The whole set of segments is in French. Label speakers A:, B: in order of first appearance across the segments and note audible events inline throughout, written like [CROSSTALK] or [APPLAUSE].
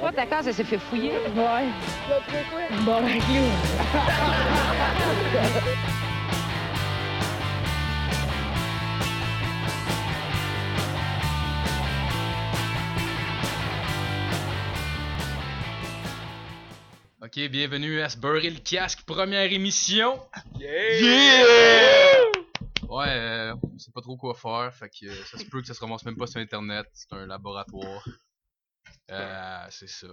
A: pas ta case, elle s'est fait fouiller.
B: Ouais. Bon, ben, clou.
C: Ok, bienvenue à se beurrer le casque, première émission.
D: Yeah!
C: Ouais, euh, on sait pas trop quoi faire, fait que euh, ça se peut que ça se ramasse même pas sur internet, c'est un laboratoire. Euh, c'est ça.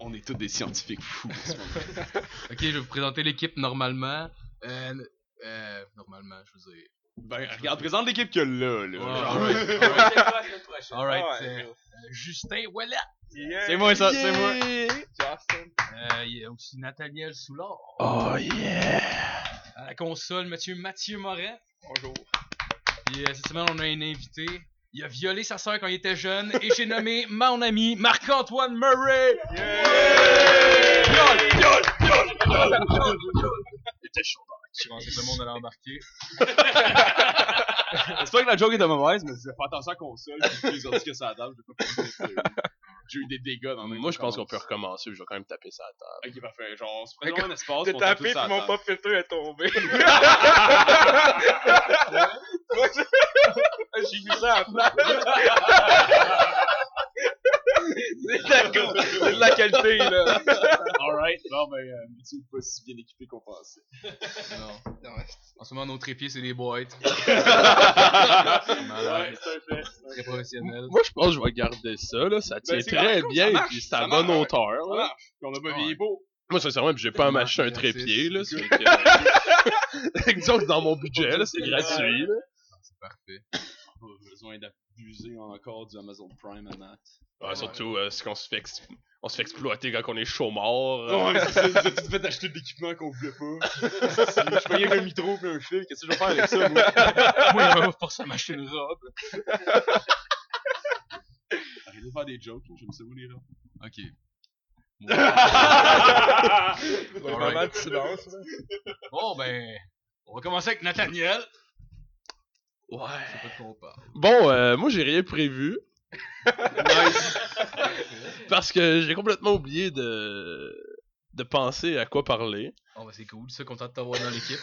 D: On est tous des scientifiques fous. en ce moment.
C: Ok, je vais vous présenter l'équipe normalement. Euh, euh, normalement, je Ah vous ai.
D: [LAUGHS] ben, regarde, présente l'équipe que là, là. Genre,
C: alright, alright. Alright,
E: Ouais.
C: euh, Justin Wallet.
D: C'est moi, ça, c'est moi.
E: Justin.
C: Euh, il y a aussi Nathalie El Soulard.
D: Oh yeah!
C: À la console, Mathieu Mathieu Morin.
E: Bonjour.
C: Puis euh, cette semaine, on a un invité. Il a violé sa sœur quand il était jeune et j'ai nommé [LAUGHS] mon ami Marc-Antoine Murray.
D: Yol, yol, yol, yol, yol, yol. Il était chaud.
C: Je pensais que le monde allait embarquer.
D: C'est pas que la joke est de mauvaise, mais fais attention à la console. puis Ils ont dit que ça adapte, je peux pas penser que J'ai eu des dégâts dans mes
F: Moi, je pense qu'on peut recommencer, je vais quand même taper ça à table.
D: Ok, parfait. Genre, on se prend un espace.
E: T'as
D: puis on tape
E: tapé
D: tous à la
E: puis
D: table.
E: mon pop filter est tombé.
D: J'ai mis ça à plat.
E: C'est de la qualité, là.
D: Alright. Bon, ben, euh, Mathieu n'est pas si bien équipé qu'on pensait.
C: Non. En ce moment, nos trépieds, c'est des
D: [LAUGHS]
C: boîtes.
D: Ouais,
C: Malade,
D: c'est un fait.
C: très professionnel.
F: Moi, je pense que je vais garder ça, là. Ça tient
D: Ben, c'est
F: très
D: correct,
F: bien,
D: ça
F: et puis
D: marche,
F: c'est à
D: ça
F: bonne
D: marche,
F: hauteur, là.
D: Voilà. Puis on a pas
C: Ouais.
D: vieilli beau.
F: Moi, sincèrement, puis j'ai pas à m'acheter un
C: Ça marche,
F: trépied, là.
C: c'est
F: c'est que- [LAUGHS] Disons que c'est dans mon budget, là, c'est gratuit, là.
C: C'est parfait.
D: Pas besoin d'abuser encore du Amazon Prime à Matt.
F: Ouais, surtout, euh, ce qu'on se fait, ex- on se fait exploiter quand on est chaud mort. euh.
D: Ouais, c'est ça, vous êtes tous fait acheter de l'équipement qu'on voulait pas. C'est- Je payais un micro pis un fil, qu'est-ce que je vais faire avec ça, moi?
C: Moi, il m'a forcé à m'acheter une robe.
D: Arrêtez de faire des jokes, je ne sais où les gens.
C: Ok.
E: Un moment de silence, là.
C: Bon, ben, on va commencer avec Nathaniel.
F: Ouais.
C: Pas de quoi on parle.
F: Bon, euh, moi, j'ai rien prévu. [LAUGHS] Parce que j'ai complètement oublié de... de penser à quoi parler.
C: Oh, ben, c'est cool, ça, content de t'avoir dans l'équipe.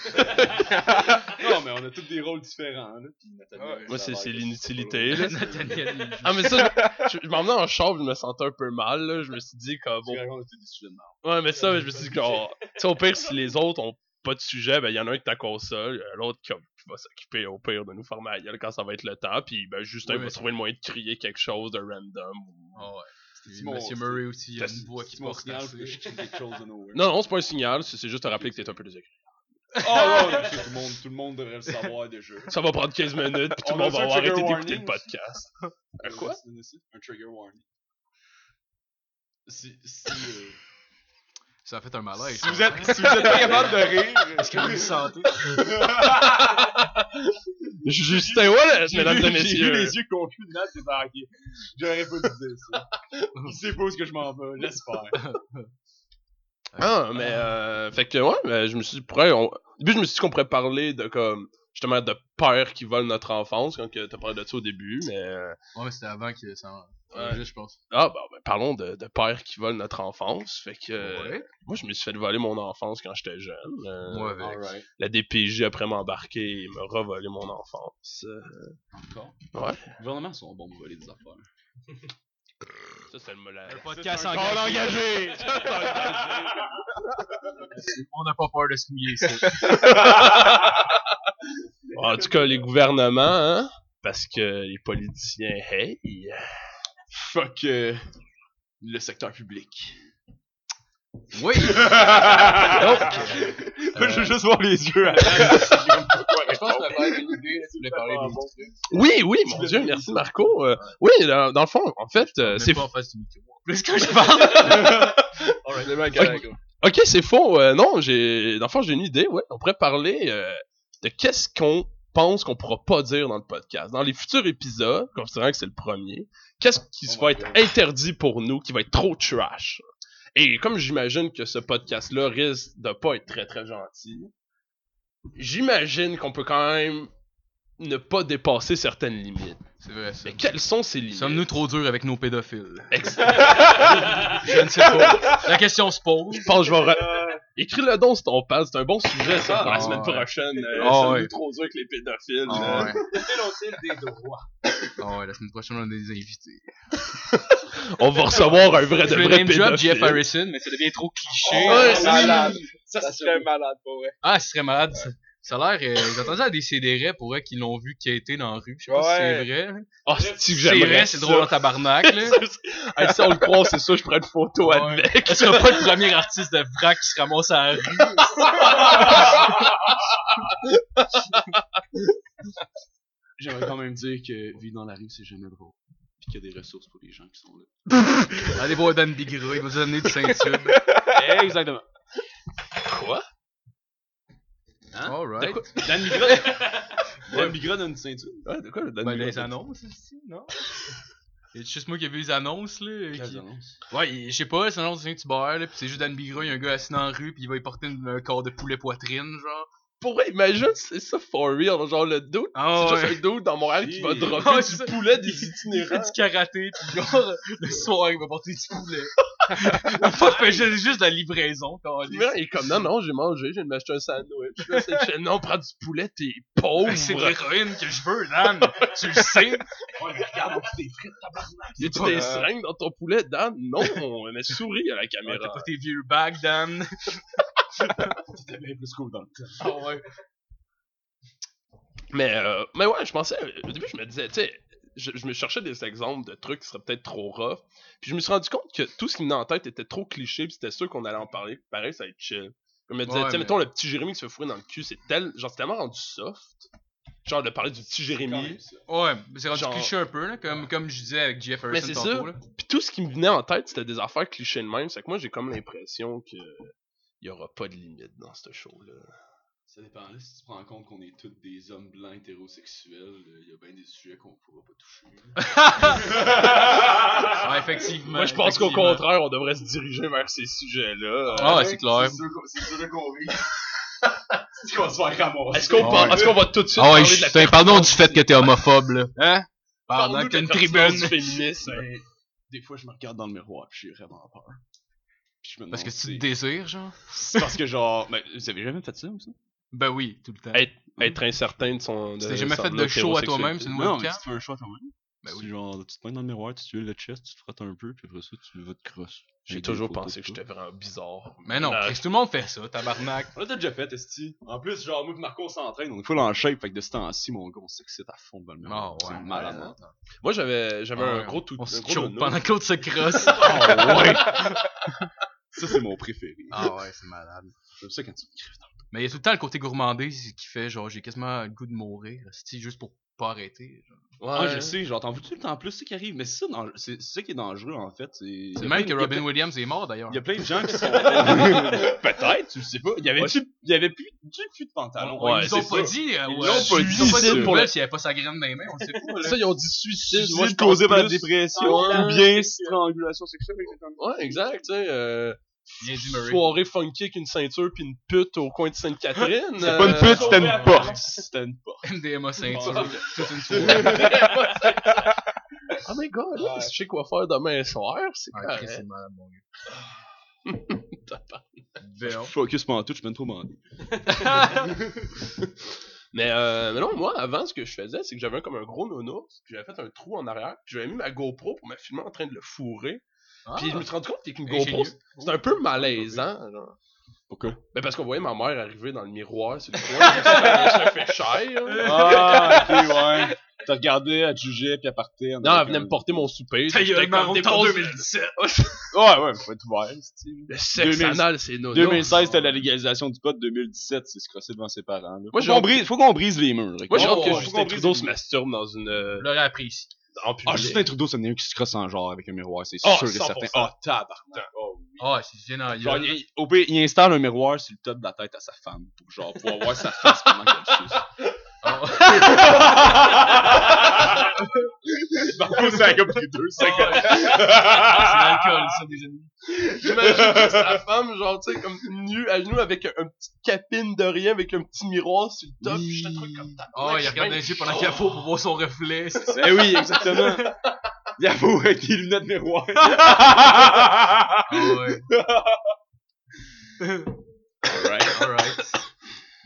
D: Non, mais on a tous des rôles différents, là. Pis Nathaniel,
F: Moi,
D: ça
F: c'est
D: a l'air
F: c'est
D: que
F: l'inutilité, là.
C: Nathaniel, il joue.
F: Ah, mais ça, je, je, je m'emmenais en char, je me sentais un peu mal, là. Je me suis dit, comme,
D: pas
F: bon,
D: drôle. Tu racontes tous des sujets de merde.
F: Ouais, mais ça, je me suis dit, qu'on- tu sais, au pire, si les autres ont pas de sujet, ben, il y en a un qui est à console, euh, l'autre qui, a- qui va s'occuper, au pire, de nous former à gueule quand ça va être le temps, puis, ben, Justin
C: Oui,
F: va
C: mais-
F: trouver le moyen de crier quelque chose de random. ou-
C: Ah ouais. Puis
D: mon-
C: Mathieu Murray aussi, il y a une voix
D: C'est
C: qui
D: mon
C: porte
D: signal
C: assez.
D: que je crie quelque chose de nowhere.
F: Non, non, c'est pas un signal, c'est c'est juste te rappeler que t'es un peu désagréable.
D: Oh, ouais, ouais, tout, le monde, tout le monde devrait le savoir déjà.
F: Ça va prendre 15 minutes,
D: [LAUGHS]
F: puis tout
D: On
F: le
D: a
F: monde
D: un
F: va avoir
D: trigger
F: arrêté d'écouter
D: warning
F: le
D: [LAUGHS]
F: podcast. Un quoi?
D: Un trigger warning. Si, si, euh,
C: Ça a fait un malaise.
D: si vous êtes, si vous êtes pas capable de rire,
C: Est-ce que vous le sentez?
F: Justin Wallet,
D: J'ai
F: mesdames
D: vu-
F: et
D: J'ai vu
F: messieurs.
D: [LAUGHS] les yeux confus de Nat débarquer. J'aurais pas dû dire ça. Il sait pas où ce que je m'en vais, laisse faire.
F: Ah, mais euh, fait que ouais, mais je me suis dit, pourrait, on... au début je me suis dit qu'on pourrait parler de comme justement de pères qui volent notre enfance quand que t'as parlé de ça au début, mais euh,
C: Ouais, mais c'était avant que ça.
F: Ouais.
C: Ouais. Je pense.
F: ah bah ben, parlons de, de pères qui volent notre enfance, fait que euh,
C: Ouais.
F: moi je me suis fait voler mon enfance quand j'étais jeune, euh,
C: Moi avec.
D: Alright.
F: la DPJ après m'embarquer et me revoler mon enfance. Euh,
D: Les gouvernements sont bons pour voler des affaires.
F: Ça c'est le la...
C: podcast
D: en gros.
F: engagé.
C: On n'a pas peur de se mouiller, [LAUGHS] ça.
F: En tout cas les gouvernements, hein, parce que les politiciens, hey.
D: Fuck euh, le secteur public.
C: oui!
D: Oh! [LAUGHS] Je veux juste voir les yeux hein. à Nat.
C: Je pense que t'avais une idée, tu voulais parler des
F: Oui, oui,
D: Tu
F: mon
D: l'as
F: Dieu,
D: dit,
F: merci
D: ça.
F: Marco. Euh, oui, dans, dans le fond, en fait, euh, c'est
C: C'est pas en face du micro.
F: plus que je parle. ok, c'est faux. euh, non, j'ai, dans le fond, j'ai une idée. Ouais, on pourrait parler euh, de qu'est-ce qu'on pense qu'on pourra pas dire dans le podcast, dans les futurs épisodes, considérant que c'est le premier. Qu'est-ce qui
D: Oh
F: va
D: my
F: être interdit pour nous, qui va être trop trash. Et comme j'imagine que ce podcast-là risque de pas être très très gentil, j'imagine qu'on peut quand même ne pas dépasser certaines limites.
C: C'est vrai, ça.
F: Mais quelles sont ces limites
C: Sommes-nous trop durs avec nos pédophiles?
F: Ex-
C: Je ne sais pas. La question se pose.
F: Je pense que je vais. re- Écris-le don si ton pal, c'est un bon sujet, ça, pour la
C: Ah,
F: semaine
C: ouais.
F: prochaine. Euh,
C: Ah,
F: sommes-nous
C: ouais.
F: trop durs avec les pédophiles.
C: Ah
F: euh.
C: ouais.
D: Dénoncer des droits.
C: Ah ouais, la semaine prochaine, on a des invités.
F: On va recevoir un vrai
C: Je
F: de
C: vais
F: vrai
C: name drop Jeff
F: pédophile.
C: Harrison, mais ça devient trop cliché.
E: Ouais,
F: c'est
E: malade. Ça,
D: Oh, Ça
E: serait
D: serait
E: malade, pour vrai.
C: Ah, ce serait malade. ça. Ça a l'air. Euh, J'entendais à des CDR pour eux qui l'ont vu quêter dans la rue. Je sais pas
E: Ouais.
C: si c'est vrai.
F: Ah, c'est-tu que
C: C'est
F: j'aimerais
C: vrai, c'est drôle en
F: ça.
C: tabarnak. Là.
F: [LAUGHS] Hey, si on le croit, c'est ça, je prends une photo
C: Ouais.
F: avec.
C: Elle sera pas le premier artiste de vrac qui se ramasse à la rue.
D: J'aimerais quand même dire que vivre dans la rue, c'est jamais drôle. Puis qu'il y a des ressources pour les gens qui sont là.
C: Allez voir Dan Bigra, il va vous donner du
F: [LAUGHS]
C: ceinture.
D: Exactement.
C: Alright.
F: [LAUGHS]
D: Dan Migra. Dan Migra donne une ceinture.
F: Ah, de quoi, le Dan
C: Ben,
F: Bigra-
C: les annonces aussi, non? C'est juste moi qui ai vu les annonces, là. qui-
D: annonces.
C: Ouais, il- je sais pas, c'est l'annonce de Saint-Hubert, là, pis c'est juste Dan Bigra, il y a un gars assis dans la rue, pis il va y porter une- un corps de poulet poitrine, genre.
F: Pour vrai, imagine, c'est ça for real. Genre, le dude,
C: Ah
F: c'est
C: ouais.
F: juste un dude dans Montréal qui va
D: Si.
F: dropper
C: Ouais,
F: du
C: c'est ça.
F: poulet des
C: Il fait
F: itinérants.
C: du karaté, pis genre, le soir, il va porter du poulet.
F: [LAUGHS]
C: La fois, il fait juste, juste de la livraison, quand
F: Puis vraiment, il est comme, non, non, j'ai mangé, j'ai m'acheté un sandwich. Là, c'est le chien, non, prends du poulet, t'es pauvre.
C: C'est de l'héroïne que je veux, Dan! tu le
F: [LAUGHS]
C: sais!
D: Regarde, on fait des frites.
F: Y a-tu
C: pas-
F: des seringues dans ton poulet, Dan? Non, mais souris à la
C: Ouais, T'as
F: caméra.
C: pas tes vieux bagues, Dan!
D: C'était bien plus cool dans le temps.
C: Ah ouais.
F: Mais, euh, mais ouais, je pensais, au début, je me disais, tu sais, je, je me cherchais des exemples de trucs qui seraient peut-être trop rough. Puis je me suis rendu compte que tout ce qui me venait en tête était trop cliché, puis c'était sûr qu'on allait en parler. puis Pareil, ça allait être chill. Je me disais,
C: Ouais,
F: tu sais,
C: mais-
F: mettons le petit Jérémy qui se fait fourrer dans le cul, c'est tel, genre, c'est tellement rendu soft. Genre, de parler du petit Jérémy.
C: Ouais, mais c'est rendu
F: Genre-
C: cliché un peu, là, comme, comme je disais avec Jeff Harrison
F: c'est
C: tantôt,
F: ça.
C: là.
F: Puis tout ce qui me venait en tête, c'était des affaires clichés de même. C'est que moi, j'ai comme l'impression que il y aura pas de limite dans ce show-là.
D: Ça dépend. Là, si tu prends en compte qu'on est tous des hommes blancs hétérosexuels, il y a bien des sujets qu'on pourra pas toucher.
C: Ouais, effectivement.
F: Moi, je pense qu'au
C: effectivement.
F: contraire, on devrait se diriger vers ces sujets-là.
C: Ah, ouais, c'est clair.
D: C'est sûr qu'on- C'est sûr qu'on rit. C'est qu'on va se faire ramasser.
F: Est-ce qu'on
C: Ouais.
F: par- est-ce qu'on va tout de suite
C: Ah ouais,
F: parler de la
C: je- t'as- pardon du fait que t'es homophobe, là. Hein?
F: Parle-nous
C: Pardon que
F: de
C: t'as
F: la
C: une
F: pertinence
C: tribune.
F: du féminisme.
D: Ben, des fois, je me regarde dans le miroir pis j'ai vraiment peur. Puis je me demande
C: Parce que tu
D: si-
C: te désires, genre?
D: c'est parce que genre, ben, vous avez jamais fait ça ou ça
C: Ben oui, tout le temps.
F: Hey, Être incertain de son.
C: Tu
F: de
C: t'es jamais
F: son
C: fait de show à
F: hétérosexualité.
C: toi-même, c'est une
D: Non, mais
C: webcam?
D: si tu fais un choix toi-même.
C: Ben
D: tu,
C: oui.
D: genre, tu te pointes dans le miroir, tu te le chest, tu te frottes un peu, puis après ça, tu vas te crosse.
F: J'ai toujours pensé que j'étais vraiment bizarre.
C: Mais non,
F: Non.
C: Chris, tout le monde fait ça, tabarnak.
D: On l'a déjà fait, Esti. En plus, genre, moi et Marco, on s'entraîne, on est full en shape, fait que de ce temps-ci, mon gars, on s'excite à fond dans le miroir.
C: Oh, ouais.
D: C'est malade. hein.
F: Moi, j'avais j'avais
C: Ah
F: un
C: ouais,
F: gros tout.
C: On
F: un
C: se
F: gros
C: choke
F: nono.
C: pendant que l'autre se
D: [LAUGHS]
C: crosse.
D: Ah
C: [LAUGHS]
D: Ça, c'est mon préféré.
C: ah ouais, c'est malade.
D: J'aime ça quand tu me crives dans
C: Mais il y a tout le temps le côté gourmandé qui fait, genre, j'ai quasiment le goût de mourir, c'est juste pour pas arrêter. genre.
F: Ouais.
D: le Ah, je sais, genre, t'en veux-tu le temps plus, c'est ça qui arrive, mais c'est ça, dans- c'est c'est ça qui est dangereux, en fait. C'est
C: C'est même que Robin Williams est mort, d'ailleurs.
D: Il y a plein de gens qui sont. Peut-être, tu le sais pas. Il y avait,
F: Ouais.
D: du, il y avait plus, du plus de pantalon.
F: Ouais,
C: ils nous ont
F: c'est
C: pas
F: ça.
C: dit. euh,
F: Ils
C: ouais.
F: l'ont pas
C: Ils nous ont
F: dit,
C: pas dit
F: c'est
C: une
F: sûr.
C: nouvelle s'il n'y avait pas sa graine dans les mains, on le sait pas. là.
F: Ça, ils ont dit suicide.
D: Moi, je
F: pense
D: causé par la
F: plus-
D: dépression,
C: Ah,
F: Ouais.
D: ou bien strangulation sexuelle, etc.
F: Ouais, exact, tu sais. euh,
C: Bien dit, Murray.
F: Soirée funky avec une ceinture puis une pute au coin de Sainte-Catherine. euh,
D: C'était pas une pute, c'était
F: [LAUGHS]
D: une porte. C'était une porte.
C: MDMA ceinture.
F: Ouais.
C: Toute une soirée.
F: Oh my god, ouais, je sais quoi faire demain soir, c'est
C: Ah, Chris,
F: correct.
C: c'est malade, mon gars.
F: T'as pas-
C: Bon.
D: Focus pas en tout, je mène trop bandé.
F: mais, euh, mais non, moi, avant, ce que je faisais, c'est que j'avais un- comme un gros nounours, puis j'avais fait un trou en arrière, puis j'avais mis ma GoPro pour me filmer en train de le fourrer. Puis je me suis
D: Ah!
F: rendu compte qu'avec une GoPro,
C: Ingénieux.
F: c'était un
D: Oh,
F: peu malaisant, genre.
D: Pourquoi?
F: Ben parce qu'on voyait ma mère arriver dans le miroir sur le coin, puis ça fait cher.
D: [LAUGHS]
F: là.
D: Ah, ok, ouais. T'as regardé, elle te jugeait, puis elle partait. en
F: Non, elle
D: avec
F: venait
D: un-
F: me porter mon souper.
C: Ta gueule,
F: j'étais comme,
C: Maron, t'es en
F: dépose-
C: 2017.
D: Ouais, ouais, faut être ouvert, c'est-tu.
F: Le sexe
D: 2000.
F: anal, c'est nono.
D: 2016, c'était la légalisation du pot. 2017, c'est se crosser devant ses parents. Là. Faut,
F: Moi, j'ai-
D: qu'on brise, faut qu'on brise les murs. ok?
F: Moi, j'ai
D: Oh,
F: hâte que
D: faut qu'on
F: Justin
D: brise
F: Trudeau
D: les
F: se
D: murs.
F: masturbe dans une... euh,
C: Je l'aurais appris ici.
F: en public.
D: Ah, Justin Trudeau, c'est un qui se crosse en genre avec un miroir, c'est
F: Ah,
D: sûr et certain.
F: 100%.
D: Ah, tabarnak. Oh, oui.
C: Ah, c'est gênant.
D: Genre, il, au pire, il installe un miroir sur le top de la tête à sa femme pour genre pouvoir voir sa face pendant qu'elle
F: [LAUGHS]
D: suce.
F: Marco, c'est un gars plus deux, c'est un gars-
C: C'est Ah, l'alcool, ça, des amis.
F: J'imagine que sa femme, genre, tu sais, comme nue à genoux avec un, un petit capine de rien, avec un petit miroir sur le top, pis j'étais un truc comme ça.
C: Ah, il regarde un jeu pendant qu'il a faux pour voir son reflet. c'est-
D: [LAUGHS] Eh oui, exactement. J'avoue, avec des lunettes miroir.
C: Ah ouais.
F: Alright.
C: Alright.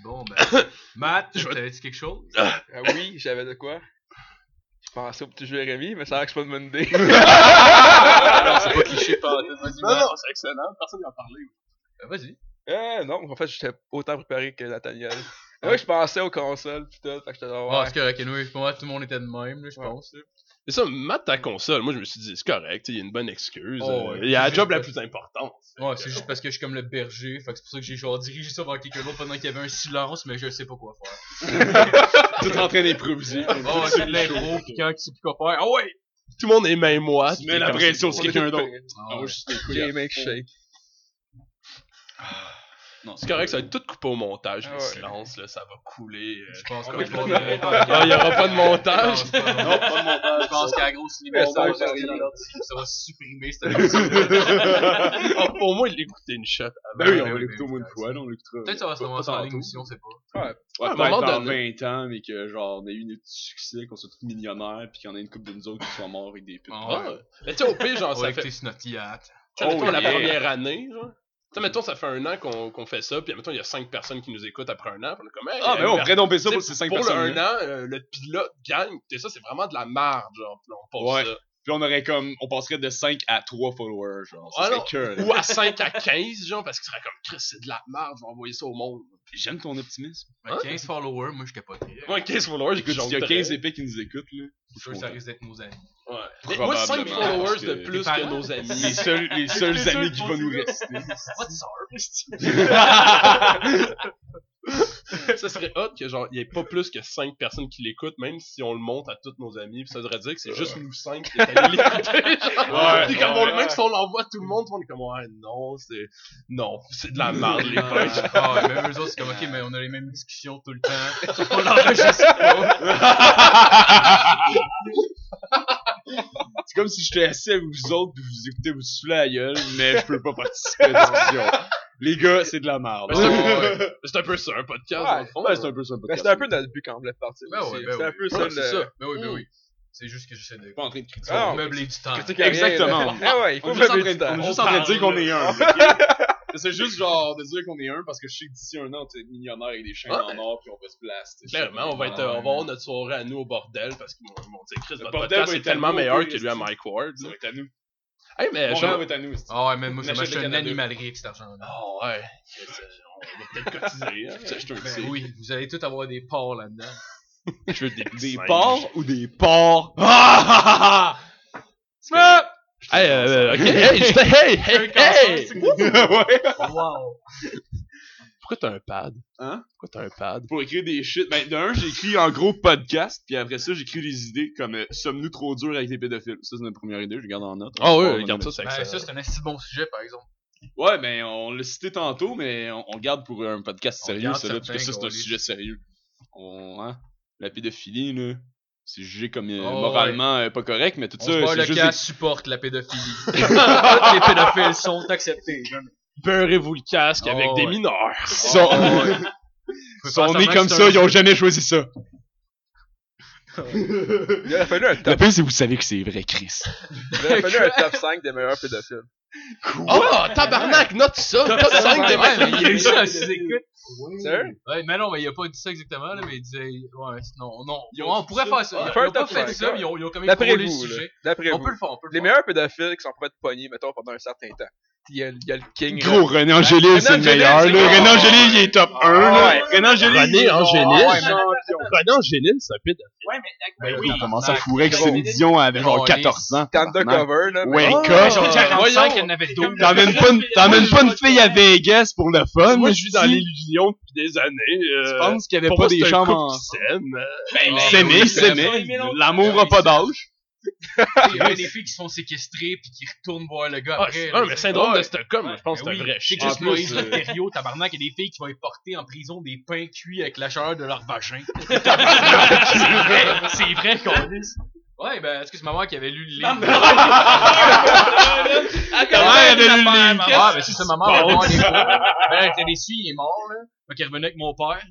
C: Bon, ben. Matt, t'avais-tu quelque chose?
E: Ah oui, j'avais de quoi? Je pensais au petit jeu Rémi, mais ça a l'air que c'est pas une bonne
D: [LAUGHS]
E: idée.
C: Ah, Non, c'est pas cliché par
F: Non, non, c'est excellent. Personne n'en parlait.
C: Ben, Vas-y.
E: euh, non, en fait, j'étais autant préparé
D: [LAUGHS]
E: que Nathaniel. Moi, je pensais aux consoles, pis tout, fait que j'étais genre,
C: Ah,
E: ouais.
C: c'est correct. Anyway, pour moi, tout le monde était de même, là, je pense. là.
F: C'est ça, mate ta console. Moi, je me suis dit, c'est correct, tu sais, il y a une bonne excuse.
C: Oh,
F: euh,
C: ouais.
F: il y a la job la plus importante.
C: Ouais, c'est juste parce que je suis comme le berger, fait que c'est pour ça que j'ai genre dirigé ça vers quelqu'un d'autre pendant qu'il y avait un silence, mais je sais pas quoi faire.
F: Tout en train d'improviser.
C: Bon, ouais, c'est de l'impro, pis quand il sait plus quoi faire, ah ouais!
F: Tout le monde est même moi.
D: Tu mets la pression sur
E: On
F: C'est
E: est
F: quelqu'un
E: tous
F: d'autre.
E: pareils.
C: Ah, ouais.
E: J'ai les mecs shake.
D: Non,
F: C'est correct, ça va être tout coupé au montage,
E: Ah
F: le
E: ouais.
F: silence, là, ça va couler.
D: [LAUGHS]
F: euh.
C: Je pense
E: On
C: qu'on va
E: est
C: pas
E: pas-
C: de
F: Ah, il y aura pas de montage.
C: Non, c'est pas
D: Non,
C: vrai.
D: pas de
C: Je
D: montage.
C: pense qu'à la grosse libération,
E: Mais ça,
C: ça, va ben
E: ça
C: rester dans
E: arrive.
C: l'ordi, puis ça va supprimer [LAUGHS] cette partie-là.
F: Ah, Au moins, il l'écoutait une shot.
C: Ben oui, on va
D: l'écoute
C: l'écouter au moins une
D: fois, là, on l'écoutera.
C: Peut-être que ça va se ramasser en ligne aussi, on sait pas.
D: Ouais,
F: À un
D: peut-être
F: moment
D: dans
F: donné.
D: 20 ans, mais que genre, on a eu notre succès, qu'on soit tous millionnaires, pis qu'il y en a une couple de nous autres qui soit morts avec des putes.
C: Ah,
F: Ah, Mais tu sais, au pire,
C: On
F: genre,
C: va
F: ça fait.
C: écouter sur notre yacht.
F: Tu sais, mettons,
E: Oh,
F: la
E: yeah.
F: première année, genre. Tu sais, mettons, ça fait un an qu'on qu'on fait ça, puis mettons, il y a 5 personnes qui nous écoutent après un an. puis on est comme, hey,
D: Ah, mais
F: euh,
D: on pourrait domper ça
F: T'sais,
D: pour ces 5
F: pour
D: personnes. hein.
F: le 1 an, euh, le pilote gagne. T'sais, ça, c'est vraiment de la marge, genre. puis on pose
D: Ouais.
F: ça.
D: Puis on aurait comme, on passerait de 5 à 3 followers, genre.
F: Ah
D: Ça
F: non.
D: serait cœur.
F: Ou à 5 à 15, genre, parce qu'il serait comme, Chris, c'est de la marge, je vais envoyer ça au monde.
D: J'aime ton optimisme.
C: Fait que 15 followers, moi je capotais.
F: Moi, 15 followers,
D: Écoute,
F: j'écoute,
D: s'il y a 15 épées qui nous écoutent, là.
C: Je suis sûr que ça risque d'être nos amis.
F: Moi, 5
D: Probablement,
F: followers
D: parce
F: de
D: que-
F: plus
C: Tes
F: que
C: parents?
F: nos amis.
D: Les seuls, les seuls
F: T'es sûr
D: amis
F: que
D: qui
F: ton
D: vont nous
F: zéro- What's
D: rester.
F: up? [LAUGHS] ça serait hot que, genre, il n'y ait pas plus que 5 personnes qui l'écoutent, même si on le monte à tous nos amis. Puis ça voudrait dire que c'est juste nous 5 qui est allé
D: [LAUGHS]
F: l'écouter. genre.
E: Ouais,
F: [LAUGHS] Puis comme
E: ouais,
F: on le- même
E: ouais.
F: si on l'envoie à tout le monde, on est comme, ouais, non, c'est. Non, c'est de la merde, les
C: Ah,
F: punchs.
C: ah ouais, même eux autres, c'est comme ok, mais on a les mêmes discussions tout le temps. Sauf qu'on l'enregistre pas.
D: C'est comme si j'étais assis avec vous autres pis vous écoutez vous souffler à la gueule, mais je peux pas participer à la discussion. Les gars, c'est de la merde.
F: Mais
C: Ouais,
F: c'est
C: ouais, ouais.
F: C'est un peu ça, un podcast,
E: Ouais,
F: dans le fond.
D: Ouais, c'est un peu ça.
E: Ben, c'était un peu notre but quand on voulait partir.
C: Ben
E: aussi.
C: ouais, ben
E: C'était un
C: oui.
E: peu ça
F: Ouais, c'est
E: le.
F: ça.
C: Ben oui, ben
F: Mm.
C: oui. C'est juste que j'essaie de
D: pas en train de critiquer.
E: Ah, on-
C: meubler du temps.
E: Critique à rien, là.
D: Exactement.
E: [LAUGHS] Ah ouais, il
D: On
E: faut
D: est juste en
E: meubler
D: train
E: du
D: de- on
E: temps.
D: est juste en train de dire qu'on est un. [LAUGHS] ok? C'est juste genre de dire qu'on est un parce que je sais que d'ici un an, on va être millionnaire avec des chaînes
F: Ouais.
D: en or puis on va se blaster.
F: Clairement, on va, être, euh, on va avoir notre soirée à nous au bordel parce qu'ils m'ont m'ont dit Chris, votre
D: bordel
F: podcast
D: va
F: est
D: être à
F: tellement
D: nous,
F: meilleur
D: oui,
F: que lui à Mike Ward.
D: Ça va être à nous.
F: Hey, mais
D: Montréal
F: genre.
D: va être à nous. c'est-
C: Ah ouais, mais moi, je
D: N'achète
C: m'achète
D: le
C: une
D: Canada.
C: animalerie avec cet argent-là.
F: Oh, ouais. Chris, euh, On va peut-être cotiser. hein.
C: [LAUGHS]
F: S'acheter un
C: Ben
F: petit-
C: oui, vous allez tous avoir des porcs là-dedans.
F: Je veux des petits singes.
D: ou des porcs? Ah, ah, [LAUGHS] ah, ah. C'est correct.
F: Hey, euh, ok. Hey, j'étais- hey, hey, hey.
D: [LAUGHS] Ouais.
C: Wow!
F: Pourquoi t'as un pad
D: Hein?
F: Pourquoi t'as un pad
D: Pour écrire des shit. Ben, d'un, j'écris en gros podcast, puis après ça, j'écris des idées comme euh, Sommes-nous trop durs avec les pédophiles Ça, c'est notre première idée, je le garde en note.
F: Ah,
D: On
F: ouais,
D: va
F: regarde ça,
D: mettre-
F: c'est
C: Ben, ça,
F: excellent.
C: c'est un assez bon sujet, par exemple.
D: Ouais, ben, on l'a cité tantôt, mais on, on le garde pour un podcast
C: On
D: sérieux,
C: garde
D: ça, là, parce que
C: certains
D: ça, c'est
C: gros
D: un sujet sérieux. On, hein, la pédophilie, là, c'est jugé comme euh,
C: Oh, ouais.
D: moralement euh, pas correct, mais tout
C: On se
D: ça,
C: voit,
D: c'est
C: le
D: juste.
C: cas supporte la pédophilie.
D: [LAUGHS]
C: Tous les pédophiles sont acceptés.
F: Beurrez-vous le casque
C: Oh,
F: avec des
C: ouais.
F: mineurs.
D: Ils sont,
C: Faut faire
D: ils sont nés
C: semblant
D: comme
C: que
D: ça,
C: c'est
D: ils ont jamais choisi ça.
E: Il aurait fallu un
D: Le
E: top,
D: pire, c'est que vous savez que c'est vrai, Chris.
E: [LAUGHS] il aurait fallu un top 5 des meilleurs pédophiles.
F: Oh, tabarnak, note ça. Top 5 des
C: Ouais, mais il y a eu
F: mecs.
C: ça, si t'écoutes.
E: Sérieux?
C: Ouais, mais non, mais il a pas dit ça exactement, là, mais il disait, ouais, non, non,
D: Ils
C: Ouais,
D: ont
C: on pourrait
D: dit
C: faire
D: ça.
C: ça, ils
E: Faire
C: ont
E: un
C: pas
E: top
C: fait
E: cinq,
C: ça,
E: ouais.
C: mais ils ont, ils ont quand même
E: D'après
C: trouvé le
E: vous, là.
C: sujet.
E: D'après
C: On
E: vous.
C: peut le faire, on peut le
E: Les
C: faire.
E: meilleurs pédophiles qui sont prêts de pogner, mettons, pendant un certain temps. Il y a, il y a le King.
D: Gros, René Angélil,
E: René
D: c'est le
E: Angélil,
D: meilleur,
E: c'est
D: là.
E: bon.
D: René Angélil, il est top 1, là.
E: ouais.
D: René Angélil, il est
F: René
E: ouais,
F: Angélil.
E: mais-
F: René Angélil, c'est un pédophile.
D: Ben oui, on commence à fourrer avec Céline Dion avec genre
C: Oh,
D: 14 ans.
E: T'es euh, undercover, là. mais-
D: Ouais,
F: Oh,
D: coche.
C: J'en ai
F: voyons.
C: 45, il y en avait 12.
D: T'emmènes pas, une- t'emmènes pas une fille à Vegas pour le fun.
F: Moi, je vis dans
D: si
F: l'illusion depuis des années.
D: Tu
F: euh,
D: penses qu'il y avait
F: pour moi,
D: pas
F: c'est
D: des
F: un
D: chambres
F: couple
D: en...
F: qui s'aiment. euh,
C: Ben,
D: S'aimer,
C: oui,
D: s'aimer.
C: c'est vrai.
D: L'amour a pas d'âge.
C: Il y a des filles qui se font séquestrer puis qui retournent voir le gars
F: Ah,
C: après.
F: c'est-
C: là.
F: ah, mais syndrome
E: Ouais.
F: de Stockholm, je pense que
C: Ben
F: c'est un
C: oui.
F: vrai
C: C'est
F: chien.
C: que c'est
D: plus,
C: Maurice
D: euh,
C: Thériault, tabarnak, il y a des filles qui vont être portées en prison des pains cuits avec la chaleur de leur
F: [LAUGHS]
C: vagin. c'est vrai, c'est vrai qu'on dit. Ouais, ben, est-ce que c'est ma mère qui avait lu le livre? [LAUGHS]
F: Comment
C: Ah,
F: elle a lu le
C: ma mère,
F: livre?
C: Ben, mais c'est ça, ma mère, elle a lu le livre. Ben, elle était déçue, il est mort, là. Fait qu'il revenait avec mon père.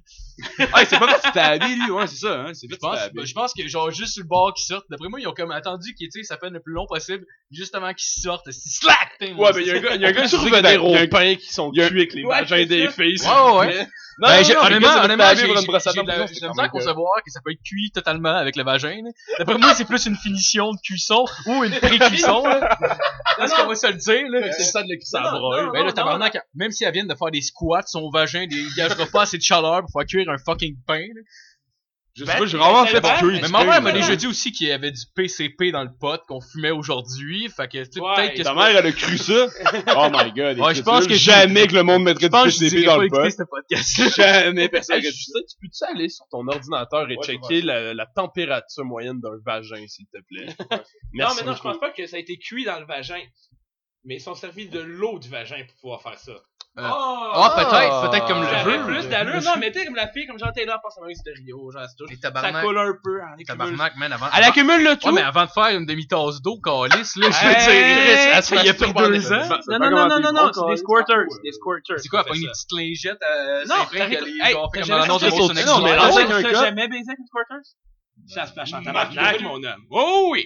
D: Ah, c'est pas stabé, lui, ouais, c'est ça, hein. C'est
C: Je
D: vite
C: pense,
D: stabé.
C: je pense que, genre, juste sur le bord qu'ils sortent, d'après moi, ils ont comme attendu qu'ils tu sais, s'appellent le plus long possible, juste avant qu'ils sortent. C'est slack, t'es, moi,
F: Ouais, mais il y a un gars, il y a un gars qui disait qu'il y a
D: y a
F: des
D: un-
F: pains qui sont
D: il y a un-
F: cuits avec les
D: Ouais,
F: vagins
D: c'est
F: des
D: ça.
F: filles. s'il
C: Ouais,
F: vous
C: ouais.
F: plaît.
D: Non,
C: Ben,
D: non,
C: j'ai-
D: non,
C: honnêtement,
D: mais gars, ça
C: honnêtement,
D: fait
C: j'ai
D: vivre une
C: j'ai-
D: brosse à
C: j'ai
D: dents,
C: de la-
D: pour ça,
C: j'ai
D: c'est
C: de la misère
D: quand
C: à
D: même que-
C: concevoir que ça peut être cuit totalement avec le vagin. là. D'après moi, c'est plus une finition de cuisson ou [LAUGHS] une pré-cuisson. là. Est-ce qu'on va se le dire? Là?
F: C'est ça de l'équipe, ça
C: Non, non,
F: broye.
C: ben, le tabarnak, même si elle vient de faire des squats, son vagin ne gagera pas assez de chaleur pour faire cuire un fucking pain. là.
D: Je
F: Ben,
D: sais pas, j'ai vraiment
F: c'est
D: fait
F: vrai,
D: pour
F: mais
C: Mais ma mère m'a
F: non.
C: déjà dit aussi qu'il y avait du PCP dans le pot qu'on fumait aujourd'hui. Fait que, tu sais,
F: Ouais,
C: peut-être que
D: Ta mère, elle a cru ça? Oh my god.
C: Ouais, je
D: écoute,
C: pense
D: là,
C: que-
D: jamais que le monde mettrait
C: je
D: du
C: pense que je
D: PCP
C: dirais
D: dans
C: pas
D: le pot.
C: écouter ce podcast.
D: Jamais personne
F: Hey,
D: aurait
F: je
D: dit
F: sais, tu peux-tu aller sur ton ordinateur et
E: Ouais,
F: checker la, la température moyenne d'un vagin, s'il te
E: [LAUGHS]
F: plaît?
E: Non,
F: Merci
E: mais non, je
F: beaucoup.
E: pense pas que ça a été cuit dans le vagin. Mais ils sont servis de l'eau du vagin pour pouvoir faire ça.
C: Ah, peut-être, peut-être comme
E: Ça
C: le
E: avait
C: jeu.
E: plus d'allure. Non, mais tu sais, comme la fille, comme Jean Taylor passe à Maurice de Rio, genre, c'est tout.
C: Les
E: Ça
C: tabarnak,
E: colle un peu. hein, les cumules.
C: tabarnak, man, avant.
E: Elle accumule le
C: Ouais,
E: tout.
C: mais avant de faire une demi-tasse d'eau, calice, là, je veux
E: Hey!
C: dire, Chris, elle
E: Ça
C: se
E: y
C: fait
E: est,
C: plus
E: pendant
C: deux ans.
E: Non, non, non, non, non, non, c'est des squirters. C'est des squirters.
C: C'est quoi, elle prend une
E: qui fait ça.
C: petite lingette, euh,
E: Non,
C: c'est vrai
E: t'as
C: qu'elle
E: raison.
C: est
E: Hey,
C: genre, fait
E: t'as
C: comme
E: jamais
C: dans
E: fait
C: l'autre gros
E: ça
C: son
E: Non, mais
C: exutoire.
E: là,
D: avec
E: t'as
D: un
E: t'as
D: cop.
E: jamais baisé avec une squirters? Ça se flash en tabarnak, mon homme. Oh oui!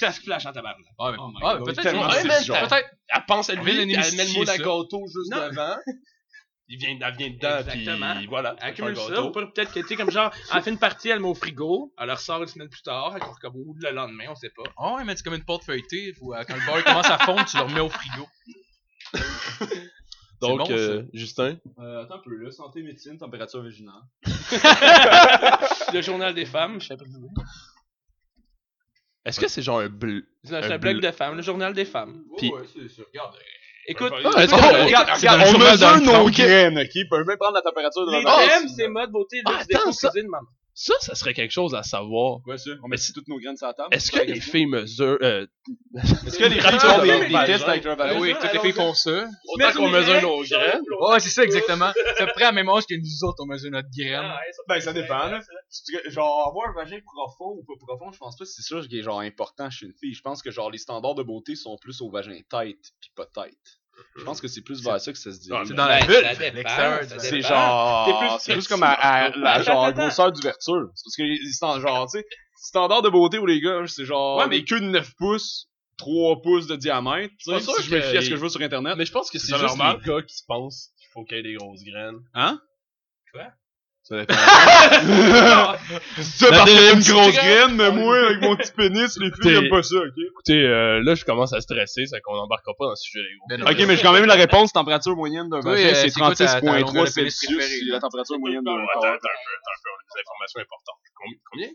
E: Ça se flash en tabarnak.
C: Ah, mais-
E: Oh my
C: ah,
E: God,
C: mais peut-être,
F: tellement
C: ouais,
F: c'est
C: man,
F: ce genre.
C: peut-être,
F: Elle pense à lui,
C: vient
F: elle met le
C: démystifier
F: mot d'un
C: ça.
F: gâteau juste
E: Non.
F: devant.
E: [LAUGHS]
F: Il vient, elle vient dedans,
E: Exactement.
F: puis voilà.
E: Elle accumule
F: c'est un
E: ça,
F: gâteau.
E: ou peut- peut-être que, tu sais, comme genre, elle fait une partie, elle met au frigo, elle ressort une semaine plus tard, elle recommande le lendemain, on sait pas.
C: Ah ouais, mais c'est comme une porte feuilletée, faut, euh, quand le beurre commence à fondre, tu le remets au frigo.
E: [LAUGHS]
C: C'est
F: Donc,
C: bon, ça.
F: euh, Justin,
D: Euh, attends un peu, là. Santé, médecine, température vaginale.
E: Le journal des femmes, je sais pas si vous
F: est-ce que c'est genre un bleu?
E: C'est un, c'est
F: Un
E: un blog
F: bleu.
E: de femmes, le journal des femmes.
F: Puis-
D: ouais, c'est sûr. Regarde.
E: Écoute,
F: Ah, est-ce
E: écoute,
F: qu'on-
E: regarde,
F: c'est
E: regarde,
F: dans le
D: On
F: journal
D: mesure
F: d'un
D: nos
F: tronc.
D: graines, ok? Peut même prendre la température de
E: les
D: la
E: thèmes, c'est mode, beauté,
F: Ah,
E: luxe,
F: attends,
E: défaut,
F: ça-
E: cuisine, maman.
F: Ça, ça serait quelque chose à savoir.
D: Quoi, ça? On met toutes nos graines sur la table.
F: Est-ce que les filles mesurent... euh,
D: Est-ce que les
F: Ah,
D: filles font
F: mais-
D: des des
F: mais- ben
D: tests avec leur
C: Ah
D: vagin?
C: oui, toutes les filles font ça.
F: autant qu'on mesure nos graines,
C: Ouais, c'est ça, exactement. C'est près à la même âge que nous autres, on mesure notre graine.
D: Ben, ça dépend, là. Si tu- Genre, avoir un vagin profond ou pas profond, je pense pas que c'est sûr qu'il est genre important chez une fille. Je pense que genre les standards de beauté sont plus au vagin tête pis pas tête. Je pense que c'est plus vers ça que ça se dit.
F: Ah,
C: C'est dans la
E: Ben,
C: bulle,
E: ça dépend,
C: l'extérieur,
E: ça
C: tu sais.
E: dépend.
D: C'est
E: dépend.
D: genre.
E: T'es plus
D: C'est plus
E: flexible,
D: comme à, à
E: en tout cas.
D: la
E: Attends,
D: genre,
E: attends.
D: grosseur d'ouverture. C'est parce que les standards, genre, tu sais, standard de beauté où les gars, c'est genre.
F: Ouais,
D: mais
F: mais-
D: des queues de 9 pouces, 3 pouces de diamètre. Tu sais,
F: Pas
D: si
F: sûr
D: je me
F: que
D: fie à ce
F: les-
D: que je veux sur internet.
F: Mais je pense que c'est
D: C'est
F: juste
D: normal.
F: les gars qui se pensent qu'il faut qu'il y ait des grosses graines.
D: Hein?
E: Quoi?
D: Ça dépend. Ça, parce que une grosse graine, mais moi, avec mon petit pénis, les filles,
F: T'es-
D: j'aime pas ça, ok?
F: Écoutez, euh, là, je commence à stresser, c'est qu'on n'embarquera pas dans ce sujet des grosses
C: Ben non.
F: graines.
D: Ok, mais j'ai quand même la réponse. Température moyenne d'un
C: Toi,
D: vagin,
C: euh,
D: c'est
C: c'est quoi ta- ta longueur de
D: 36.3
C: pénis
D: Celsius.
C: préférée,
D: et
C: là?
D: La température moyenne d'un
F: Attends, attends,
D: corps.
F: attends, attends, on a des informations importantes. Combien- Combien?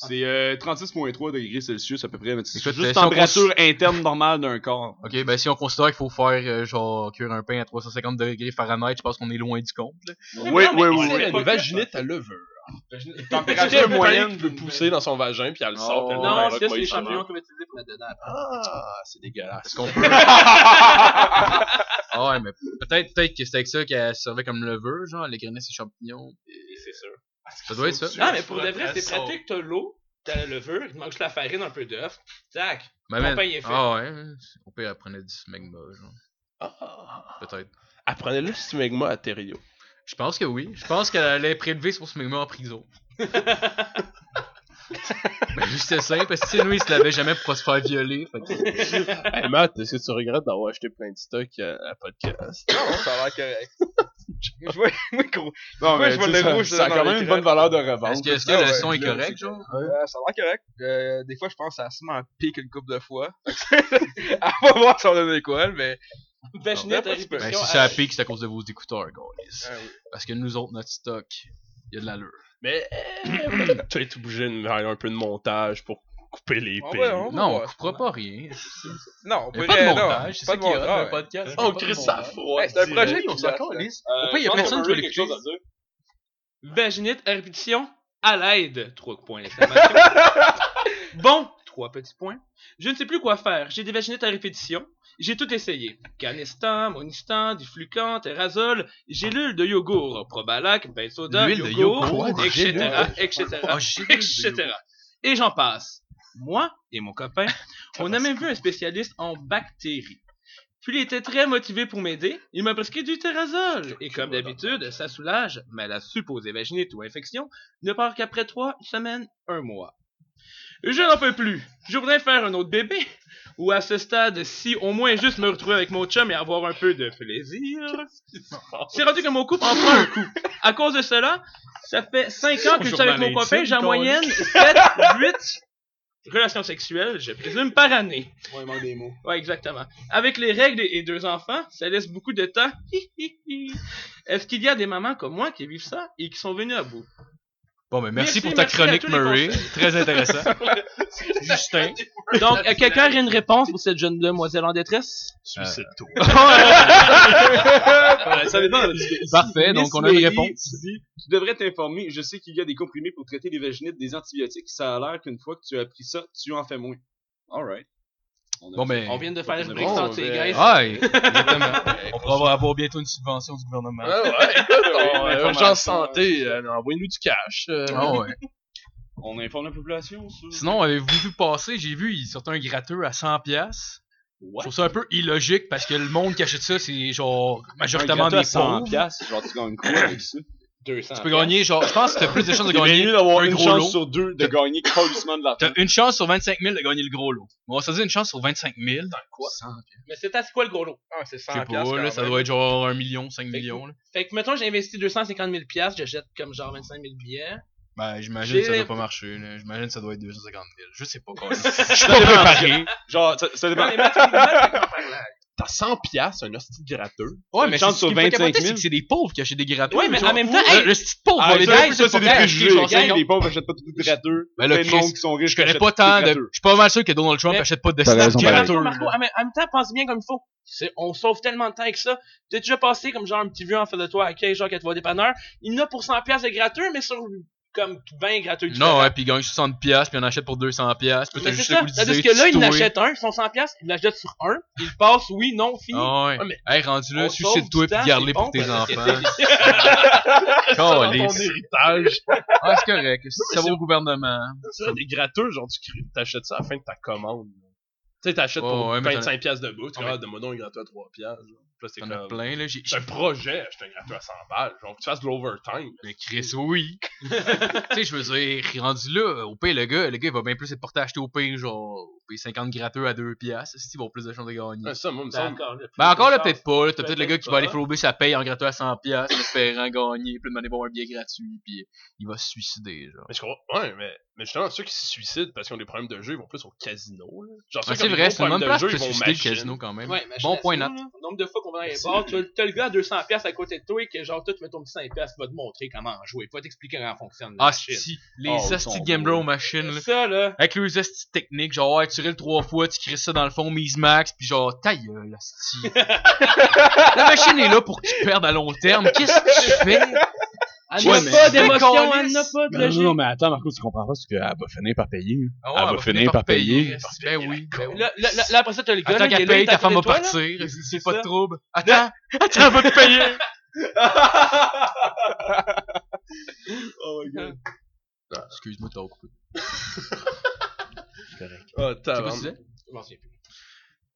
D: C'est euh, 36.3 degrés Celsius à peu près, mais c'est
C: Écoute,
D: juste
C: si on
D: température interne normale d'un corps.
C: Ok, ben si on considère qu'il faut faire, euh, genre, cuire un pain à 350 degrés Fahrenheit, je pense qu'on est loin du compte, là.
D: Oui, oui, oui.
E: c'est-
D: oui.
E: pas
F: Une
E: vrai.
F: vaginite à levure.
D: Température
F: Température
D: moyenne.
F: moyenne peut pousser dans son vagin puis elle le sort.
D: Oh.
F: puis elle le
E: Non,
F: verra
E: c'est
F: que
E: juste
F: moi,
E: les
F: il s'en
E: champignons qu'on va utiliser pour mettre dedans.
F: va. Ah, c'est dégueulasse.
C: Est-ce qu'on peut. ah ouais, mais peut-être peut-être que c'était avec ça qu'elle servait comme leveur, genre, elle égrenait ses champignons.
F: C'est sûr.
C: Ça doit être ça.
E: Non, mais pour de vrai, c'est pratique, t'as l'eau, t'as la levure, il te manque juste la farine, un peu d'œuf, tac.
C: Mais
E: Ton pain est fait.
C: Ah ouais, au pire, elle prenait du smegma, genre.
F: Ah.
C: Peut-être.
F: Apprenez-le si tu mets avec moi à Terrio.
C: Je pense que oui. Je pense qu'elle allait prélever sur smegma en
E: [LAUGHS]
C: prison. mais c'était simple, parce que sinon, il se l'avait jamais pour pas se faire violer. Fait que-
F: Hey Matt, est-ce que tu regrettes d'avoir acheté plein de stocks euh, à podcast?
E: Non, ça a l'air correct.
F: Je vois gros.
D: Non,
E: Moi,
D: mais
E: je vois
D: tu
E: le
D: sais, ça-
E: rouge,
D: ça a
E: dans
D: quand
E: les
D: même une
E: graines.
D: bonne valeur de revente.
C: Est-ce que, est-ce que
F: Ah
C: le
F: ouais,
C: son est
F: là,
C: correct, genre?
E: Euh, ça a l'air correct. Euh, des fois, je pense à se m'en pique une couple de fois. à va voir si on donne quoi, mais. Vaginette,
F: Ben,
E: elle
C: Ben, si ça a pique, c'est à cause de vos écouteurs, guys.
E: Ah oui.
C: Parce que nous autres, notre stock, il y a de l'allure.
F: Mais euh, tu vas être obligé de faire un peu de montage pour couper les
E: On
F: pays.
E: va- on va
C: Non, on
E: voir.
C: coupera pas rien.
E: Non, on
C: Il y
E: peut
C: a pas de
E: non,
C: montage, c'est
E: pas
C: ça
E: de
C: qui est hot
E: montage,
C: d'un
E: ouais.
C: podcast.
F: Oh,
C: il y a
F: Chris,
C: pas de
F: ça
C: montage.
F: froid.
E: Hey, c'est un
F: direct.
E: projet
C: on s'en calisse.
E: Euh,
C: Au pire, il y a personne qui va l'écouter.
E: Vaginite, répétition, à l'aide. Trois points d'exclamation. [LAUGHS] bon, trois petits points. Je ne sais plus quoi faire. J'ai des vaginites à répétition. J'ai tout
D: [LAUGHS]
E: essayé. Canestan, monistan, diflucan, terrazole, gélule de yogourt, probalac, bain de soda,
C: L'huile de
E: yogourt,
C: yogourt, gélule.
E: etc., etc.,
C: Ah, gélule de
E: etc. Et
C: [LAUGHS]
E: j'en passe. Moi et mon copain, on a même vu un spécialiste en bactéries. Puis il était très motivé pour m'aider. Il m'a prescrit du térazole. Et comme d'habitude, ça soulage, mais la supposée vaginite ou infection ne part qu'après trois semaines, un mois. Je n'en peux plus. Je voudrais faire un autre bébé. Ou à ce stade, si au moins juste me retrouver avec mon chum et avoir un peu de plaisir. C'est rendu que mon couple en prend un coup. À cause de cela, ça fait 5 ans que je suis avec mon copain, j'ai en moyenne 7, 8 relations sexuelles, je présume, par année.
D: Ouais, il manque des mots.
E: Ouais, exactement. Avec les règles et deux enfants, ça laisse beaucoup de temps. Hi, hi, hi. Est-ce qu'il y a des mamans comme moi qui vivent ça et qui sont venues à bout?
F: Euh.
C: Bon, mais merci,
E: Merci,
C: pour ta
E: merci à
C: chronique,
E: tous les
C: Murray.
E: conseils.
C: Très intéressant. Justin.
E: Donc, euh, quelqu'un a une réponse pour cette jeune demoiselle en détresse?
F: Suicide-toi.
E: [LAUGHS]
D: Ah,
E: Ça dépend de
C: Parfait, donc on a une réponse.
D: tu devrais t'informer. Je sais qu'il y a des comprimés pour traiter les vaginites, des antibiotiques. Ça a l'air qu'une fois que tu as appris ça, tu en fais moins. Alright. On a
C: Bon,
D: fait-
C: mais.
E: On vient de faire une
D: Bon, euh,
E: brique santé,
F: ben,
E: guys.
C: Ah,
E: [LAUGHS]
C: exactement. on pourra avoir, avoir bientôt une subvention du gouvernement.
F: Ah ouais, [LAUGHS] écoute, on,
D: Oui,
F: euh,
D: l'information,
F: urgence santé, euh, envoyez-nous du cash. euh.
C: Ah ouais.
D: On informe la population sur.
C: Sinon, avez-vous vu passer, j'ai vu, il sortait un gratteux à 100$. piastres. Je
D: What?
C: trouve ça un peu illogique parce que le monde qui achète ça, c'est genre majoritairement
D: Un
C: des
D: gâteau à
C: pauvres.
D: 100 piastres, genre tu gagnes quoi avec ça?
E: 200.
C: Tu peux gagner, genre, je pense que t'as plus de chances de
D: T'es bien
C: gagner
D: mieux d'avoir
C: un
D: une
C: gros
D: chance
C: lot.
D: sur deux de gagner colissement de l'argent.
C: T'as une chance sur 25 000 de gagner le gros lot. Bon, on va se dire une chance sur 25 000.
E: quoi?
C: 100
E: Mais c'est à c'est quoi le gros lot? Ah, c'est
C: Je
E: 100
C: sais
E: piastres,
C: pas, là,
E: quand
C: ça
E: même.
C: doit être genre 1 million, 5
E: que-
C: millions. Là.
E: Fait que, mettons, j'ai investi 250 000 piastres, j'achète comme genre 25 000
D: [LAUGHS]
E: billets.
C: Ben, j'imagine que ça
E: J'ai-
C: doit pas marcher. là. J'imagine que ça doit être 250 000. Je sais pas quoi.
E: [LAUGHS]
C: Je suis pas préparé.
D: Genre, ça, ça dépend.
E: Quand les matchs sont nouvelles, fait qu'on parle là.
F: T'as 100 piastres, un hostie de gratteux.
C: Ouais,
D: Une
C: mais
D: chance
C: c'est-
D: sur
C: ce qui me fait
D: 25 000.
C: capoter, c'est que c'est des pauvres qui achètent des gratuits.
E: Ouais, mais en même temps,
C: le,
E: hey,
C: le petit pauvre,
D: Ah,
C: on les
D: ça,
C: aide,
D: ça, c'est des
C: pas-
D: préjugés.
C: genre,
D: gang.
C: 50.
D: Les pauvres achètent pas tout de gratteux.
C: hein. Ben là,
D: Plein de monde
C: Chris,
D: qui sont riches
C: Je connais
D: achètent
C: pas
D: tout
C: tant de.
D: gratteux.
C: Je suis pas mal sûr que Donald Trump
E: Mais-
C: achète pas de
A: T'as
C: snacks
A: raison, pareil.
C: gratteux.
E: Marco, Marco, en même, en même temps, pense bien comme il faut. C'est- on sauve tellement de temps avec ça. T'as déjà passé comme genre un petit vieux en fait de toi à 15 genre qu'elle te voit dépanneur. Il y en a pour 100 piastres de gratteux, mais sur comme 20 gratteux
C: Non, ouais, pis il gagne 60$, piastres, puis il en achète pour 200$. piastres, Puis t'as
E: mais c'est
C: juste
E: ça.
C: le goût de
E: Tandis
C: dire,
E: que là, il en
C: tutoyer.
E: achète un, son 100 piastres, il l'achète sur un, il passe, oui, non, fini. [LAUGHS]
C: Ah ouais.
F: Ouais, mais-
C: Hey, rendu
E: On
C: là,
E: sauve
C: suicide-toi
E: du temps,
C: pis garde-les
E: c'est
C: pour
E: bon
C: tes
E: pour la
C: enfants.
E: société.
C: [LAUGHS]
F: Ton
C: Calisse.
F: héritage.
C: Ah, c'est correct. Ça va
F: c'est-
C: au gouvernement.
F: [LAUGHS] Ça, des gratteux, genre, tu crées- t'achètes ça à la fin de ta commande. Tu sais, t'achètes
C: Oh,
F: pour
C: ouais, mais
F: 25 piastres de bout, tu
E: Ah,
C: Ouais,
F: regardes, donne-moi donc un gratteux à 3 piastres. genre. Puis là, c'est
C: T'en as
F: comme...
C: plein, là. J'ai
F: C'est un projet, acheter un gratteux à 100 balles. Genre, que tu fasses de l'overtime.
C: Mais Chris, oui. tu sais, je veux dire, rendu là, au pire, le gars, le gars, il va bien plus être porté à acheter au pire, genre, au pire 50 gratteux à 2 piastres, si il va plus de chances de gagner.
F: Ouais, ça, moi, me
E: C'est
F: semble.
E: encore le plus
C: Ben encore là,
E: de
C: peut-être
E: chance.
C: pas, là. T'as peut-être le gars qui va
E: Peut-être
C: aller
E: pas.
C: flouber sa paye en gratteux à 100 piastres, en espérant gagner, puis demander bon un billet gratuit, puis il va se suicider, genre.
F: Mais je comprends. Ouais, mais, mais justement, ceux qui se suicident parce qu'ils ont des problèmes de jeu, ils vont plus au casino. Là. Genre,
C: Ouais,
F: ceux
C: Ben, c'est
F: qui ont des
C: vrai,
F: gros
C: c'est une bonne
F: problèmes
C: place
F: de
C: pour
F: jeu,
C: se
F: ils vont
C: suicider le
F: machine.
C: casino, quand même.
E: Ouais, mais
C: Bon
E: je
C: point,
E: laisse
C: Nat.
E: ça, là. Le nombre de fois qu'on va dans les
F: [LAUGHS]
E: bars, tu as, le- t'as le gars à 200 pièces à côté de toi et que genre, toi, tu mets ton petit 5 pièces, il va te montrer comment jouer, il va t'expliquer comment fonctionne. la
C: Ah,
E: machine.
C: si, les
D: Oh, ils
C: astis
D: sont
C: de gamblers aux
D: beaux.
C: machines, là.
E: Ça, là.
C: Avec les astis techniques, genre, ouais, tu rilles trois fois, tu crisses ça dans le fond, mise max, puis genre, ta gueule, asti.
D: [LAUGHS]
C: La machine est là pour que tu perdes à long terme. Qu'est-ce que tu fais?
E: Elle
C: Ouais,
E: n'a
C: mais-
E: Ah, pas d'émotion, hein.
C: Décollisse.
E: elle n'a pas de
A: Non, non,
E: logique.
A: non, mais attends, Marco, tu comprends pas ce qu'elle va finir par payer.
C: Ah
A: Elle va finir par payer.
C: asti. Ben oui. ben oui.
E: Là, là, là, là, après ça, t'as le gars
C: Attends
E: là, il est
C: qu'elle
E: là, il
C: paye,
E: est à
C: ta femme va
E: côté de toi, là.
C: partir. C'est
E: C'est
C: pas de
E: ça. [LAUGHS]
C: trouble. Attends, attends, elle va te payer.
D: [LAUGHS] Oh my god.
C: Excuse-moi, t'as coupé.
F: Oh,
C: C'est Oh, quoi
F: tabarnak.
C: tu disais?
E: Je m'en souviens plus.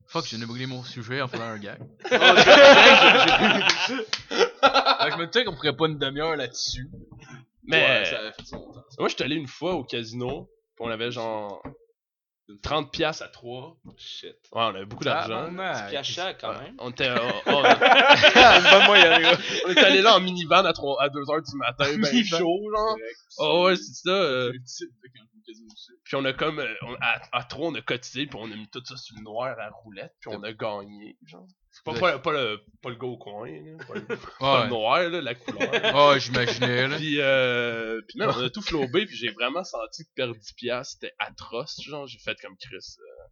C: Fuck, j'ai oublié mon sujet en faisant un [LAUGHS] gag. [LAUGHS] Ah, je me disais qu'on ferait pas une demi-heure là-dessus.
F: Mais
D: Ouais, ça a fait son temps.
F: moi, j'étais allé une fois au casino, pis on avait genre 30 piastres à 3.
E: Shit.
F: Ouais, on avait
C: Ah,
F: beaucoup d'argent.
E: Puis à chaque, quand
F: Ouais,
E: même.
F: on était. oh, oh, bonne moyenne, gars. On était allé là en minivan à, 3, à 2h du matin, ben
E: Minivan.
F: chaud, genre.
D: Correct.
C: Ah,
F: Oh, ouais, c'est ça. euh,
D: Le type de quand je me casais aussi.
F: Puis on a comme. euh, on- à, à 3, on a cotisé, puis on a mis tout ça sur le noir à la roulette, puis on a gagné, genre. Pas, pas, pas le, pas le gars au coin, là, pas, le, pas le
C: Ouais.
F: noir, là, la couleur.
C: [LAUGHS] Oh, j'imaginais, là.
F: Puis, euh, puis même, on a tout flobé, puis j'ai vraiment senti que perdre 10 piastres, c'était atroce. Genre, j'ai fait comme Chris. euh,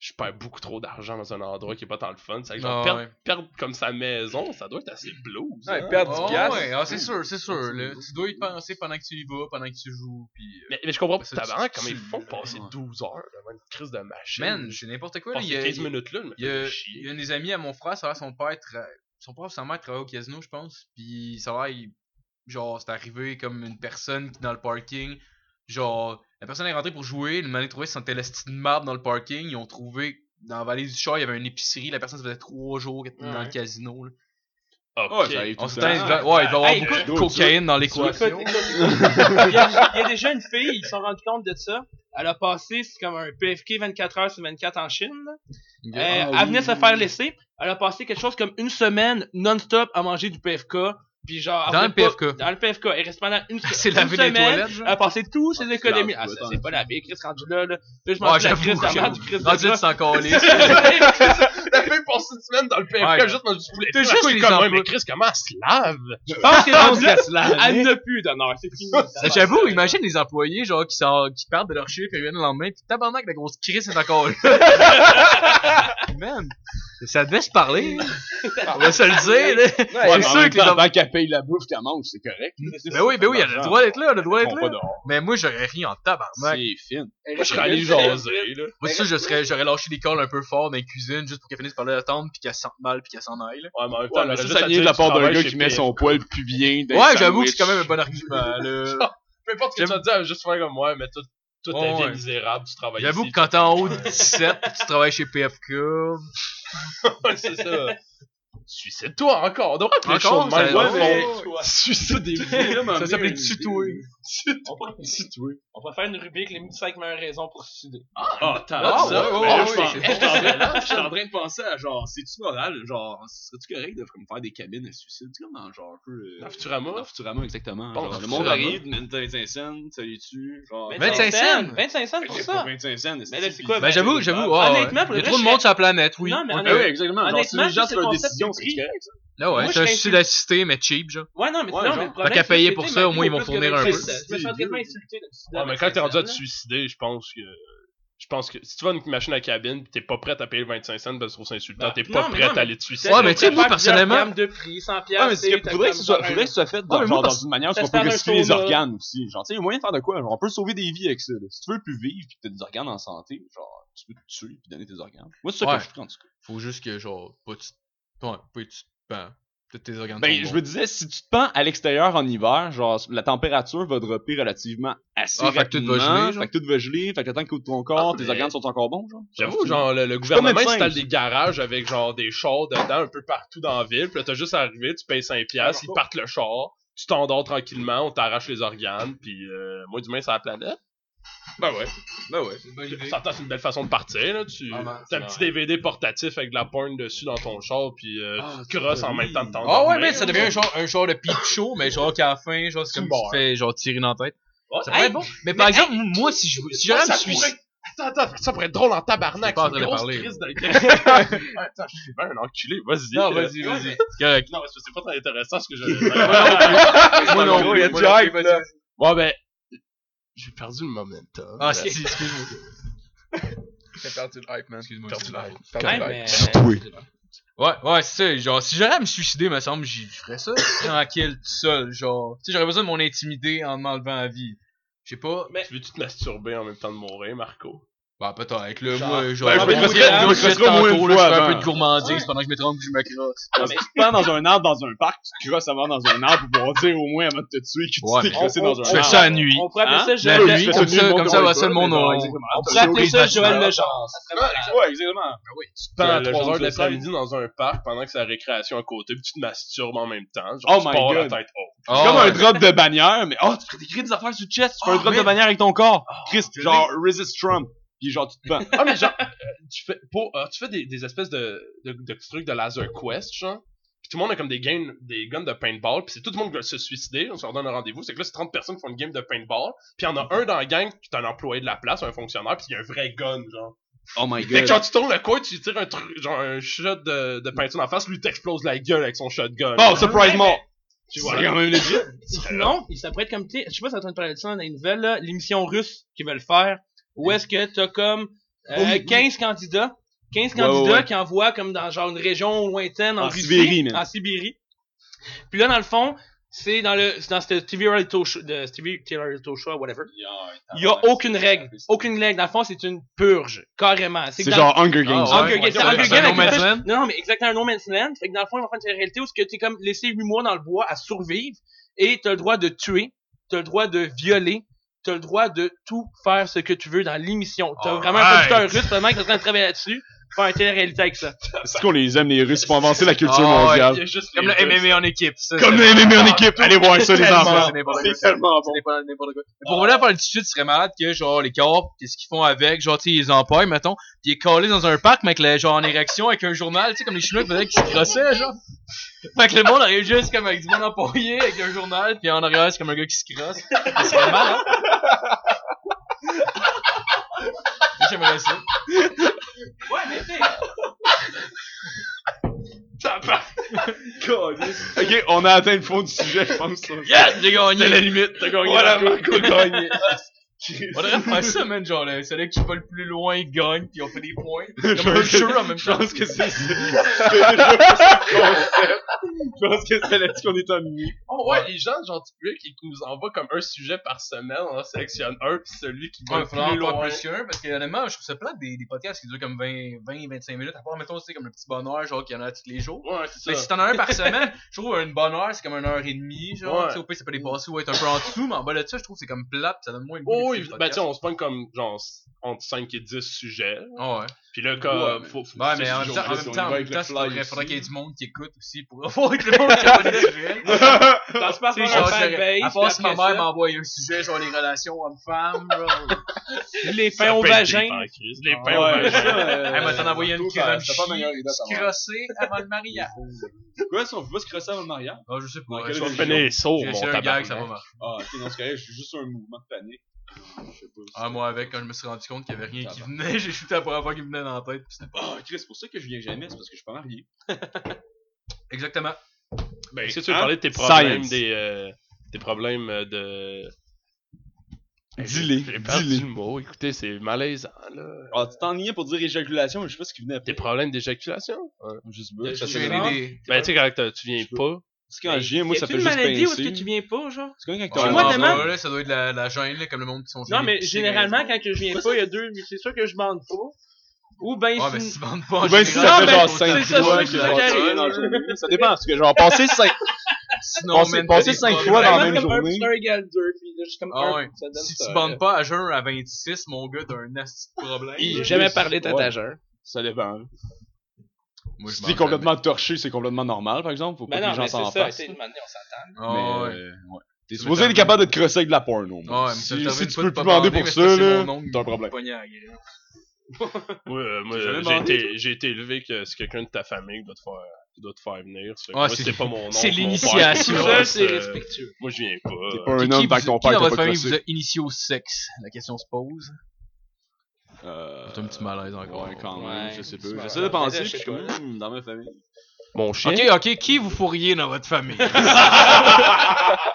F: je perds beaucoup trop d'argent dans un endroit qui est pas tant le fun. C'est que genre,
C: Ah
F: perdre,
C: ouais.
F: perdre comme sa maison, ça doit être assez blues.
D: Ouais,
F: hein.
D: perdre-
C: Ah
D: piastres.
C: ouais, ah, c'est sûr, c'est sûr. là. Tu dois y penser pendant que tu y vas, pendant que tu joues. Puis, euh,
F: mais, mais je comprends pas
C: Ça,
F: tabarnak,
C: tu-
F: comment ils
C: tu-
F: font passer 12 heures devant une crise de machine.
C: Man, c'est n'importe quoi. Là.
F: Passer
C: Il, y a,
F: 15
C: il,
F: minutes là, je me
C: il y
F: fais
C: a- il y
F: chier.
C: a un des amis à mon frère, ça va, son père, tra- son père, ou sa mère travaille au casino, je pense. Puis ça va, il- genre, c'est arrivé comme une personne qui dans le parking. Genre, la personne est rentrée pour jouer, ils m'ont trouvé son téléstine de marde dans le parking. Ils ont trouvé dans la vallée du char, il y avait une épicerie, la personne ça faisait trois jours qu'elle était dans le
E: Ouais.
C: casino. là.
F: Ok.
D: j'arrive tout
C: On
D: le
C: s'entend,
D: temps.
F: Ah,
C: il doit- ouais, il doit y avoir
E: Hey,
C: beaucoup de
D: écoute,
C: cocaïne dans
E: Écoute,
C: l'équation.
E: écoute, écoute. il, y a, il y a déjà une fille, ils se sont rendus compte de ça. Elle a passé, c'est comme un PFK 24 heures sur 24 en Chine. là.
C: Ok.
E: Euh, elle
D: oui,
E: venait se
D: oui,
E: faire
D: oui.
E: laisser. Elle a passé quelque chose comme une semaine non-stop à manger du PFK. Puis genre, elle
C: Dans
E: voulait
C: le
E: pas-
C: PFK.
E: dans le PFK. Elle reste pendant une, se-
C: [LAUGHS] C'est
E: une
C: laver les
E: semaine.
C: toilettes, genre.
E: Elle a passé tous ses
D: Ah,
E: économies.
D: tu
E: Ah,
D: l'as,
E: ça,
D: tu
E: c'est
D: l'as.
E: pas la vie, Chris, rendu là, là. Là, je
C: Ouais,
E: m'en fous de la
C: j'avoue,
E: Chris, la mère
C: j'avoue.
E: du Chris de
C: Rendu
E: gars.
C: là, c'est encore les.
F: [LAUGHS] T'as fait passer une semaine dans le PFK
C: Ouais.
F: juste manger du poulet.
C: T'as
F: T'es
C: juste
F: juste Ben,
C: les
F: comme,
C: emplois.
F: ouais, mais Chris, comment elle se lave?
E: Je pense que rendu là,
F: se lave.
E: elle n'a plus d'honneur. C'est fini. ça.
C: Ben, J'avoue, imagine les employés genre qui, sortent, qui partent de leur chiffre et reviennent le lendemain, pis tabarnak, la grosse crise est encore là. Man, [LAUGHS] ça devait se parler, hein. on va se le dire. Là.
D: Ouais,
C: c'est
D: mais en
C: sûr
D: même
C: que les
D: temps,
C: hommes-
D: avant qu'elle paye la bouffe qu'elle mange, c'est correct.
C: Ben oui, ben oui, elle a le droit d'être là, elle a le droit
D: Ils
C: d'être
D: font
C: là.
D: pas dehors.
C: Mais moi, j'aurais ri en tabarnak.
D: C'est fin.
F: Moi, je serais allé jaser, là.
C: Moi, sûr, je serais, j'aurais lâché des calls un peu fort dans la cuisine juste pour qu'elle finisse par l'attendre pis qu'elle sente mal pis qu'elle s'en aille. là.
F: Ouais, mais en même
D: Ouais, mais ça, ça vient de la part d'un gars qui met son poil pubien dans
C: Ouais,
D: le
C: j'avoue que c'est
D: sandwich.
C: quand même un bon argument.
D: euh,
C: là.
F: Peu importe ce que tu vas dire, elle va juste faire comme moi, mais toute toute ta
C: Ouais,
F: vie
C: ouais.
F: est misérable, tu
C: [LAUGHS]
F: travailles
C: J'avoue que
F: ici.
C: quand t'es en haut de 17, tu travailles chez PFK.
D: Ah,
F: Ouais, c'est ça. Suicide-toi encore. On devrait appeler le show
C: Encore,
F: de
C: ça-
F: même. Ouais,
C: ouais.
F: mais- [LAUGHS] Suicide-toi.
C: Ça s'appelait tutoyer.
E: On pourrait- On pourrait faire une rubrique, les 5 meilleures raisons pour se suicider.
D: Ah, t'as
C: Ah,
D: ça.
C: ouais, ouais,
D: Mais
C: ouais,
D: là, je
C: ouais,
D: pense-
C: c'est
D: je suis en train- je suis en train [LAUGHS] de penser à genre, c'est-tu moral? Genre, serais-tu correct de comme, faire des cabines à suicide? Tu sais, comme dans genre un peu. euh,
F: Dans Futurama.
D: dans Futurama, exactement.
F: Bon,
D: Genre, le
F: Futurama.
D: monde arrive, 25 cents, ça les tue. Genre,
C: 25 cents.
E: 25 cents pour
D: c'est
E: ça!
D: pas 25 cents.
E: Mais là, c'est quoi?
C: Ben j'avoue, j'avoue. oh,
E: Honnêtement, pour
C: il y
E: le
C: a
E: vrai,
C: trop de monde
E: je serais-
C: sur la planète, oui.
E: Non, mais
C: Ouais,
D: Ah oui,
E: honnêtement,
D: exactement. Genre, si
E: honnêtement,
D: les gens
E: juste
D: font
E: le
D: leur
E: concept
D: décision,
E: du
D: c'est
E: prix.
D: correct. ça.
C: Là, ouais,
E: Moi,
C: c'est un
E: je
C: suicide
E: serais-
C: assisté, mais cheap, genre.
E: Ouais, non, mais
D: Ouais,
E: non,
D: genre.
E: mais le problème.
C: Fait qu'à
E: c'est que
C: payer
E: c'est
C: pour
E: que
C: ça,
E: ma
C: au
E: vie,
C: moins, ils vont
E: plus que
C: fournir un
E: 25
C: peu.
E: cents. Je me sens vraiment insulté. d'un suicide
D: Ah,
F: Ouais,
E: à
F: mais quand t'es rendu à
E: 25
F: te
E: cents,
F: suicider, je pense que. Je pense que si tu vas à une machine à cabine pis t'es pas prêt à payer le 25 cents, ben tu trouves ça insultant,
E: Bah,
F: t'es
E: non,
F: pas
E: mais
F: prêt
E: non,
F: à aller te
E: là.
F: suicider.
C: Ouais, mais tu sais, moi,
E: Faire
C: personnellement-
E: plusieurs grammes de prix, 100
D: Ouais, mais c'est
E: piastres,
D: que faudrait que ce soit, faudrait que ce soit fait dans,
C: mais moi,
D: genre, dans
C: parce-
D: une manière où
E: ça
D: on
E: se fait
D: peut
E: dans un
D: recycler les
E: sauna.
D: organes aussi. Genre, tu sais, il y a moyen de faire de quoi? Genre, on peut sauver des vies avec ça. là. Si tu veux plus vivre pis que t'as des organes en santé, genre, tu peux te tuer pis donner tes organes. Moi, c'est ça
C: Ouais.
D: que je prends, en tout cas.
C: Faut juste que, genre, pas tu. Ouais, pas tu. Ben, peut-être tes organes.
D: Ben, je me disais, si tu te pends à l'extérieur en hiver, genre, la température va dropper relativement assez
C: Ah,
D: rapidement.
C: fait que tout va geler, genre.
D: Fait que tout va geler, fait que le temps que ton corps,
F: Ah,
D: tes
F: mais-
D: organes sont encore bons, genre.
F: J'avoue, genre, le, le
D: pas
F: gouvernement
D: médecin,
F: installe
D: aussi.
F: des garages avec genre des chars dedans un peu partout dans la ville. Puis là, t'as juste à arriver, tu payes
C: Ah,
F: 5$, piastres, ils partent le char, tu t'endors tranquillement, on t'arrache les organes, puis euh, moi du moins, c'est la planète. Ben ouais.
D: Ben ouais.
C: C'est une bonne
F: Ça c'est une belle façon de partir, là. Tu
C: Ah, ben,
F: t'as un petit DVD portatif avec de la porn dessus dans ton char, puis euh,
D: Ah,
F: tu crosses en
D: oui.
F: même temps que
C: Ah
F: t'endors.
C: ouais, mais ça devient un genre, un genre de peep show, mais genre qu'à la fin, genre, c'est comme si tu te fais, genre, tirer dans la tête. Ça pourrait
E: Hey,
C: être bon. Mais par exemple, moi, si je si j'allais me
F: ça
C: suicider.
F: pourrait... Attends, attends, ça pourrait être drôle en tabarnak.
C: J'ai pas
F: c'est
C: en train
F: une
C: de
F: grosse
C: parler.
F: crise de- attends, je suis bien Ben, un enculé, vas-y.
C: Non, vas-y, vas-y. C'est correct.
F: Non, mais c'est pas très intéressant ce que j'avais
C: [LAUGHS]
F: dire.
C: Moi non plus, moi non plus, vas-y.
F: Bon, ben. J'ai perdu le momentum.
C: Ah,
F: j'ai
C: si, excuse-moi.
F: J'ai perdu le hype, man.
C: Excuse-moi.
F: Perdu le hype.
E: Ouais,
F: Perdu le hype.
E: mais-
C: euh, Ouais, ouais, c'est ça. Genre, si j'aurais à me suicider, me semble, j'y ferais ça tranquille, tout seul. Genre, tu sais, j'aurais besoin de mon intimité en m'enlevant à vie. Je sais pas.
E: mais-
F: Tu veux-tu te masturber en même temps de mourir, Marco?
C: Bah, peut-être, là.
E: Genre-
C: Moi, genre,
F: Ben,
C: je vais
F: je me ferais- je me
C: me
D: ferais
C: faire
D: au moins une
C: tantôt, là. Je
D: fois
C: ferais un peu
D: avant.
C: de gourmandise pendant que je me trompe que je me crosse.
D: Si tu te pends dans un arbre, dans un parc, tu te crosses avant dans un arbre pour pouvoir dire au moins avant de te tuer que
C: Ouais,
D: tu
C: mais-
D: t'es crossé dans un
C: Je fais
D: arbre.
C: ça à nuit.
E: On pourrait
D: Hein?
E: appeler ça
C: La
E: Joël
C: nuit, comme
E: Le-
C: ça, comme ça, va ça, le monde, on.
D: On
E: pourrait appeler ça
C: Oblige
E: Joël
C: la-
E: Le Genre. Ça serait malade.
D: Ouais, exactement.
F: Tu te pends à
D: Le
F: 3
D: jour
F: heures
D: du
F: de l'après-midi dans un parc pendant que c'est la récréation à côté, puis tu te masturbes en même temps.
D: Oh
F: Genre, tu
D: my
F: pars la
D: God.
F: tête haute.
C: Oh,
D: comme
C: ouais.
D: un drop de bannière, mais oh, tu crées des affaires sur le chest, tu fais
C: Oh,
D: un drop
C: man.
D: de bannière avec ton corps. Chris,
C: je
D: genre, resist Trump. Puis genre, tu te pends.
F: Ah, mais genre, euh, tu fais, pour, euh, tu fais des, des espèces de, de, de petits trucs de laser quest, genre. Puis tout le monde a comme des, games, des guns de paintball, puis c'est tout le monde qui va se suicider, on se leur donne un rendez-vous. C'est que là, c'est 30 personnes qui font une game de paintball, puis il y en a un dans la gang qui est un employé de la place, un fonctionnaire, puis il y a un vrai gun, genre.
D: Oh my
F: Fait que genre, tu tournes le coin, tu tires un truc, genre un shot de, de peinture en face, lui t'explose la gueule avec son shotgun.
D: Bon, surprise
E: Ouais,
D: mort.
F: tu
D: C'est
F: vois.
D: quand même legit.
E: Sinon, ça pourrait être comme, tu sais, je sais pas si t'as entendu parler de ça dans les nouvelles, là, l'émission russe qu'ils veulent faire, où est-ce que t'as comme euh,
D: Oh, oui.
E: 15 candidats, 15
D: Ouais, ouais,
E: candidats
D: ouais.
E: qui envoient comme dans genre une région lointaine en,
D: En
E: Russie,
D: Sibérie, man.
E: en Sibérie. Puis là, dans le fond, c'est dans le, c'est dans cette TV reality show, de TV reality show, whatever. Il y a aucune règle, aucune règle. Dans le fond, c'est une purge, carrément. que
D: C'est
E: dans-
D: genre Hunger Games. hein,
C: Ah,
E: Hunger
C: ouais,
E: Games,
C: ouais,
E: c'est Hunger
C: ouais,
E: Games
C: ouais,
E: avec
C: No
E: une
C: Man's
E: pêche-
C: Land.
E: Non, non, mais exactement, un No Man's Land. Fait que dans le fond, ils vont faire une réalité où ce que t'es comme laissé 8 mois dans le bois à survivre et t'as le droit de tuer, t'as le droit de violer, t'as le droit de tout faire ce que tu veux dans l'émission. T'as
C: Alright.
E: vraiment un producteur russe vraiment qui est en train de travailler là-dessus. Faire un télé-réalité avec ça.
D: C'est qu'on les aime, les Russes, pour avancer la culture
C: Ah ouais,
D: mondiale.
E: Il y a juste
C: Comme
E: les
C: le
E: Russes.
C: MMA en équipe. ça,
D: Comme
C: c'est-
D: les MMA en équipe, allez voir ça, les
C: Tellement,
D: enfants.
C: c'est n'importe quoi.
D: C'est tellement bon.
C: C'est n'importe- n'importe quoi. Mais Pour revenir à faire une suite, ce serait malade que, genre, les corps, qu'est-ce qu'ils font avec, genre, tu sais, ils empaillent, mettons, pis ils est collé dans un parc, mec, là, genre, en érection, avec un journal, tu sais, comme les Chinois qui faisaient qu'ils se crossaient, genre. Fait que le monde arrive juste comme avec du monde empaillé, avec un journal, pis en arrière, c'est comme un gars qui se crosse. Ça serait hein. malade. J'aimerais ça.
E: Ouais, mais t'sais. Ça part.
D: Ok, on a atteint le fond du sujet, je pense.
C: Yes, j'ai gagné!
F: C'est la limite, t'as gagné.
D: Voilà,
F: Marco.
D: Marco gagné.
C: On devrait faire ça, man, genre, là, celui qui va le plus loin gagne, pis on fait des points. Comme un jeu en même
D: [LAUGHS] Je
C: temps.
D: pense que c'est ça. Je pense que c'est là-dessus qu'on est ennuyé.
F: Oh ouais, les gens, genre, tu veux qu'ils nous envoient comme un sujet par semaine, on en sélectionne un, puis celui qui
C: Ouais,
F: va
C: il
F: le
C: faudra en faire
F: plus loin.
C: plus qu'un, parce que honnêtement, je trouve ça plate des, des podcasts qui durent comme 20, 20, 25 minutes, à part, mettons, tu sais, comme le petit bonheur, genre, qu'il y en a tous les jours.
F: Ouais, c'est
C: Mais
F: ça.
C: si t'en as un
F: [LAUGHS]
C: par semaine, je trouve une bonne heure, c'est comme une heure et demie, genre,
F: Ouais.
C: tu sais, au pire, ça peut dépasser ou être un peu en dessous, mais en bas de ça, je trouve que c'est comme plate, ça donne moins le goût
F: Oh,
C: d'écouter
F: oui,
C: le
F: ben
C: podcast.
F: tu sais, on se pogne comme, genre, entre 5 et 10 sujets.
C: Ah ouais.
F: Puis là, comme,
D: mais-
F: faut, faut
C: Ouais,
F: pousser
C: mais
F: ce
C: en même
F: sujet au
C: temps, en
F: reste,
C: même
F: on y
C: temps, en
F: va
C: même
F: avec
C: temps,
F: le
C: c'est
F: fly
C: vrai,
F: aussi.
C: faudrait qu'il y ait du monde qui écoute aussi pour [LAUGHS] avoir le monde qui a pas de sujet.
E: Ça se passe
C: Tu sais,
E: par
C: genre,
E: un
C: j'aurais-
F: ben,
E: fanbase.
C: à part si ma mère m'envoie un sujet sur les relations hommes-femmes,
F: [LAUGHS]
C: genre.
E: Les
F: Ça
E: pains au
F: peut être des
E: vagin.
F: pains, Chris, Les pains au
D: Ouais,
F: vagin.
D: ça,
C: Elle m'a t'en
D: euh,
C: envoyé une
D: surtout,
C: qui
D: ça-
C: va me
D: c'est pas meilleure idée, ça,
C: chier,
D: va.
C: crosser avant le mariage.
D: Quoi, si on veut pas se crosser avant le mariage?
C: Ah, je sais pas. je
D: Dans quelle
C: sais
F: Je
C: pas.
D: région?
F: finis sourd,
C: J'ai
F: mon
C: essayé un gag, ça va
F: tabarnak. Ben,
C: marcher.
D: Ah, ok, dans ce cas-là, j'ai juste un mouvement de panique. Je sais pas.
C: Ah, moi, avec, quand je me suis rendu compte qu'il y avait rien qui venait, [LAUGHS] j'ai shooté la première fois qui me venait dans la tête. pis c'était-
D: Ah, Chris, c'est pour ça que je viens jamais, c'est parce que je suis pas marié.
C: Exactement.
F: Ben, Est-ce que tu veux
D: hein?
F: parler de tes problèmes,
D: Science.
F: des, euh, tes problèmes euh, de...
D: Dis-les,
F: J'ai perdu
D: dis-les.
F: le mot, écoutez, c'est malaisant, là.
D: Ah, tu t'ennuyais pour dire éjaculation, mais je sais pas ce qui venait après.
F: Tes problèmes d'éjaculation?
D: Juste
F: T'as
D: parce
C: J'ai
D: que-
C: aidé des.
F: Ben, tu sais, quand t'as- tu viens
D: Je peux-
F: pas,
D: Parce que quand je viens, moi, ça
E: Y
D: fait
E: a-tu une
D: juste
E: maladie où est-ce que
D: pincer.
E: tu viens pas, genre?
D: C'est comme quand
C: Ah,
D: t'as
E: Chez
D: un
E: moi,
C: non,
E: demain-
C: non, là, ça doit être la, la gêne, là, comme le monde qui sont
E: Non, mais
C: gênés,
E: généralement,
C: gênés.
E: quand je viens pas, il y a deux situations que je bande pas. Ou ben,
C: Ah, ben,
E: c'est une-
C: si tu bandes pas en
D: Ou ben, si
C: général,
D: ça fait
C: ben,
D: genre
C: faut-
D: cinq
E: c'est ça,
D: fois
E: c'est ça qui
D: que-
E: arrive.
D: Ça dépend, parce que genre,
F: Ben,
D: passer 5
C: Sinon,
D: Passer-
C: man,
D: passer
C: t'as des
D: cinq
C: problèmes.
D: fois dans la
E: vraiment
D: même
E: comme un
D: journée.
E: plus un égale deux, puis là, juste comme
C: Ah
E: un,
C: ouais.
E: ça donne
C: Si
E: ça,
C: tu
E: là.
C: bandes pas à jeun à 26, mon gars, t'as un nasty de problème.
D: Hi,
E: jamais parlé de
D: Ouais.
E: ta jeune.
D: Ça dépend.
C: [LAUGHS] Moi,
D: Si
C: m'en
D: t'es complètement torché, c'est complètement normal, par exemple. Faut pas
E: Ben
D: que
E: non,
D: les gens
E: mais c'est
D: s'en
E: ça,
D: fassent.
E: c'est une manière, on s'entend.
C: Ah,
D: Mais,
C: ouais.
D: euh, ouais. T'es
C: Ça
D: supposé
C: m'étonne.
D: être capable de te crosser avec de la porn, au moins.
C: Ah, Ouais, mais ça
D: Si
C: me
D: si
C: termine
D: tu
C: pas
D: peux
C: de pas
D: plus demander
C: bander,
D: pour
C: mais
D: ça,
C: c'est parce que
D: là,
C: mon oncle,
D: t'as un
C: il me
D: problème.
C: pognait à la gueule.
F: Ouais, euh, moi,
D: J'ai jamais
F: j'ai
D: demandé,
F: été, j'ai été élevé que c'est quelqu'un de ta famille qui doit te faire, qui doit te faire venir. Ça fait que
C: Ah,
F: moi,
C: c'est-
F: c'est pas mon nom.
C: c'est
E: Tout
C: l'initiation. Ouais,
E: seul, c'est respectueux.
F: Moi, je viens pas.
D: T'es
F: euh,
D: pas un
C: Qui-
D: homme
C: qui
D: tant que
C: vous-
D: ton
C: qui dans
D: père t'a
C: votre
D: pas
C: famille vous
D: crossé.
C: a initié au sexe La question se pose.
D: Euh,
C: T'as un petit malaise encore.
D: Ouais, quand même,
E: Ouais.
D: je sais
E: C'est
D: pas.
E: pas
D: J'essaie de
E: grave.
D: penser,
E: Mais
D: je
E: je
D: suis
E: sais
D: comme, hmm, dans ma famille.
F: Mon chien.
C: Ok, ok, qui vous fourriez dans votre famille [LAUGHS]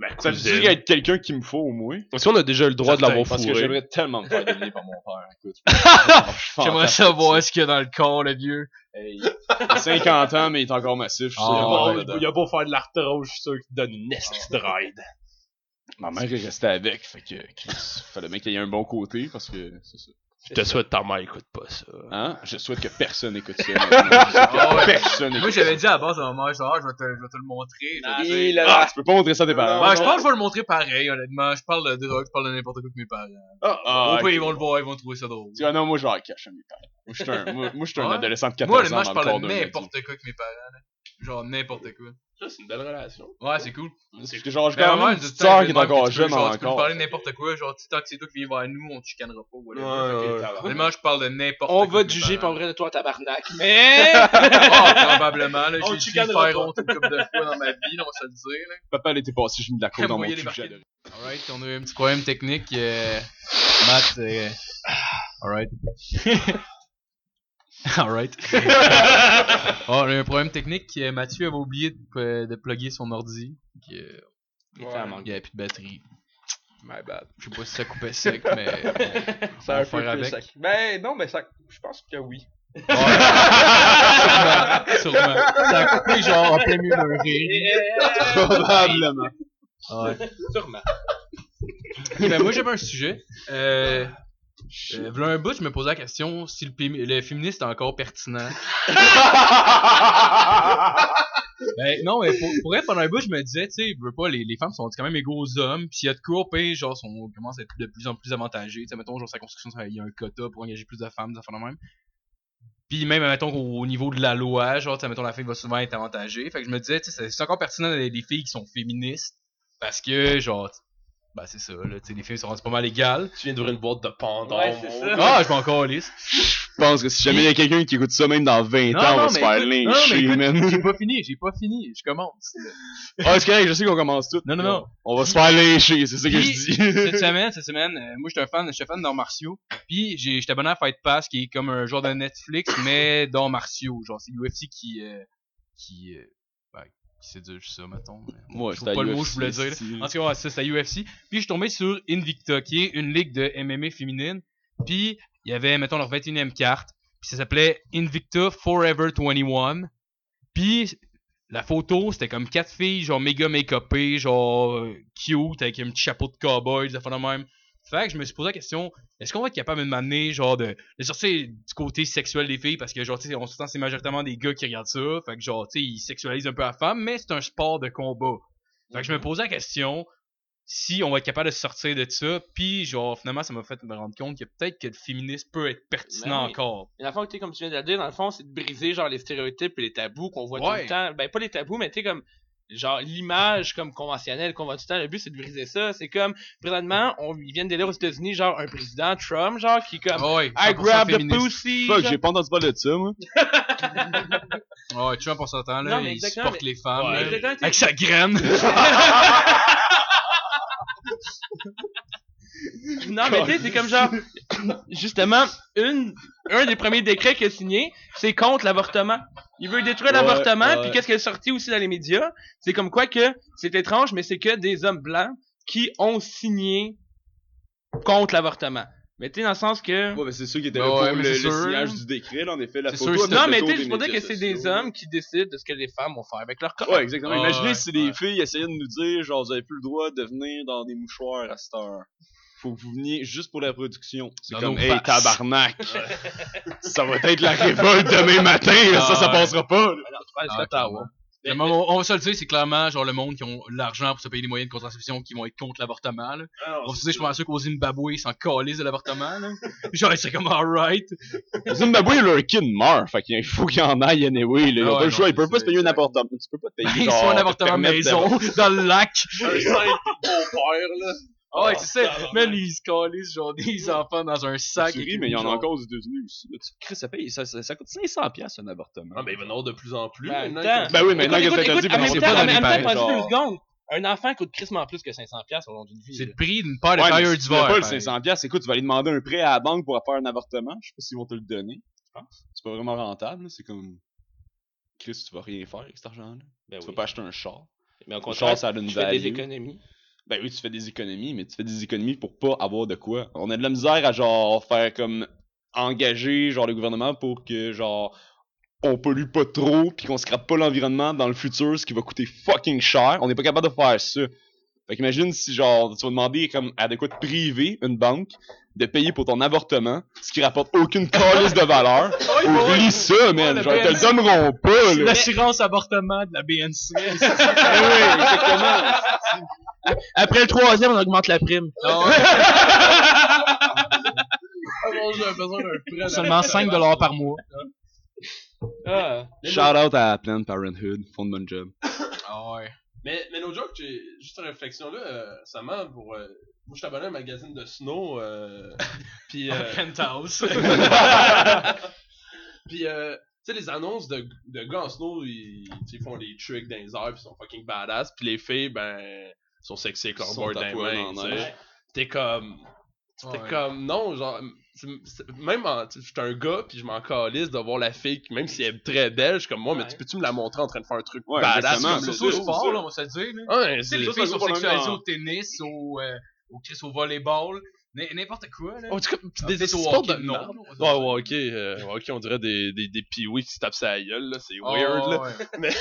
F: Ben,
D: Ça
F: cousine.
D: veut dire qu'il y a quelqu'un qui me faut, au moins.
F: Est-ce qu'on a déjà le droit de l'avoir
D: Parce que
F: fourré?
D: j'aimerais tellement me faire dominer par mon père, écoute. [LAUGHS] Je
C: J'aimerais
D: fantasme.
C: savoir ce qu'il y a dans le corps, le vieux.
D: Hey, il a 50 ans, mais il est encore massif. Je suis
C: Ah,
D: sûr, il y a pas
C: ouais,
D: mal dedans.
F: il a beau faire de l'arthrose, je suis sûr qu'il te donne une esti de ride.
D: Ah. Ma mère est restée avec, fait que Chris, fallait bien qu'il y ait un bon côté parce que c'est ça.
F: Je te souhaite que ta mère écoute pas ça.
D: Hein? Je souhaite que personne écoute
C: [LAUGHS]
D: ça. maintenant. Je souhaite
C: Ah ouais.
D: que personne
C: Moi,
D: écoute
C: j'avais dit à la base à ma mère, genre, Ah, je vais te, je vais te le montrer.
D: ça.
E: Non,
C: Je vais
D: Et
C: dire-
D: là, là, tu peux pas montrer ça à tes parents.
C: Ouais, Ah, je pense que je vais le montrer pareil, honnêtement. Je parle de drogue, je parle de n'importe quoi que mes parents.
D: Ah, ah,
C: Au pire,
D: ok.
C: ils vont le voir, ils vont trouver ça drôle.
D: Tu vois, non, moi, je leur cache à mes parents. Moi, je suis un, moi, moi, je suis un
C: Ouais.
D: adolescent de
C: Moi,
D: 14
C: honnêtement, je
D: ans dans le corps
C: parle de
D: d'un adulte.
C: n'importe quoi que mes parents. là. Genre, n'importe quoi.
F: Ça, c'est une belle relation.
C: Ouais, c'est cool.
D: C'est que genre, je
C: Mais
D: quand
C: vraiment,
D: même une
C: du
D: petite
C: temps,
D: sœur
C: je
D: qui est
C: demande que
D: encore
C: tu veux,
D: jeune
C: genre, Tu peux nous
D: encore.
C: parler de n'importe quoi, genre, tu- tant que c'est toi qui viens vers nous, on te chicanera pas. whatever.
F: Ouais,
C: Fait que,
F: ouais.
C: tabarnak. Honnêtement, je parle de n'importe quoi.
E: On va
C: que
E: te
C: mes
E: juger
C: parents.
E: pour vrai de toi, tabarnak. [LAUGHS] Mais.
C: Ah, probablement, là. J'ai dû
E: On te
C: faire
E: chicanera pas.
C: honte une couple de fois dans ma vie, là, on se le dit, là.
D: Papa, elle était passée, j'ai mis de la cour dans
C: Vous
D: mon
C: voyez
D: cul.
C: les
D: j'ai
C: marqués.
D: adoré.
C: Alright, on a eu un petit problème technique. euh, Matt, euh, [LAUGHS] alright. alright. [LAUGHS] Oh, on a eu un problème technique. euh, Mathieu avait oublié de, euh, de plugger son ordi. que, euh, Il n'y avait plus de batterie.
E: My bad.
C: Je sais pas si ça coupait sec, mais. euh,
E: Ça
C: va faire avec.
E: Ben non, mais ça. Je pense que oui.
C: Ouais. sûrement, sûrement. Ça a coupé genre en plein milieu d'un rire.
D: Probablement.
E: Sûrement.
C: Ok, ben moi j'avais un sujet. Euh, euh, v'là un bout, je me posais la question si le, pémi- le féministe est encore pertinent. ben, non, mais pour, pour être pendant un bout, je me disais, tu sais, je veux pas, les, les femmes sont quand même égaux aux hommes, pis il y a de cours, pis genre, sont, commencent à être de plus en plus avantagés. Tu sais, mettons, genre, sa construction, ça- il y a un quota pour engager plus de femmes, ça fait de même. Puis même, mettons, au, au niveau de la loi, genre, tu sais, mettons, la fille va souvent être avantagée. Fait que je me disais, tu sais, c'est- c'est encore pertinent des, des filles qui sont féministes. Parce que, genre, bah c'est ça, là, tu sais, les filles sont rendues pas mal
D: [LAUGHS]
C: égales.
F: Tu viens d'ouvrir une boîte de Pandore.
E: Ouais, c'est
F: mon
E: ça.
C: Ah, je m'en calisse.
D: Je pense que si jamais il y a quelqu'un qui écoute ça, même dans 20
C: Non,
D: ans, on va
C: non,
D: se
C: mais
D: faire
C: écoute- non, mais
D: lyncher,
C: écoute,
D: man.
C: J'ai pas fini, j'ai pas fini, je commence.
D: Ah, c'est correct, je sais qu'on commence tout.
C: Non, non, non.
D: On va se faire lyncher, c'est ça que
C: Puis,
D: je dis. [LAUGHS]
C: cette semaine, cette semaine, euh, moi j'étais un fan, j'étais fan d'arts martiaux. Puis j'ai- j'étais abonné à Fight Pass, qui est comme un genre de Netflix, mais d'arts martiaux. Genre c'est UFC qui, euh, qui, euh, ben, qui séduit ça, mettons.
D: Moi,
C: je trouve pas le mot que je voulais dire.
D: Mm.
C: En tout cas, ouais, c'est ça, c'est UFC. Puis je suis tombé sur Invicta, qui est une ligue de MMA féminine. Puis il y avait, mettons, leur 21e carte. Puis ça s'appelait Invicta Forever 21. Puis la photo, c'était comme quatre filles, genre méga make-upées, genre euh, cute, avec un petit chapeau de cowboy, des affaires de même. Fait que je me suis posé la question, est-ce qu'on va être capable de m'amener, genre, de, de sortir du côté sexuel des filles, parce que, genre, tu sais, on s'entend, c'est majoritairement des gars qui regardent ça, fait que, genre, tu sais, ils sexualisent un peu la femme, mais c'est un sport de combat. Fait que
E: Mm-hmm.
C: je me posais la question si on va être capable de sortir de ça, puis genre finalement ça m'a fait me rendre compte que peut-être que le féminisme peut être pertinent
E: Ben oui.
C: encore.
E: Et la fois que tu comme tu viens de le dire, dans le fond, c'est de briser genre les stéréotypes et les tabous qu'on voit tout
C: Ouais.
E: le temps. Ben pas les tabous, mais tu sais comme genre l'image comme conventionnelle qu'on voit tout le temps. Le but c'est de briser ça. C'est comme présentement, on ils viennent de lire aux États-Unis genre un président Trump genre qui est comme
C: Ah ouais, 100%
E: I grab the
C: féministe.
E: pussy.
D: Fuck,
E: genre.
D: j'ai pas entendu parler de ça, moi.
C: Ah Ouais, tu vois pour ce temps là,
E: Non, mais
C: il
E: exactement,
C: supporte les femmes. là.
E: Mais exactement, tu sais,
C: Avec sa graine.
E: Non, mais tu sais, c'est comme genre, justement, une, un des premiers décrets qu'il a signé, c'est contre l'avortement. Il veut détruire
D: Ouais,
E: l'avortement,
D: ouais.
E: puis qu'est-ce qui est sorti aussi dans les médias? C'est comme quoi que, c'est étrange, mais c'est que des hommes blancs qui ont signé contre l'avortement. Mais tu sais, dans le sens que...
D: Ouais, mais c'est sûr qu'il était
C: Ben
D: là pour
C: ouais,
D: le,
C: mais
D: le
C: c'est sûr.
D: signage du décret, là, en effet, la
C: C'est
D: photo.
C: sûr,
D: elle
C: c'est-
D: fait
E: Non,
D: le
E: mais tu
D: tour
E: sais,
D: des
E: c'est pour dire que
D: médias
E: c'est des
D: sociaux.
E: hommes qui décident de ce que les femmes vont faire avec leur corps.
D: Ouais, exactement.
C: Ouais,
D: Imaginez si les
C: ouais.
D: filles essayaient de nous dire, genre, vous avez plus le droit de venir dans des mouchoirs à cette heure. Faut que vous veniez juste pour la production. C'est
C: Dans
D: comme,
C: nos
D: hey,
C: faces.
D: tabarnak! ça va être la révolte demain matin, là, ça,
C: Ah,
D: ça
C: ouais.
D: passera pas, là.
E: Ouais,
C: Ah,
E: c'est
C: clairement. Mais on, on va se le dire, c'est clairement genre le monde qui ont l'argent pour se payer les moyens de contraception qui vont être contre l'avortement. là. On se dit, je pense sûr qu'au Zimbabwe, ils s'en calissent de l'avortement.
D: [LAUGHS]
C: là. Genre, ils seraient comme alright. [LAUGHS]
D: Le Zimbabwe, leur kid meurt, fait qu'il faut qu'il y en aille anyway, là. Ils
C: Ah
D: ont
C: ouais,
D: pas le
C: non,
D: choix, ils peuvent
C: c'est
D: pas
C: ça,
D: se payer un
C: exact.
D: appartement. Tu
C: [LAUGHS]
D: peux pas te
C: Ils
D: payer, genre,
C: se font un
D: te
C: appartement
D: permettre
C: maison
D: d'avoir-
C: dans le lac.
F: Un cinq beau-père, là.
C: Ah ouais, tu sais, man, ils se calissent genre des enfants dans un sac.
D: Tu
C: et
D: ris,
C: tout,
D: mais il y en a
C: genre.
D: encore aux États-Unis aussi. Là, tu te crisses, ça, paye, ça, ça, ça coûte 500$ piastres, un avortement.
F: Ah, ben, il va y en avoir de plus en plus.
E: Ben,
F: maintenant.
E: attends.
D: Ben oui, maintenant
E: Écoute,
D: que
E: écoute,
D: c'est
E: écoute,
D: interdit, ben, on sait
E: en même temps,
C: pas dans
E: en
C: les
E: même temps,
C: pages,
E: pensez deux
D: genre.
E: secondes. Un enfant coûte crissement plus que 500$ piastres au long d'une vie.
C: C'est
E: là.
C: le prix d'une paire de
D: Ouais, mais
C: tailleurs
D: si tu
C: d'hiver.
D: n'as pas le
C: pareil.
D: 500 pièces, écoute, tu vas aller demander un prêt à la banque pour faire un avortement. Je sais pas s'ils vont te le donner. Je pense. C'est pas vraiment rentable. là. C'est comme. Chris, tu vas rien faire avec cet argent-là.
E: Ben
D: tu
E: oui.
D: vas pas acheter un char.
E: Mais au
D: Un
E: contraire,
D: char, ça a une
E: tu fais des
D: value.
E: économies.
D: Ben oui, tu fais des économies, mais tu fais des économies pour pas avoir de quoi. On a de la misère à genre faire comme engager genre le gouvernement pour que genre on pollue pas trop puis qu'on scrape pas l'environnement dans le futur, ce qui va coûter fucking cher. On n'est pas capable de faire ça. Fait qu'imagine si genre tu vas demander comme à de quoi de priver une banque de payer pour ton avortement, ce qui rapporte aucune calice de valeur. Oublie ça, man.
C: le
D: genre, ils te le
C: PNC.
D: donneront pas, là.
C: L'assurance avortement de la BNC.
D: Ben oui, exactement.
E: Après le troisième, on augmente la prime.
C: Seulement 5 dollars par mois.
E: Ah.
D: Shout out à Planned Parenthood, font de bon job.
C: Ah ouais.
F: Mais, mais no joke, j'ai juste une réflexion là, euh, récemment, pour. euh, moi, je suis abonné à un magazine de Snow, euh, puis. [LAUGHS] euh,
E: [LAUGHS]
C: Penthouse.
F: puis, euh, tu sais, les annonces de, de gars en Snow, ils, tu sais, ils font les tricks dans les airs, puis ils sont fucking badass, puis les filles, ben. sont sexy,
D: Ils sont
F: cornboard dans les
D: tatouées
F: mains,
D: dans
F: tu
D: la
F: sais.
D: neige.
F: T'es comme. T'es comme, non, genre, c'est- c'est- même en, tu sais, j'étais un gars, puis je m'en calisse de voir la fille, qui, même si elle est très belle, je suis comme, moi, mais
E: Ouais.
F: tu peux-tu me la montrer en train de faire un truc
D: Ouais,
F: badass
D: exactement.
F: comme ça?
D: C'est
C: Surtout au sport, là, on va se le dire. là.
F: Ouais,
C: Tu sais,
F: c'est-
C: les
D: ça,
C: filles
D: c'est
C: sont
D: pas le même
C: sexualisées
D: dans-
C: au tennis, au, euh, au Chris, au volleyball, n- n'importe quoi. Là.
F: Oh, en tout cas,
C: Ah,
F: des, des
C: peut-être au
F: sports de
C: hockey, non,
F: non.
C: là, on va se
F: Ouais,
C: dire.
F: ouais, ok, euh, ouais, ok, on dirait des, des, des pee-wee qui se tapent sa gueule, là, c'est
C: Ah,
F: weird, là.
C: ouais.
F: Mais-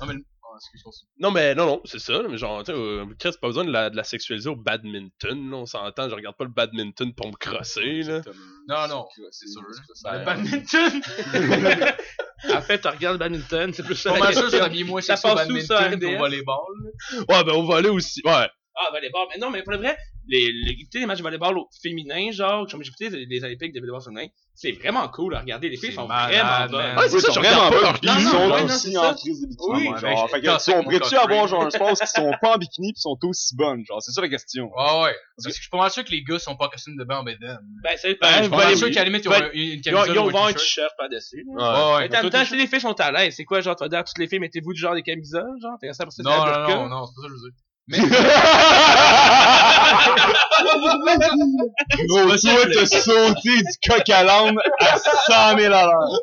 C: Non, mais. oh, excuse, continue.
F: Non, mais non, non, c'est ça, là, mais genre, tu sais, euh, Chris, pas besoin de la, de la sexualiser au badminton, là, on s'entend, je regarde pas le badminton pour me crosser, là.
C: Non, non.
D: c'est
C: sûr.
D: Ben,
C: Le badminton!
E: [LAUGHS] En fait, tu regardes badminton, c'est plus ça.
C: Pas
E: la
C: mal sûr,
E: question.
C: ça mis moins
E: Ça
C: sexy au
E: passe où, ça,
C: badminton qu'au
E: RDS?
C: volleyball. là.
F: Ouais, ben, au volet aussi, ouais.
E: Ah, volleyball. Mais non, mais pour le vrai, les, les, tu sais, les matchs de volleyball au- féminin, genre, comme j'ai écouté les, les Olympiques de volleyball féminin, c'est vraiment cool à regarder. Les filles
C: C'est
E: sont
C: malade,
E: vraiment
C: man.
E: bonnes.
C: Ouais,
F: c'est ça, je regarde pas leur
E: Non,
D: Ils
E: non,
D: sont
E: ouais, non, c'est
D: aussi
E: ça.
D: en crise de bikini,
E: Oui,
D: genre.
C: ben, je-
D: fait que,
C: dans
D: si on
C: mon
D: pourrait-tu
C: top
D: avoir
C: three.
D: genre un sport qui sont pas en bikini pis sont aussi bonnes, genre, c'est ça la question.
C: Ah ouais. Parce que je suis pas mal sûr que les gars sont pas en costume de bain en bédaine.
E: Ben, c'est
C: Je
E: pareil.
C: suis pas mal
F: ben,
C: sûr
F: oui.
C: qu'à la limite, ils
F: Ben,
C: ont une une
E: Ils ont-
C: camisole
E: ils ont
C: ou
E: vendu
C: un
E: un
C: t-shirt.
E: t-shirt par-dessus.
C: Ouais,
E: Mais
C: ouais.
E: en même temps, si les filles sont à l'aise, c'est quoi, genre, tu vas dire à toutes les filles, mettez-vous du genre des camisoles, genre, t'es resté pour ça, c'est
C: Non,
E: la
C: non,
E: burqa.
C: non, non, c'est pas ça que je veux dire. [LAUGHS]
D: Gros, toi, t'as sauté du coq à l'âne à 100 000 à l'heure.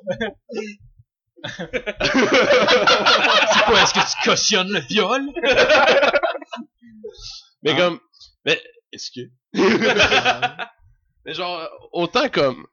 C: C'est quoi, est-ce que tu cautionnes le viol?
F: Mais
D: Ah.
F: comme,
D: Est-ce que.
F: [LAUGHS] mais genre, autant comme,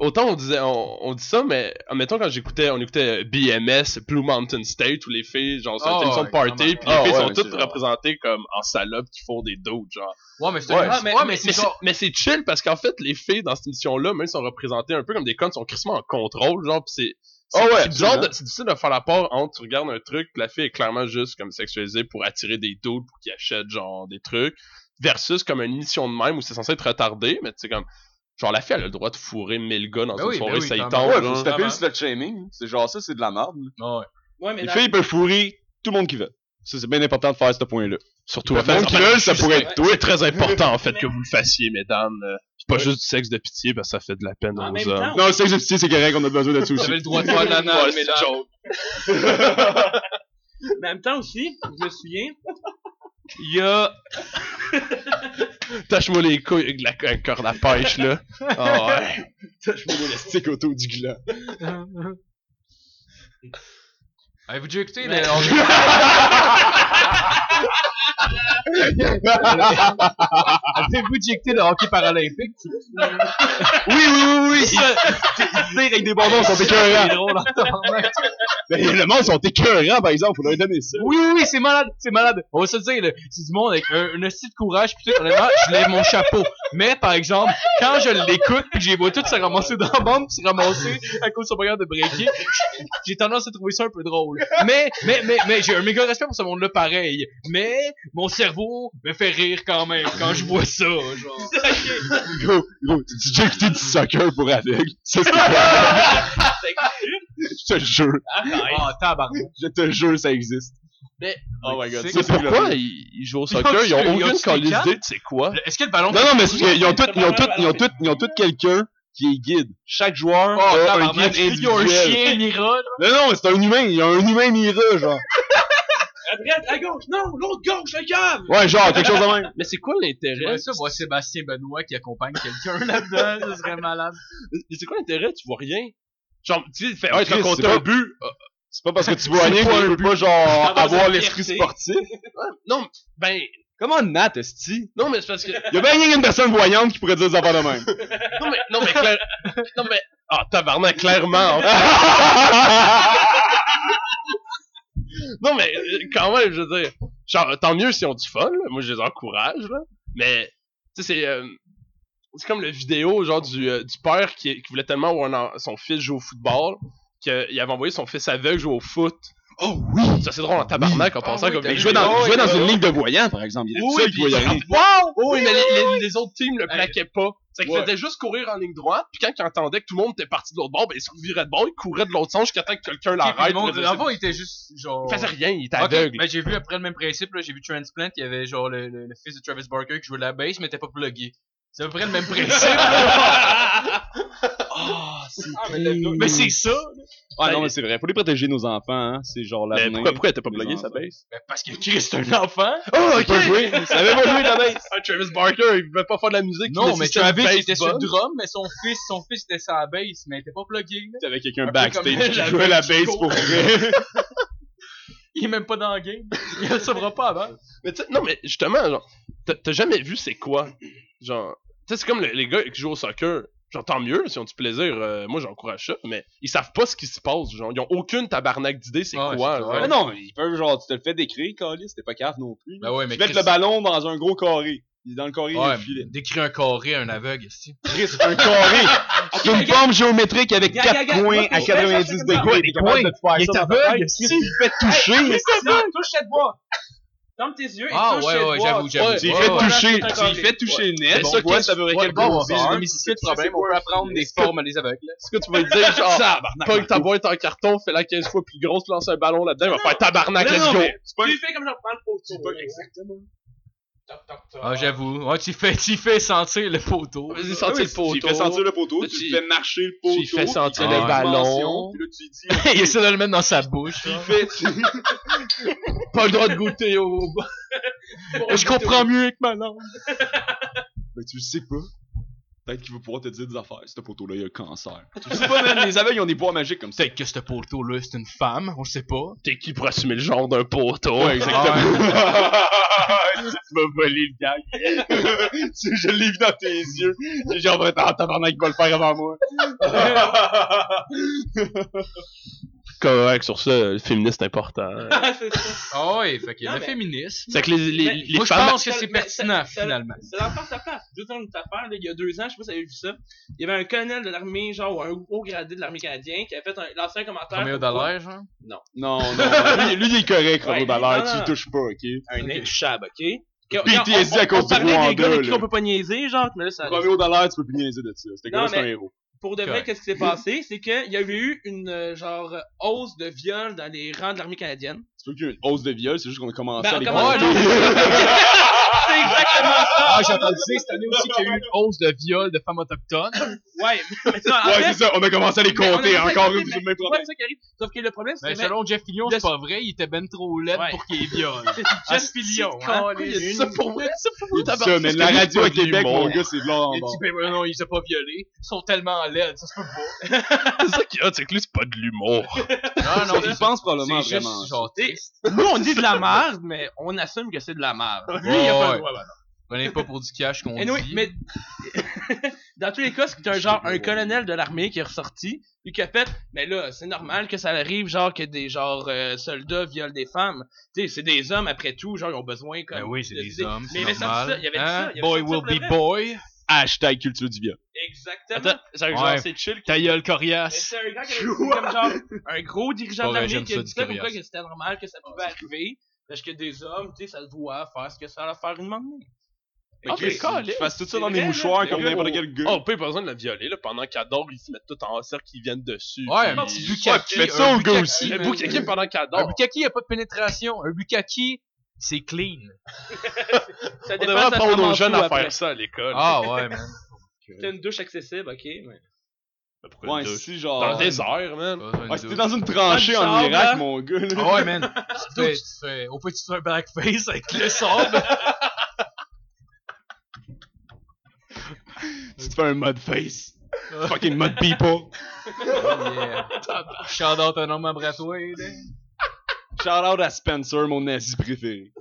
F: autant on disait, on, on dit ça, mais admettons quand j'écoutais, on écoutait BMS, Blue Mountain State, où les filles, genre, c'est
C: Ah,
F: une émission
C: ouais,
F: de party,
C: clairement.
F: puis les
D: Ah,
F: filles
D: ouais,
F: sont
D: mais
F: toutes
D: c'est genre-
F: représentées comme en salopes qui font des doutes, genre.
C: Ouais, mais c'est
D: Ouais.
C: Ah, mais- ouais, mais c'est genre.
F: mais c'est chill parce qu'en fait, les filles dans cette émission-là, même si sont représentées un peu comme des connes, sont crissement en contrôle, genre, pis c'est.
D: Ah ouais,
F: c'est du genre,
D: absolument.
F: de- c'est difficile hein? de faire la part entre tu regardes un truc, la fille est clairement juste comme sexualisée pour attirer des doutes, pour qu'ils achètent genre des trucs, versus comme une émission de même où c'est censé être retardé, mais tu sais comme, genre la fille elle a le droit de fourrer 1000 gars dans
C: Ben
F: une
C: oui, ben
F: soirée,
C: oui,
F: ça y
C: quand même.
F: tente.
D: Ah ouais, faut se
F: genre.
D: taper
C: Vraiment.
D: le slut shaming. C'est genre ça, c'est de la merde. là.
C: Ouais.
E: Ouais, mais
D: Les
E: dans-
D: filles peuvent fourrer tout le monde qui veut. Ça, c'est bien important de faire ce point-là.
F: Surtout
D: Ils
F: à faire
D: peuvent
F: ça,
D: faire
F: Ben, ça
D: du
F: pourrait
E: sexe.
F: être oui, très important en fait que vous le fassiez, mesdames. euh, C'est pas juste du sexe de pitié parce que ça fait de la peine
E: En
F: aux
E: même
F: hommes.
E: temps,
D: Non, le sexe de pitié, c'est correct, on a besoin de ça
C: Vous
D: aussi. [LAUGHS]
C: avez le droit de faire de la
F: Ouais,
C: nage,
F: c'est
C: mais là.
F: une joke.
E: mais en même temps aussi, je me souviens, il y [LAUGHS] a,
F: Tâche-moi les couilles avec la avec corde à pêche, là. Ah ouais.
D: Je mets l'élastique autour du gland.
C: Avez-vous déjà écouté?
E: Mais-
C: le- on- Avez-vous déjà écouté le hockey paralympique?
D: Oui, oui, oui, oui! Ils tirent avec des bonbons, ils sont écœurants. Ben, le monde, ils sont écœurants, par exemple, faut leur donner ça.
C: Oui, oui, oui, c'est malade, c'est malade. On va se le dire, là, c'est du monde avec un, un hostie de courage, pis tout, honnêtement, je lève mon chapeau. Mais, par exemple, quand je l'écoute, pis que je les vois toutes se ramasser dans la bande, pis se ramasser à cause de son regard de briquet, j'ai tendance à trouver ça un peu drôle. Mais, mais, mais, mais, j'ai un méga respect pour ce monde-là pareil. Mais, mon cerveau me fait rire quand même, quand je vois ça, genre.
D: Gros, gros, tu dis déjà écouté du soccer pour aveugle. Ça, c'est Je te jure,
C: Ah, tabarnak.
D: je te jure, ça existe.
C: Oh my God.
F: C'est pourquoi ils, ils [LAUGHS] jouent au soccer, ils ont
C: Ils ont
F: aucune
C: tous les
F: calice
C: quatre.
F: idée de c'est quoi.
C: Est-ce que le ballon...
D: Non, non, mais c'est parce qu'ils ont tous, ils ont tous, ils ont tous, ils ont tous quelqu'un qui est guide. Chaque joueur
C: Oh,
D: a un
C: tabarnak,
D: guide
C: il y a un
D: individuel.
C: chien, Mira, là.
D: Non, non, c'est un humain, il y a un humain Mira, genre.
E: à droite, à gauche, non, l'autre gauche, le cave!
D: Ouais, genre, quelque chose de même.
F: Mais c'est quoi l'intérêt?
C: J'aimerais ça voir Sébastien Benoît qui accompagne quelqu'un là-dedans, ça serait malade.
F: Mais c'est quoi l'intérêt? Tu vois rien. Genre, tu sais, fait, ouais,
D: Chris,
F: quand on
D: c'est
F: t'a un
D: pas-
F: but. euh,
D: C'est pas parce que tu vois rien
F: pas
D: que tu peux pas, genre,
E: Avoir
D: avoir
E: sa
D: l'esprit
E: fierté.
D: sportif.
F: non, ben,
D: Comment Nat, esti?
F: non, mais c'est parce que.
D: Il y a bien rien qu'une personne voyante qui pourrait dire des affaires de même. [LAUGHS]
F: Non, mais, non, mais, clair... non, mais, ah, tabarnak, clairement. en fait. Non, mais euh, quand même, je veux dire, genre, tant mieux si on du fun, là. moi je les encourage, là. mais, tu sais, c'est euh, c'est comme le vidéo, genre, du, euh, du père qui, qui voulait tellement voir un en- son fils jouer au football qu'il avait envoyé son fils aveugle jouer au foot.
D: oh oui!
F: Ça, c'est drôle en tabarnak en
C: Ah
F: pensant
C: oui,
F: comme...
C: t'as
D: Mais
F: Mais je
D: il jouait
F: jouais dans...
D: dans, il jouait dans une
F: ligne.
D: ligne de voyants, par exemple. Il est
F: Oui,
D: seul qui
F: puis-
D: voyait rien.
F: Wow! Oh, oui, mais les, les- les autres teams le plaquaient pas. C'est qu'ils
D: Ouais.
F: faisaient juste courir en ligne droite, puis quand ils entendaient que tout le monde était parti de l'autre bord, ben ils se revirait de bord, ils couraient de l'autre sens jusqu'à temps que quelqu'un l'arrête.
C: Dans
F: pour
C: le
F: essayer de-
C: fond, il était juste genre.
F: Il faisait rien, il était
C: Ok,
F: aveugle.
C: ben, j'ai vu après le même principe, là, j'ai vu Transplant, il y avait genre le, le- le fils de Travis Barker qui jouait de la bass mais était pas plugué. C'est à peu près le même principe.
F: [LAUGHS]
E: Ah, mais le-
C: mais c'est ça. là.
D: Ah non, mais c'est vrai. Faut les protéger, nos enfants, hein. C'est genre
F: Mais
D: l'avenir.
F: Ben, pourquoi, pourquoi elle était pas
D: Les
F: bloguée, sa
D: enfants.
F: base?
C: Ben, parce que Chris est un enfant.
F: Oh,
D: Il peut jouer. Il savait pas
C: [LAUGHS]
D: jouer de la base.
F: [LAUGHS] Ah, Travis Barker, il pouvait pas faire de la musique.
C: Non, mais
F: il nécessitait une
C: Travis
F: bass
C: il était sur le
F: bonne.
C: drum, mais son fils, son fils était sur la bass mais il était pas plugué. là.
D: T'es avec quelqu'un
C: peu comme
D: backstage qui
C: la
D: jouait la
C: base
D: base
C: du
D: pour vrai.
C: Il est même pas dans le game. [LAUGHS] Il le sauvera pas avant.
F: Mais tu sais, non, mais justement, genre, t'as- t'as jamais vu c'est quoi? Genre, tu sais, c'est comme le- les gars qui jouent au soccer. Genre, tant mieux, s'ils ont du plaisir, euh, moi j'encourage ça, mais ils savent pas ce qui se passe, genre, ils ont aucune tabarnak d'idée c'est
D: Ah,
C: Ouais,
F: quoi,
C: c'est
F: genre.
C: clair.
D: Mais non, mais ils peuvent, genre, tu te le fais décrire, Calis. C'était pas cave non plus.
C: Ben ouais, mais
D: Tu mets le ballon dans un gros carré. Il est dans le carré, il y a le filet.
C: décris un carré à un aveugle ici.
D: Chris, un carré.
C: [LAUGHS]
D: C'est une forme géométrique avec
E: Gars, gars,
D: 4 points
E: gars, moi,
D: à
E: je vais faire
D: 90
E: ça comme ça.
D: degrés. T'es capable de te
C: Il
D: faire ça
C: est
D: dans ta
C: aveugle,
D: tête. Si tu te fais toucher,
E: Christophe, touche cette bois! Ferme tes yeux et
C: Ah,
E: touche
C: ouais,
E: ses
C: ouais,
E: doigts.
C: j'avoue, j'avoue.
F: Ouais,
D: Tu y
C: ouais,
D: fais
C: ouais.
D: toucher.
E: Ouais.
D: Tu y fais toucher net.
F: C'est
D: On
F: ça,
D: voit
F: qu'est-ce-
D: ça veut
F: ouais,
D: quel
F: bon,
D: bord
F: c'est
D: on part.
F: le
C: Mississippi,
D: Tu sais
C: problème,
D: quoi
C: on peut apprendre des formes à des aveugles.
F: Est-ce que tu vas lui dire, genre, pogne ta boîte en carton, fais-la 15 fois plus grosse, lance un ballon là-dedans, il va faire tabarnak,
E: Non,
F: let's
E: non,
F: go.
E: mais Tu fais comme genre, prends le poteau.
C: Ah, j'avoue. Ouais, tu fais, tu fais sentir le poteau. Ah
F: Vas-y, sentir le poteau.
D: Tu fais sentir le poteau,
F: Là,
D: tu
F: tu-
D: fais marcher le
F: tu
D: poteau.
F: lui fais sentir
D: tu fais
C: les
D: la
F: ballons.
D: dimension, Puis là, tu lui dis,
C: [LAUGHS] Il essaie de le mettre dans sa bouche.
D: tu fais,
C: [LAUGHS]
F: Pas le droit de goûter au...
C: Je comprends mieux avec ma langue.
D: Mais tu le sais pas. Peut-être qu'il va pouvoir te dire des affaires. Ce poteau-là, il a le cancer. tu le sais pas, man. Les aveugles, ils ont des pouvoirs magiques comme ça.
C: Peut-être que ce poteau-là, c'est une femme, on le sait pas.
F: T'es qui pour assumer le genre d'un poteau?
D: tu m'as volé le gag. Tu- je l'ai vu dans tes yeux. J'ai genre, ah, tabarnak, il va le faire avant moi.
E: [LAUGHS]
F: Correct, sur ça, le féministe important.
E: Ah, c'est ça.
C: Ah ouais, fait que
E: Non,
C: le
E: mais-
C: féminisme.
F: C'est que les, les,
E: Mais-
F: les
C: Moi, je
F: femmes...
C: pense que c'est
E: Mais-
C: pertinent,
E: ça- ça-
C: finalement.
E: C'est l'enfant de sa place. Deux ans de ta affaire, là, il y a deux ans, je sais pas si vous avez vu ça. Il y avait un colonel de l'armée, genre, ou un haut gradé de l'armée canadienne, qui a fait un, lancé un commentaire.
C: Combien d'allèges, genre?
D: Non, non, non.
F: [LAUGHS]
D: Lui, lui, il est correct,
E: Ouais,
D: Robo
E: non,
D: Dallaire.
E: non.
D: Tu le touches pas, ok?
E: Un intouchable, ok?
D: PTSD à cause du
E: Rwanda, des
D: Rwanda,
E: gars avec qui
D: là.
E: on peut pas niaiser, genre, mais là, ça.
D: Roméo Dallaire, tu peux plus niaiser de ça. C'était
E: Non,
D: comme c'est un
E: mais-
D: héros.
E: Pour de vrai,
C: Correct.
E: qu'est-ce qui s'est passé? C'est qu'il y avait eu une, euh, genre, euh, hausse de viol dans les rangs de l'armée canadienne.
D: C'est pas qu'il y a eu une hausse de viol, c'est juste qu'on a commencé
E: Ben,
D: à les
E: comment-
D: compter.
E: C'est exactement ça!
C: Ah, j'ai entendu dire cette année aussi qu'il y a eu une hausse de viol de femmes autochtones.
E: Ouais, mais ça, en
D: Ouais,
E: fait,
D: c'est ça, on a commencé à les
E: mais Ben, on a
D: compter
E: fait
D: encore
E: ça,
D: une
E: mais
D: fois, même
E: tu vois,
D: problème.
E: c'est ça qui arrive. Sauf que le problème, c'est
C: Ben,
E: que.
C: selon Jeff Fillion,
E: De-
C: c'est pas vrai, il était ben trop laid
E: Ouais.
C: pour qu'il y ait viol.
E: c'est
C: Jeff Fillion, hein.
E: Pourquoi il y a
F: C'est
E: une-
F: ça pour vrai, c'est pour vous, tabarnak,
D: Ça, mais
F: c'est
D: la
F: que nous,
D: radio
F: pas
D: à
F: de
D: Québec,
F: l'humour.
D: mon gars, c'est de l'or en
C: Il
D: bas.
C: dit, ben ouais, non, il s'est pas violé. Ils sont tellement laides, ça se peut
F: C'est ça qui a, c'est que lui, c'est pas de l'humour.
E: Ah,
C: pas. Ah, Non, non,
D: Il
C: c'est
D: pense probablement
C: juste,
D: vraiment.
C: genre, t'sais,
E: Nous, on dit de la merde, mais on assume que c'est de la merde. Lui, il a
C: Ouais,
E: pas
C: ouais.
E: le droit, voilà.
C: prenez pas pour du cash qu'on
E: Anyway,
C: dit.
E: mais. [LAUGHS] Dans tous les cas, c'est un genre, un colonel de l'armée qui est ressorti, puis qui a fait, mais là, c'est normal que ça arrive, genre, que des, genre, euh, soldats violent des femmes. Tu sais, c'est des hommes après tout, genre, ils ont besoin, comme.
C: Ben oui, c'est
E: de-
C: des hommes,
E: Mais il
C: c'est
E: avait sorti ça,
C: normal.
E: il avait dit
C: Hein?
E: ça, il avait
C: Boy
E: sorti ça
C: will
E: pour le
C: be
E: vrai.
C: boy.
D: Hashtag culture du viol.
E: Exactement.
F: Attends, c'est
C: genre,
F: genre,
C: c'est
F: c'est chill.
C: Ta gueule
E: Mais
C: coriace.
E: C'est un gars qui avait dit comme genre un gros dirigeant
C: Bon,
E: de
C: ben,
E: l'armée
C: j'aime
E: qui a
C: ça,
E: dit
C: du
E: ça
C: curieux.
E: pourquoi que c'était normal que ça pouvait arriver parce que des hommes, tu sais, ça doit faire ce que ça leur faire une demande.
D: Mais
F: Ok,
D: Chris,
F: calé.
D: tu fasses tout ça
E: C'est
D: dans des
E: vrai,
D: mouchoirs
E: là.
D: comme
E: Le
D: n'importe
F: gars,
D: quel gars.
F: Oh, pas besoin de la violer, là, pendant qu'elle dort, ils se mettent tout en cercle, ils viennent dessus.
C: Ouais,
F: puis-
C: un petit bukkake.
D: Ouais, fais ça
C: un
D: au gars
C: bukkake,
D: aussi.
F: Le
C: man.
F: bouquet pendant qu'elle
C: Un
F: dort.
C: bukkake, il a pas de pénétration. Un bukkake, c'est clean.
E: Ça
F: On
E: dépend
F: devrait
E: ça
F: apprendre
E: commence
F: aux jeunes
E: où
F: à
E: après.
F: faire ça à l'école.
C: Ah ouais, man.
E: T'as une douche accessible, ok. mais-
F: Mais pourquoi
D: Ouais,
F: une douche?
D: si
F: Dans le
D: genre.
F: désert, man.
D: Ouais, c'était dans une tranchée
E: Dans le
D: en
E: sable, hein.
D: Irak, mon gars. là.
C: Ah ouais,
E: [LAUGHS]
C: man. Tu fais, tu fais, au petit un blackface avec le sable.
D: Tu te fais un mud
E: [LAUGHS]
D: face. Fucking mud people.
C: yeah. Shout out un homme à Bratway, là.
D: Shout out à Spencer, mon nazi préféré.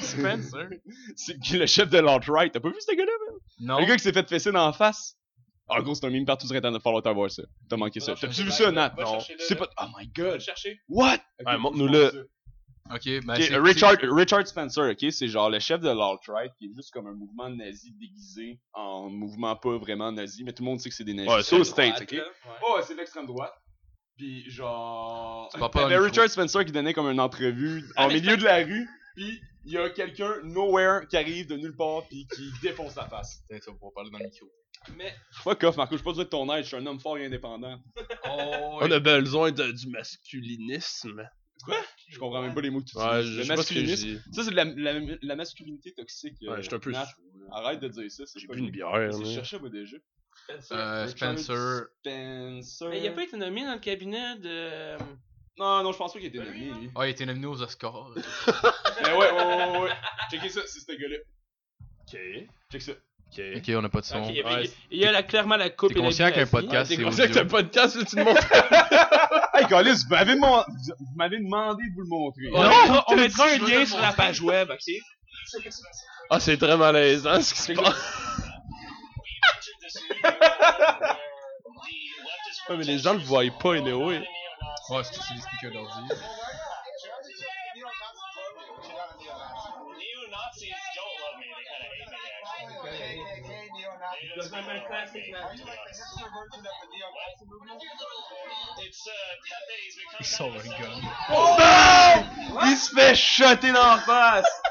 C: Spencer.
D: C'est qui le chef de l'alt-right. T'as pas vu ce gars-là, man?
C: Non.
D: Le gars qui s'est fait fesser dans la face. En gros, c'est un mime partout sur internet. Falloir t'avoir ça. T'as manqué ça.
E: Va chercher
D: T'as-tu vu ça,
E: le live,
D: Nat?
E: va
D: Non.
E: chercher le
D: C'est
E: live.
D: pas. Oh my
E: Va le
D: god.
E: chercher.
D: What?
F: Ouais, montre-nous-le.
C: Ok, ben
D: Ok,
C: c'est-
D: Richard, Richard Spencer, ok, c'est genre le chef de l'alt-right qui est juste comme un mouvement nazi déguisé en mouvement pas vraiment nazi, mais tout le monde sait que c'est des nazis.
F: Ouais, ça aux
D: States,
E: Droite, là. Ouais.
D: Oh, c'est l'extrême droite. Puis genre.
C: Tu vas pas
D: Mais
C: au
D: Richard Spencer qui donnait comme une entrevue
E: Ah,
D: en
E: mais
D: milieu de la rue, puis il y a quelqu'un nowhere qui arrive de nulle part puis qui défonce la face.
C: Putain, ça, on pourra parler dans le micro.
E: Mais
D: Fuck off, Marco, je suis pas du tout de ton âge, je suis un homme fort et indépendant.
C: Oh,
F: On a besoin de, du masculinisme.
D: Je comprends même pas les mots que tu dis.
F: Ouais, je sais pas ce que je dis.
D: Ça, c'est de la, la- la masculinité toxique. euh,
F: Ouais, je suis un peu.
D: Nat.
F: saoul, là.
D: Arrête de dire ça, c'est
F: J'ai
D: pas
F: bu une
D: une-
F: bière,
D: Qu'est-ce que je
F: man.
D: cherchais, moi, déjà?
C: Euh,
D: Richard
C: Spencer.
D: Spencer.
E: mais il a pas été nommé dans le cabinet de.
D: Non, non, je pense pas qu'il était nommé,
E: [LAUGHS]
D: lui.
C: Ah, il était nominé aux Oscars.
D: Mais ouais, ouais, ouais, ouais, ouais. Checkez ça, c'est ce gars-là.
F: Ok,
D: Check ça.
F: ok.
C: Ok, on n'a pas de son.
E: Ok, il y,
F: Ouais,
E: avait, il y a la- clairement la coupe
C: T'es
E: et la
C: conscient qu'un
E: biographie.
C: podcast-
F: T'es
C: c'est
F: conscient que
C: audio.
F: t'as pas de casse, là, tu le montres.
D: Hey, Colis, vous m'avez mon- vous m'avez demandé de vous le montrer.
E: Ouais, on mettra- on mettra un
F: je veux
E: lien
F: te
E: sur la page web, ok?
F: Ah, c'est très malaisant ce qui se passe. Ouais, mais les gens le voient pas, anyway.
C: Ouais, c'est c'est des speakers d'ordi.
G: Ils
C: Ils sont un gun. Oh
D: Il se fait shotter dans la face!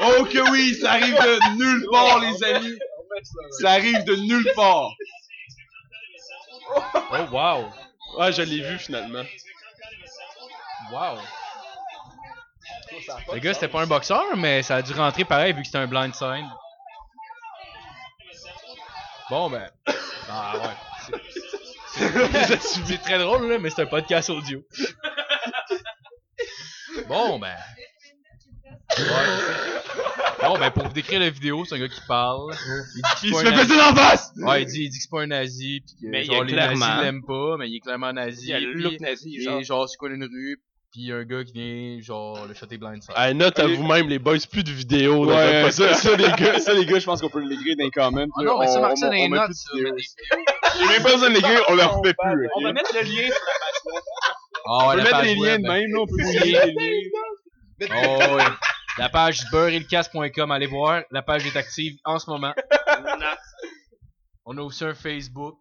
D: Oh que oui, ça arrive de nulle
C: Oh,
E: [LAUGHS]
D: part, les amis. Ça arrive de nulle part.
F: Oh, wow. Ah, je l'ai vu finalement.
C: Wow. Le gars, c'était pas un boxeur, mais ça a dû rentrer pareil vu que c'était un blind sign. Bon, ben. Ah ouais. [LAUGHS] C'est- C'est c'est très drôle, là, mais c'est un podcast audio. Bon, ben. Ouais. Bon, ben, pour vous décrire la vidéo, c'est un gars qui parle. Il, se fait peser en face! Ouais, il dit, il dit que c'est pas un nazi, pis que
E: Mais il
C: genre,
E: est
C: les
E: clairement-
C: nazis l'aiment pas, mais il est clairement nazi.
E: Il y a le
C: puis-
E: look nazi,
C: et
E: genre.
C: genre, c'est quoi une rue, pis un gars qui vient, genre, le shotter blind side.
F: Allez, note à
D: Allez.
F: vous-même, les boys, plus de vidéos. dans
D: Ouais,
F: votre
D: ça,
F: podcast.
D: ça, les gars, ça, les gars, je pense qu'on peut l'écrire dans les comments.
C: Ah
D: là.
C: non, mais ça,
D: On-
C: Marc, ça,
D: on-
C: dans
D: on
C: les
D: met
C: notes,
D: plus de
C: ça,
D: vidéos.
C: mais des-
D: J'ai même pas besoin de l'écrire, on leur fait plus.
E: On
D: ok?
E: va mettre le lien.
C: Ah ouais,
D: On peut
C: la
D: mettre
C: page
D: les liens
C: web.
D: de même, là, on peut fouiller [LAUGHS] les liens.
C: Oh, ouais. La page beurreelcast.com, allez voir. La page est active en ce
F: [LAUGHS]
C: moment. On a aussi un Facebook.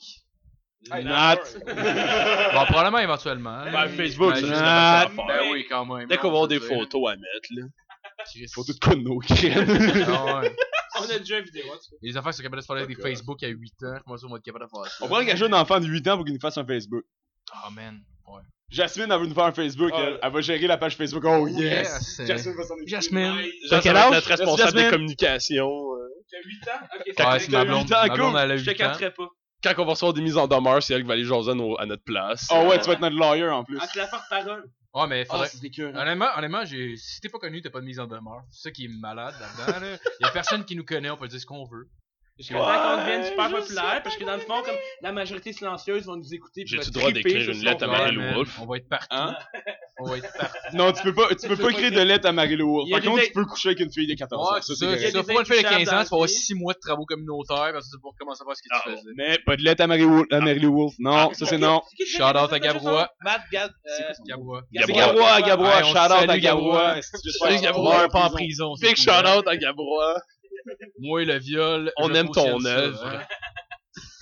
D: [LAUGHS]
C: Bon, probablement éventuellement. hein.
F: Ben, Facebook, c'est
C: Imagine-
F: juste la meilleure affaire.
C: Ben oui, quand même.
F: Dès qu'on va [LAUGHS] avoir des
C: fautes.
F: photos à mettre, là. Faut tout quoi de nos graines.
C: [LAUGHS]
E: On a déjà une vidéo. tu
C: Ah, Les affaires sont capables de se parler avec des Facebook à 8 ans. Comment ça, on va être capable de faire ça?
D: On pourrait engager un enfant de 8 ans pour qu'il nous fasse un Facebook.
F: Ah,
C: Oh, man. Ouais.
D: Jasmine, elle veut nous faire un Facebook.
E: Ah.
D: Elle, elle va gérer la page Facebook. Oh yes!
C: Yes.
D: Jasmine va s'en occuper.
C: Jasmine.
F: Genre,
C: quel
F: ça va être
C: âge?
F: notre responsable
D: Jasmine.
F: des communications. euh.
E: T'as 8 ans? Ok, c'est
C: Ouais,
E: correct.
C: c'est ma
D: huit
C: blonde.
D: ans,
C: Ma blonde,
D: cool.
C: elle a
E: Je te
C: 8 ans.
E: capterai pas.
F: Quand on va recevoir des mises en demeure, c'est elle qui va aller jaser à, nos- à notre place.
D: Oh ouais, tu vas être notre lawyer en plus.
E: Ah, c'est la porte-parole.
C: Ouais, mais
F: Ah,
C: faudrait.
D: c'est écœurant.
C: Honnêtement, honnêtement j'ai- si t'es pas connu, t'as pas de mise en demeure. C'est ça qui est malade là-dedans. Là. Y a personne qui nous connaît, on peut dire ce qu'on veut.
E: Jusqu'à temps qu'on devienne super populaire, parce que dans le fond, comme la majorité silencieuse va nous écouter. puis
F: J'ai-tu
E: va
F: le droit
E: triper
F: d'écrire
E: sur
F: une
E: ce
F: lettre à
E: qu'on
F: ma-
E: fait.
F: Marie-Lou
C: man,
F: Wolfe.
C: On va être partout.
D: Hein?
C: On va être partout.
D: Non, tu
C: [LAUGHS]
D: peux pas, tu peux pas écrire de lettre à Marie-Lou Wolfe.
E: Il y a
D: Par
E: des
D: contre,
E: dé-
D: tu peux coucher avec une fille de 14 ans.
C: Ouais, c'est
D: Ça,
C: ça.
D: c'est
E: Il y a
C: C'est
D: correct.
C: ça.
E: des
C: Faut pas le faire à
E: intouchables
C: 15
E: dans
C: ans,
E: le
C: tu vas avoir
E: pays.
C: 6 mois de travaux communautaires parce que tu vas commencer à faire ce que tu
F: Ah,
C: faisais.
D: Mais pas de lettre à Marie-Wolfe. À Marie-Wolfe.
C: Ah,
D: Non, ça c'est non.
E: qui le fait
C: Shout out
E: qui fait
C: à
E: ça,
C: Gabrois.
E: Jason? Matt Gab. euh,
C: Gabrois.
D: C'est
F: Gabrois.
D: Gabrois, Gabrois.
C: Ouais, on
D: shout out à
C: salue Gabrois.
D: Gabrois.
F: Salut, Gabrois.
D: Meurs
C: pas en prison.
F: Big
C: c'est
F: shout
C: tout.
F: out à Gabrois.
C: Moi, le viol.
F: On
C: je
F: aime ton
C: cautionne ça,
F: œuvre.
C: hein.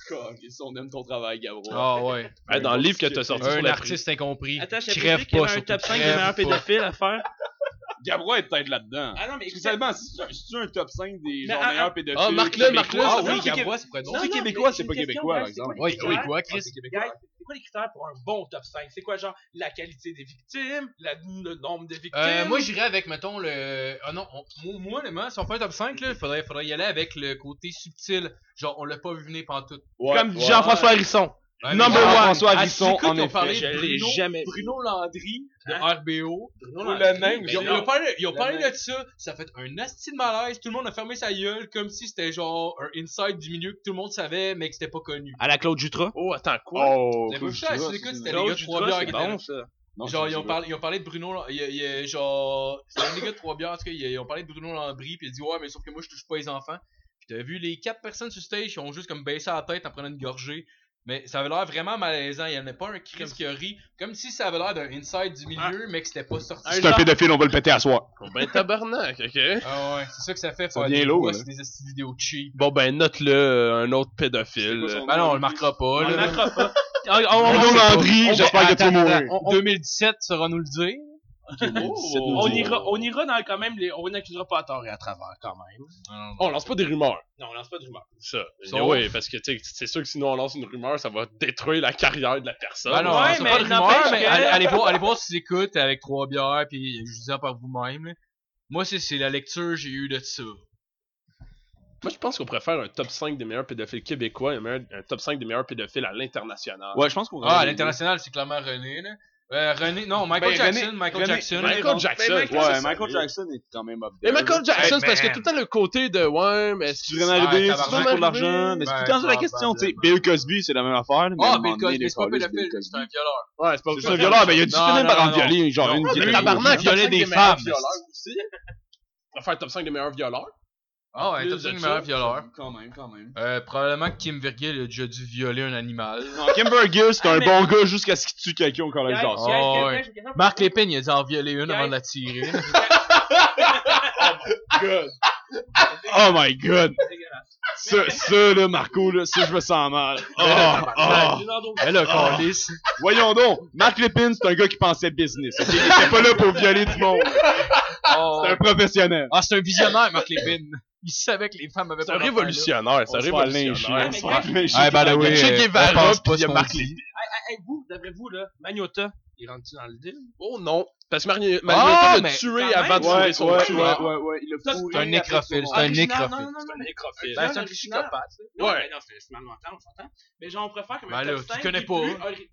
D: Ça, On aime ton travail, [LAUGHS] Gabrois.
C: Ah ouais.
F: Hey, dans le livre que t'as sorti sur
C: Un
F: la
C: artiste incompris.
E: Attends, je savais
C: Crève
E: qu'il y
C: pas
E: avait un
C: surtout,
E: top 5 des
C: crève
E: meilleurs
C: pas.
E: pédophiles à faire.
D: Gabrois est peut-être là-dedans.
E: Ah non, mais écoute,
D: Spécialement, si tu- si tu as un top 5 des
E: Mais
D: genre
E: ah,
D: meilleurs pédophiles.
F: ah, marque-le, marque-le,
D: québécois.
E: c'est
D: Ah
E: bon.
D: oui, Gab-
C: Gabrois, ça pourrait être
E: Non,
C: drôle.
D: C'est
E: non,
D: québécois,
E: mais
D: c'est pas
E: une question,
D: québécois,
E: guys,
D: par
E: c'est quoi
D: exemple.
E: les
C: Oui,
E: critères?
C: oui, quoi,
D: Ah,
C: Chris?
D: c'est
E: Guys,
D: québécois.
E: c'est quoi les critères pour un bon top 5? C'est quoi, genre, la qualité des victimes, la- le nombre de victimes?
C: Euh, moi, j'irais avec, mettons, le. Ah non, on- moi, moi, honnêtement, si on fait un top 5, là, faudrait, faudrait y aller avec le côté subtil. Genre, on l'a pas vu venir pantoute.
D: Ouais,
F: Comme
D: ouais.
F: Jean-François Hérisson.
C: Ouais,
F: Number
C: mais-
F: one,
D: François
C: Ah,
D: Harrison,
C: j'écoute,
D: en
C: ils ont
D: effet.
C: parlé
E: Je
C: de
E: l'ai
C: Bruno-
E: jamais vu.
C: Bruno Landry de RBO.
E: Bruno
D: le
E: Landry,
D: même,
E: mais
C: Ils ont, ils
E: non.
C: ont parlé, ils ont
E: Le
C: parlé
E: mec.
C: de ça, ça a fait un asti de malaise, tout le monde a fermé sa gueule comme si c'était genre un inside du milieu que tout le monde savait mais que c'était pas connu.
E: À la Claude Jutras?
F: Oh, attends, quoi?
D: Oh,
C: T'as
D: cool,
C: vu ça,
D: tu vois,
C: c'est écoute,
D: c'est-
C: c'était les
E: Claude
C: gars de trois
E: Jutras,
C: bières qui
E: c'est
C: étaient
E: bon,
C: là.
E: ça.
D: Non,
C: Genre,
D: je
C: ils
D: sais
C: ont,
D: pas.
C: parlé, ils ont parlé de Bruno. Lan- il y a- il y a- genre, c'était un des gars de Trois Bières, en tout cas, ils, ils ont parlé de Bruno Lambry, puis il a dit Ouais, mais sauf que moi, je touche pas les enfants. Puis t'as vu, les quatre personnes sur stage, ils ont juste comme baissé la tête en prenant une gorgée. Mais ça avait l'air vraiment malaisant. Il n'y en a pas un Chris qui a ri. Comme si ça avait l'air d'un inside du
E: Ah.
C: milieu, mais que c'était pas sorti.
E: Un
D: C'est un
E: genre-
D: pédophile, on va le péter à soi.
F: Bon, ben, tabarnak, ok?
C: Ah ouais, c'est ça que ça fait.
D: Ça
C: faire
D: devient
C: des
D: lourd,
C: fois,
D: hein. là.
C: C'est des astuces vidéo cheap.
F: Bon, ben, note-le, euh, un autre
D: C'est
F: pédophile. Ben,
D: quoi son
C: Bah non, on le marquera pas,
E: On le
C: là.
E: marquera pas.
D: Bruno Landry, j'espère que tu vas mourir.
C: On- on- 2017 sera nous le dire.
E: On ira, on ira dans quand même les, on n'accusera pas à tort et à travers quand même.
F: Oh, on lance pas des rumeurs.
E: Non, on lance pas de rumeur.
F: Ça.
C: Sauf-
F: Oui, parce que, tu sais, c'est sûr que sinon on lance une rumeur, ça va détruire la carrière de la personne.
C: Bah non,
E: Ouais,
C: c'est
E: mais
C: pas de rumeur,
E: n'empêche
C: mais
E: que-
C: allez, allez voir, allez voir si t'écoutes avec trois bières, puis je vous dis par vous-même. là. Moi, c'est, c'est la lecture que j'ai eue de ça.
F: Moi, je pense qu'on pourrait faire un top 5 des meilleurs pédophiles québécois et un, meilleur- un top 5 des meilleurs pédophiles à l'international.
D: Ouais, je pense qu'on
C: Ah, à l'international, c'est clairement René. Là. Euh, René, non, Michael
D: Ben,
C: Jackson,
D: René-
C: Michael
D: René-
C: Jackson.
F: Michael
D: René-
F: Jackson.
D: Ouais,
F: Ouais,
D: Michael
F: Michael
D: Jackson est quand même up
F: Et Michael Jackson,
C: Hey,
F: c'est parce que
C: man.
F: tout le temps le côté de ouais, mais est-ce
D: Si tu
F: que
D: veux vraiment
C: Ah,
D: arriver, si tu
C: tabarnak.
D: veux pour de l'argent, mais c'est tout le temps sur la question, tu sais. Bill Cosby, c'est la même affaire. mais à un
C: Ah,
D: moment
C: Bill
D: donné,
C: Cosby,
D: les
C: c'est pas
D: câlisses, Bill
C: pédophile,
D: Cosby.
C: c'est un violeur.
F: Ouais, c'est pas
D: C'est un violeur, mais il a dû
C: Non,
D: finir par
C: non,
D: en
C: non.
D: violer, genre
C: Non,
D: une
C: lui,
D: guitare.
F: tabarnak,
D: Il
F: il violait
D: violait
F: des
D: des femmes.
F: femmes. On va faire un top 5 des meilleurs violeurs.
C: Ah, ouais,
F: Plus
C: t'as
F: de
C: dit le
F: ça,
C: meilleur violeur.
D: Quand même, quand même.
C: Euh, probablement que Kim Virgil a déjà dû violer un animal.
D: Kimber Gill, c'est
E: Ah,
D: un
E: mais-
D: bon gars jusqu'à ce qu'il tue quelqu'un au collège
E: Guys,
D: d'or.
E: guys,
C: Oh, ouais.
E: guys, guys, j'ai une question pour
C: Marc
E: vous.
C: Lépine, il a dû en violer une avant
E: Guys.
C: de la [LAUGHS] tirer. Ah!
D: Oh my god!
E: C'est dégueulasse.
D: Ça, ça, là, Marco, là, ça, je me sens mal. Oh,
E: Ah,
D: oh.
E: j'ai l'air d'autre.
C: Elle a câlisse.
D: Voyons donc, Marc Lépine, c'est un gars qui pensait business. ok? Il était pas là pour violer du monde.
C: Oh,
A: C'est un professionnel.
C: Ah, c'est un visionnaire, Marc Levin. Il savait que les femmes avaient
F: C'est un
C: d'enfants, là.
F: révolutionnaire, c'est un
A: On se fait lyncher,
F: révolutionnaire.
A: on se
E: Ouais,
A: fait lyncher.
C: Ouais, by the way,
F: Che
C: euh,
F: Guevara,
C: on pense pas
F: puis il y a
C: ce qu'on
F: Marc
C: dit.
F: Levin.
E: Hey, vous, d'après vous, là, Magnota, il rentre-tu dans le deal?
F: Oh non, parce que Mario
C: Ah,
F: Mariotta l'a
C: mais-
F: tué
E: quand
F: avant
E: même.
F: de trouver son
D: ouais,
F: tueur.
D: ouais, ouais, il
E: Ça,
D: a
E: c'est
D: fourré
C: un
D: après
C: nécrophile,
D: son-
C: c'est un
E: Original,
C: nécrophile.
E: Non, non, non, non, non.
F: nécrophile.
E: Ben, c'est un
D: original.
E: psychopathe. là. Non,
F: Ouais.
E: mais non, c'est c'est mal mental, on s'entend. Mais genre, on préfère que
C: Ben
E: ma
C: là,
E: top
C: tu
E: 5
C: connais
E: est
C: pas,
E: plus
C: hein.
E: ori-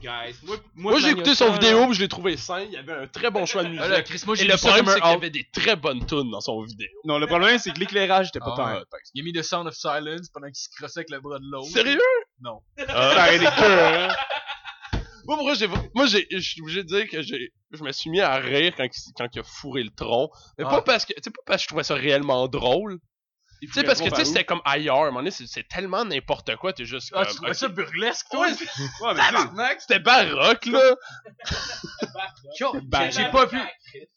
E: Guys, moi,
F: Moi, j'ai écouté son
E: Magnota,
F: vidéo,
E: là,
F: puis je l'ai trouvé sain. Il y avait un très bon choix de musique.
C: Ah, là, Chris, moi,
F: Et
C: j'ai
F: le
C: vu ça
F: problème,
C: comme un
F: c'est qu'il y
C: out.
F: avait des très bonnes tunes dans son vidéo.
A: Non, le problème, c'est que l'éclairage était pas
C: Ah,
A: tant
C: ouais.
A: hot, par exemple.
C: Il a mis The Sound of Silence pendant qu'il se crossait avec le bras de l'autre.
F: Sérieux?
C: Non.
D: Ah.
A: Ça aurait été cœur, hein.
F: Moi, pour vrai, j'ai, moi, j'ai, je suis obligé de dire que j'ai, je me suis mis à rire quand il, quand il a fourré le tronc. Mais
C: Ah.
F: pas parce que, tu sais, pas parce que je trouvais ça réellement drôle. Tu sais, parce que, tu sais, c'était comme ailleurs. À un moment donné, c'est, c'est tellement n'importe quoi, t'es juste
C: Ah,
F: comme,
C: tu trouvais
F: ok.
C: ça burlesque, toi?
F: Ouais,
D: Ouais, mais tu sais,
F: c'était baroque, là.
E: Ben,
C: J'ai- J'ai Bah, pas vu.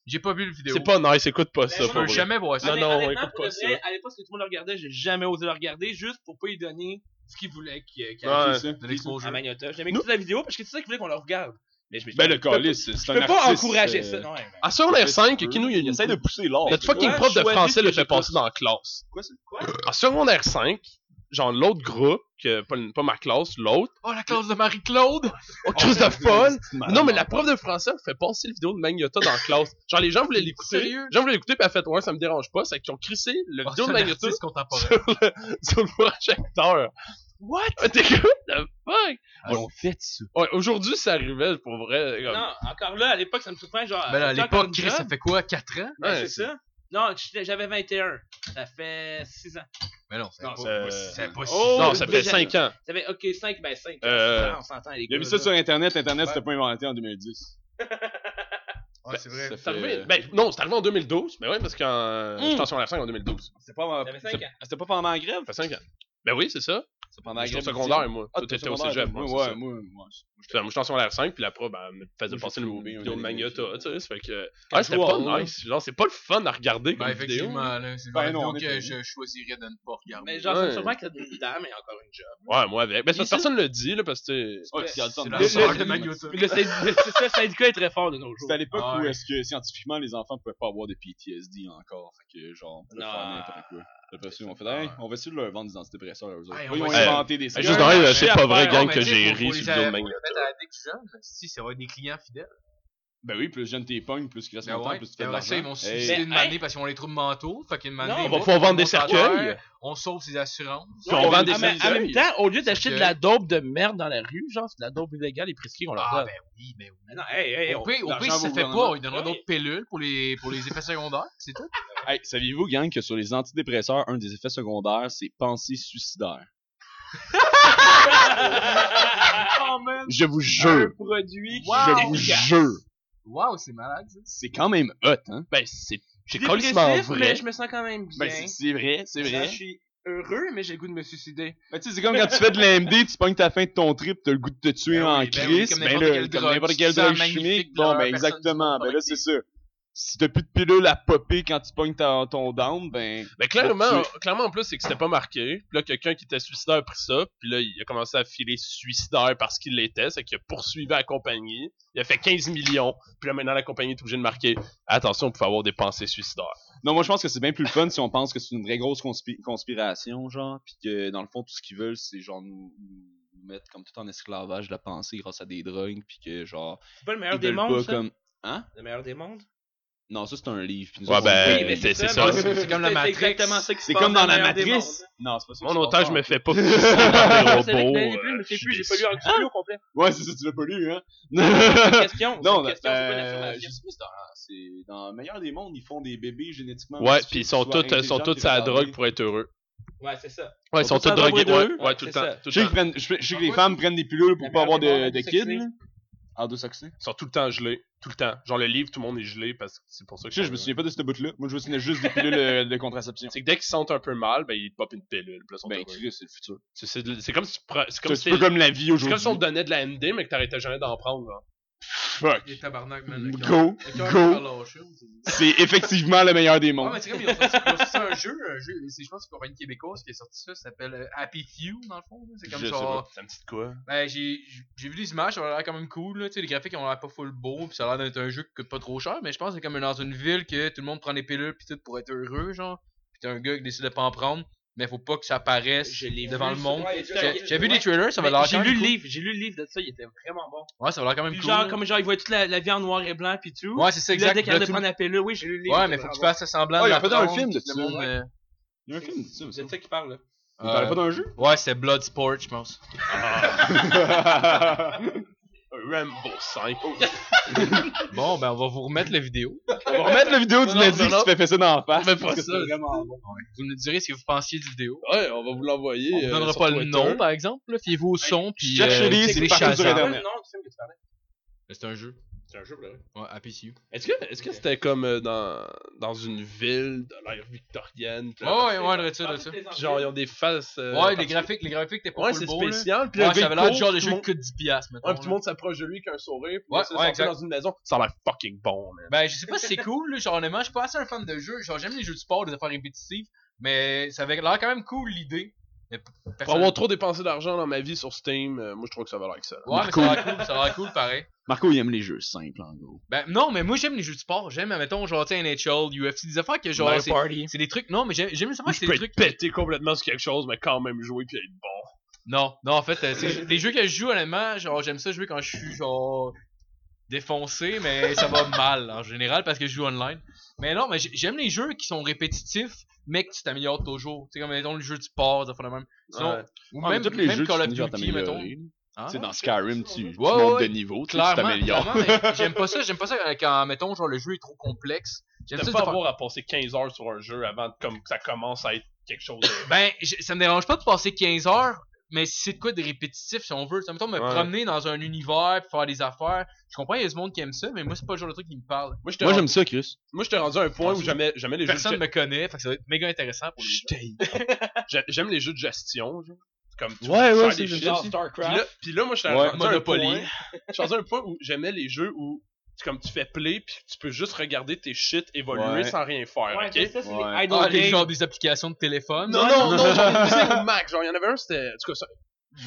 C: J'ai pas vu le vidéo.
F: C'est pas nice, écoute pas ça,
E: Mais
C: Je
F: pour
C: veux
F: vrai.
C: jamais voir ça.
F: Ah, Non, non,
E: Honnêtement,
F: écoute
E: pour
F: pas
E: le
F: ça.
E: vrai, À l'époque, tout le monde le regardait, j'ai jamais osé le regarder juste pour pas lui donner ce qu'il voulait qu'il qu'il
F: Ouais.
E: arrive
D: c'est ça.
C: De l'exposure.
E: à Magnota. J'ai jamais écouté la vidéo parce que c'est ça qu'il voulait qu'on le regarde. Mais je me suis
D: Ben,
E: dit,
D: le calice, c'est
E: Je
D: un
E: peux pas
D: artiste,
E: encourager
D: euh,
E: ça. Non, ouais,
F: À secondaire 5,
D: peu.
F: Kino, il
D: Il
F: essaie de
D: pousser l'or.
F: Notre fucking
E: Ouais,
F: prof de
E: choisis
F: français
E: que
F: le fait
E: j'écoute.
F: passer dans la classe.
D: Quoi, c'est-
E: Quoi?
F: En secondaire 5, genre l'autre groupe, que pas, pas ma classe, l'autre.
C: Oh, la classe de Marie-Claude!
F: Oh, Chris de folle! Non,
A: Non,
F: mais la prof de français elle fait passer le vidéo de Magnota dans la classe. Genre, les gens voulaient l'écouter.
C: Sérieux?
F: Les gens voulaient l'écouter, puis elle fait, ouais, ça me dérange pas. C'est qu'ils ont crissé le
C: Oh,
F: vidéo
C: c'est
F: de
C: un
F: Magnota
C: artiste contemporain.
F: [LAUGHS] sur le, sur le projecteur.
E: What?
F: Ah, T'es quoi? The fuck?
C: Ah, on fait ça.
F: Ouais, aujourd'hui, ça arrivait pour vrai. comme-
E: ah, Non, encore là, à l'époque, ça me surprend genre.
C: Ben là, à
E: j'ai encore
C: l'époque,
E: une
C: Chris,
E: job.
C: ça fait quoi, 4 ans?
E: Ben,
F: Ouais,
E: c'est ça. Non, j'étais- j'avais 21. Ça fait 6 ans.
C: Mais non, c'est
E: Non,
C: pas
E: c'est-
F: euh,
C: c'est pas
E: Oh,
F: non, ça fait
E: déjà-
F: 5 ans.
E: Ça fait, ok, 5, ben 5.
F: Euh,
E: on s'entend, les
D: Il
E: gars.
D: a mis ça
E: là.
D: sur Internet, Internet, c'était pas inventé en 2010.
C: Ouais, c'est vrai.
D: Ça
F: C'est arrivé.
D: fait-
F: Ben, non, c'est arrivé en 2012. Ben ouais, parce qu'en.
E: Hmm.
F: J'étais en secondaire 5 en 2012.
D: C'était pas en-
E: Ça fait cinq
D: c'était-
E: ans.
D: c'était pas pendant la grève?
F: Ça fait 5 ans. Ben oui, c'est ça.
D: C'était pendant la
F: J'étais au
D: grève.
F: secondaire, moi.
D: Ah,
F: Toi,
D: t'étais
F: t'étais au cégep, moi.
D: Ouais,
F: c'est ça.
D: ouais, moi, moi.
F: Puis, euh, Moi, j'étais en secondaire 5, puis la prof, ben, elle me faisait
D: Moi,
F: passer
D: j'ai
F: le
D: trouvé un
F: vidéo de
D: animé,
F: Magnota,
D: ça.
F: tu sais. ça Fait que.
D: Quand
F: Ah,
D: je
F: c'était
D: vois
F: pas
D: en haut,
F: nice. Genre, c'est pas le fun à regarder
C: Ben,
F: comme vidéo.
C: effectivement, là, c'est
D: Ben
C: ben
D: non, on est
C: que
D: pas-
C: je choisirais de ne pas regarder.
E: Mais genre, ça me
F: Ouais.
E: surprend que t'as une dame et encore une job.
F: Ouais, moi avec. Ben, c'est parce que
E: Ici-
F: personne le dit, là, parce que. tu sais,
D: Ouais, tu regardes ça en
C: C'est
D: dedans.
C: la sœur
D: Le-
C: de
D: le-
C: Magnota.
E: Puis le syndicat, c'est ça, le syndicat est très fort de nos jours.
D: C'était à l'époque
C: Ah
D: où
C: ouais.
D: est-ce que scientifiquement les enfants pouvaient pas avoir de PTSD encore. Fait que genre, on peut
E: Non.
D: faire n'importe quoi.
F: Ah,
D: Après ça, ils ont fait, hey, on va essayer de leur vendre des antidépresseurs à eux autres.
C: Hey, on
D: ils ont
C: va-
D: inventé des
F: Juste
D: séries.
F: dans
E: mais
F: elle, c'est pas
E: affaire,
F: vrai,
E: non,
F: gang,
C: mais
F: que
C: tu sais,
F: j'ai
C: faut- faut
F: ri
C: les
F: sur le vidéo de
C: a-
F: Magnota.
C: Mettre à la dès que jeune, si, ça va être des clients fidèles.
D: Ben oui, plus jeune t'es pognes, plus tu restes
C: Ben
D: longtemps,
C: ouais,
D: plus tu fais de
C: après ça, ils
D: l'argent.
C: vont se
D: Hey.
C: suicider une
E: Mais, hey.
C: année parce qu'ils ont les troubles mentaux. Fait qu'une année,
E: Non,
C: ils
E: on
F: va
C: vont-
F: pouvoir vendre
C: ils
F: des
C: vont s'en
F: cercueils.
C: faire, On sauve ses assurances.
F: Puis on vend des
E: Ah, mais en
F: cercueils.
E: même temps, au lieu d'acheter
C: Parce
E: de
C: que-
E: la dope de merde dans la rue, genre, c'est de la dope illégale et prescrite, on leur
C: Ah,
E: donne.
C: ben oui, ben oui.
E: Mais non, hey, hey,
C: Au
E: on-
C: pire, au pire,
D: l'argent
C: si ça
D: va au
C: fait pas,
D: gouvernement.
C: on lui donnera
E: Oui.
C: d'autres pilules pour les, pour les effets secondaires, c'est tout.
D: Hey, saviez-vous, gang, que sur les antidépresseurs, un des effets secondaires, c'est pensée suicidaire.
E: [LAUGHS] Oh,
D: Je vous jure.
E: produit qui
D: Je vous jure.
C: Waouh, c'est malade, ça.
D: C'est quand même hot, hein?
F: Ben, c'est.
E: Je
F: J'ai
E: suis
F: colissement
E: dépressif, mais
F: vrai.
E: je me sens quand même bien.
D: Ben, c'est- c'est vrai, c'est
E: Genre,
D: vrai.
E: Je suis heureux, mais j'ai le goût de me suicider.
D: Ben, tu sais, c'est comme quand tu fais de l'AMD, tu pognes ta fin de ton trip, t'as le goût de te tuer
C: Ben oui,
D: en
C: ben oui,
D: crise,
C: comme
D: ben,
C: n'importe
D: là,
C: quelle
D: comme
C: drogue,
D: n'importe
C: tu
D: quelle
C: te sens
D: drogue
C: magnifique
D: chimique,
C: dans
D: bon,
C: la
D: ben,
C: personne
D: exactement,
C: qui
D: ben
C: te
D: là, c'est ça. Si t'as plus de pilule à popper quand tu pognes ta- ton down, ben,
F: Mais clairement,
D: Bon,
F: clairement en plus, c'est que c'était pas marqué. Puis là, quelqu'un qui était suicidaire a pris ça. Puis là, il a commencé à filer suicidaire parce qu'il l'était. C'est qu'il a poursuivi la compagnie. Il a fait 15 millions. Puis là, maintenant, la compagnie est obligée de marquer attention, on peut avoir des pensées suicidaires.
D: Non, moi je pense que c'est bien plus le fun si on pense que c'est une vraie grosse conspi- conspiration, genre, puis que dans le fond tout ce qu'ils veulent c'est genre nous, nous mettre comme tout en esclavage de la pensée grâce à des drogues, puis que genre
E: C'est pas le
D: ils
E: meilleur des
D: veulent pas
E: mondes, ça?
D: comme hein
E: Le meilleur des mondes?
D: Non, ça c'est un livre. puis nous
F: Ouais,
D: autres,
F: ben,
D: on-
F: Oui, mais c'est- c'est ça.
E: mais
C: C'est comme la Matrix.
E: Euh, C'est exactement ça qui se
D: c'est
E: passe
D: comme dans
E: le
D: la
E: meilleur des
D: matrice. [LAUGHS]
E: mondes.
D: Non, c'est pas ça.
F: Mon
D: que je
F: otage
D: pense.
F: me fait pas pousser
D: [LAUGHS]
F: dans
E: C'est
F: des
E: vrai que
F: robots.
E: l'année plus,
F: euh,
E: je sais
F: je suis
E: plus, j'ai pas
F: déçu.
E: lu en studio au complet.
D: Ouais, c'est ça tu l'as pas lu [LAUGHS] hein.
E: C'est une question,
D: [LAUGHS]
E: c'est
D: non,
E: une
D: ben,
E: question, c'est pas une
D: euh,
E: affirmation.
D: je sais plus, c'est dans- c'est dans le meilleur des mondes, ils font des bébés génétiquement
F: Ouais,
D: modifiés
F: puis ils
D: qui
F: sont
D: soient
F: tous, euh, sont
D: intelligents,
F: tous
D: puis
F: à la drogue
D: retardés.
F: pour être heureux.
E: Ouais, c'est ça.
F: Ouais, ils
D: Ils
F: sont tous
D: sont tous à la
F: drogués.
D: drogue pour
F: Ouais, ouais,
D: être
F: tout le
E: c'est
F: temps.
E: ça.
F: tout
D: Je
F: le
D: sais qu'ils
F: temps.
D: prennent- je sais- je sais que les femmes prennent des pilules pour pas avoir de, de kids.
E: Sexy.
D: là. Endo-saxé.
F: Ils sont tout le temps gelés. Tout le temps. Genre, le livre, tout le monde est gelé parce que c'est pour ça que.
D: Je sais, je me souviens pas de ce bout-là. Moi, je me souviens juste des pilules euh, de contraception.
F: C'est que dès qu'ils sont un peu mal, ben, ils popent une pilule. Puis là, ils sont
D: Ben,
F: heureux.
D: Chris, [LAUGHS] c'est le futur.
F: C'est- C'est c'est comme si tu prends- c'est
D: C'est
F: comme
D: un
F: si
D: petit peu
F: t'es-
D: comme la vie
F: C'est
D: aujourd'hui.
F: comme si on te donnait de la MD, mais que t'arrêtais jamais d'en prendre, genre.
D: Fuck.
C: Les tabarnak, man. le cœur-
D: Go,
C: le cœur
D: go.
C: va faire lâcher, on dit.
D: c'est effectivement le meilleur des
C: Ah,
D: mondes.
C: mais c'est comme ils ont sorti- ils ont sorti un jeu, un jeu, c'est je pense une compagnie québécoise qui a sorti ça, ça s'appelle euh, Happy Few, dans le fond. là. C'est comme
F: Je sais
C: genre.
F: pas, ça me dit de quoi?
C: Ben, j'ai j'ai vu les images, ça a l'air quand même cool, là. Tu sais, les graphiques ont l'air pas full beau, pis ça a l'air d'être un jeu qui coûte pas trop cher, mais je pense que c'est comme dans une ville que tout le monde prend des pilules pis tout pour être heureux, genre. Pis t'as un gars qui décide de pas en prendre, mais faut pas que ça apparaisse
E: Je l'ai
C: devant
E: vu,
C: le
E: ça.
C: monde.
E: Ouais,
C: J'ai j'ai vu
E: ouais.
C: des trailers, ça va
E: Mais
C: l'air
E: J'ai
C: quand
E: lu
C: même
E: le
C: cool.
E: livre, j'ai lu le livre de ça, il était vraiment bon.
C: Ouais, ça va l'air quand même
E: Puis
C: cool.
E: genre,
C: là.
E: comme genre, il voit toute la, la vie en noir et blanc, puis tout.
C: Ouais, c'est ça,
E: Puis là,
C: exact.
E: dès qu'il
C: Là,
E: de
C: tout-
E: prendre la pilule, oui, j'ai lu le livre.
C: Ouais, mais faut que tu fasses ça semblant
D: Oh,
C: de
D: ils ont
C: la
D: fait un
C: prendre,
D: film
C: pis
D: de
C: le
D: ça,
C: monde,
D: ouais.
C: euh,
D: Il y a un film, c'est ça.
E: C'est de ça qu'il parle, là.
D: On parlait pas d'un [LAUGHS] jeu?
C: Ouais, c'est Bloodsport, je
D: [LAUGHS]
C: pense.
F: Rambo 5.
C: Bon, ben, on va vous remettre la vidéo.
D: On va remettre la vidéo
F: Non,
D: du
F: non,
D: nazi
F: non,
D: qui
F: non.
D: se fait fesser dans la face.
F: Fais pas
D: parce que
F: ça.
D: c'est vraiment bon.
C: Vous nous direz ce que vous pensiez de la vidéo.
F: [LAUGHS] Ouais, on va vous l'envoyer.
C: On ne
F: euh,
C: donnera
F: sur
C: pas le
F: Twitter.
C: nom, par exemple. là. Fiez-vous au son, puis
F: euh,
D: Cherchez-les,
C: checkez
D: c'est
C: les
D: partout sur
C: Shazam.
D: Internet.
E: Non, tu sais, mais tu parlais.
C: C'est un jeu.
F: C'est un jeu, là.
C: Ouais, APCU.
F: Est-ce que est-ce que c'était comme euh, dans, dans une ville de l'ère victorienne? pis
C: Ouais,
F: là,
C: ouais, ouais, de ça, de ça.
E: Parle-nous de tes
F: Genre, ils
E: enfants.
F: ont des faces.
C: Ouais,
F: euh,
C: les
F: particulières.
C: graphiques, les graphiques, t'es pas
F: Ah, Ouais,
C: full
F: c'est
C: beau,
F: spécial. Puis
C: là.
F: le
C: Ouais,
F: gars,
C: ça
F: il
C: avait l'air du
F: court,
C: genre de
F: tout
C: jeu
F: le
C: qui
F: monde-
C: coûte 10 piastres, mettons.
F: Ouais, puis tout le
C: là.
F: monde s'approche de lui avec un sourire. Puis
C: Ouais,
F: là, ça, ils
C: ouais,
F: sont
C: exact.
F: dans une maison. Ça a l'air fucking bon, man.
C: Ben, je sais pas si c'est cool, là. Genre, honnêtement, je suis pas assez un fan de jeux. Genre, j'aime les jeux de sport, des affaires répétitives, mais ça avait l'air quand même cool, l'idée. Mais
F: Pour
C: personne-
F: avoir trop dépensé d'argent dans ma vie sur Steam, euh, moi, je trouve que ça va l'air que ça.
C: Ouais,
F: là.
C: mais ça a l'air cool, ça a l'air cool, pareil.
D: Marco, il aime les jeux simples, en gros.
C: Ben, non, mais moi, j'aime les jeux de sport. J'aime, mettons, genre, tu sais, NHL, UFC, des affaires que, genre,
F: Mario
C: c'est- c'est des trucs. Non, mais j'aime j'aime
F: Moi,
C: savoir que
F: je
C: c'est
F: peux
C: des
F: être
C: trucs.
F: pété complètement sur quelque chose, mais quand même jouer puis être bon.
C: Non, non, en fait, euh, c'est les jeux que je joue, honnêtement, genre, j'aime ça jouer quand je suis, genre, défoncé, mais ça va mal, en général, parce que je joue online. Mais non, mais j'ai- j'aime les jeux qui sont répétitifs, mais que tu t'améliores toujours. Tu sais, comme, mettons, le jeu du sport, ça fait même. Sinon,
F: Ouais.
C: Ou
D: Ah, mais
C: même,
D: tous les
C: même
D: jeux, tu
C: Call of
D: finis par
C: Duty, mettons.
D: t'améliorer.
C: Hein?
D: Tu sais, dans Skyrim, tu, tu
C: Ouais,
D: montes
C: ouais,
D: de niveau, tu sais, tu
C: Clairement,
D: t'améliores. [LAUGHS]
C: clairement, mais j'aime pas ça, j'aime pas ça quand, mettons, genre, le jeu est trop complexe. J'aime ça,
F: T'as
C: les
F: pas
C: affaires-
F: avoir à passer 15 heures sur un jeu avant de- comme que ça commence à être quelque chose de...
C: Ben, j- ça me dérange pas de passer 15 heures, mais si c'est de quoi de répétitif, si on veut. Ça me me
F: Ouais.
C: promener dans un univers, puis faire des affaires. Je comprends, il y a du monde qui aime ça, mais moi, c'est pas le genre de truc qui me parle.
F: Moi, j'étais
D: Moi,
F: rendu,
D: j'aime ça, Chris.
F: [COUGHS] moi, j'étais rendu à un point où jamais, jamais les
C: Personne
F: jeux de...
C: me connaît, fait que ça va être méga intéressant pour les gens.
F: j'a- J'aime les jeux de gestion, genre. Comme tu
D: Ouais, ouais,
F: faire
D: c'est
F: des
D: ça,
F: shit.
D: j'aime
E: Genre
D: ça.
F: Puis
E: StarCraft.
F: là, puis là, moi, j'étais
D: Ouais,
F: rendu à un
C: Monopoly. Ah,
F: point... J'étais rendu à un point où j'aimais les jeux où tu, comme tu fais play puis tu peux juste regarder tes shit évoluer
D: Ouais.
F: sans rien faire,
E: Ouais,
F: ok?
E: mais ça, c'est
D: Ouais.
E: les idle
C: Ah, les
E: games.
C: genre des applications de téléphone.
F: Non, non, non, j'en ai utilisé au
D: [LAUGHS]
F: Mac. Genre, il y en avait un, c'était. En tout cas, ça-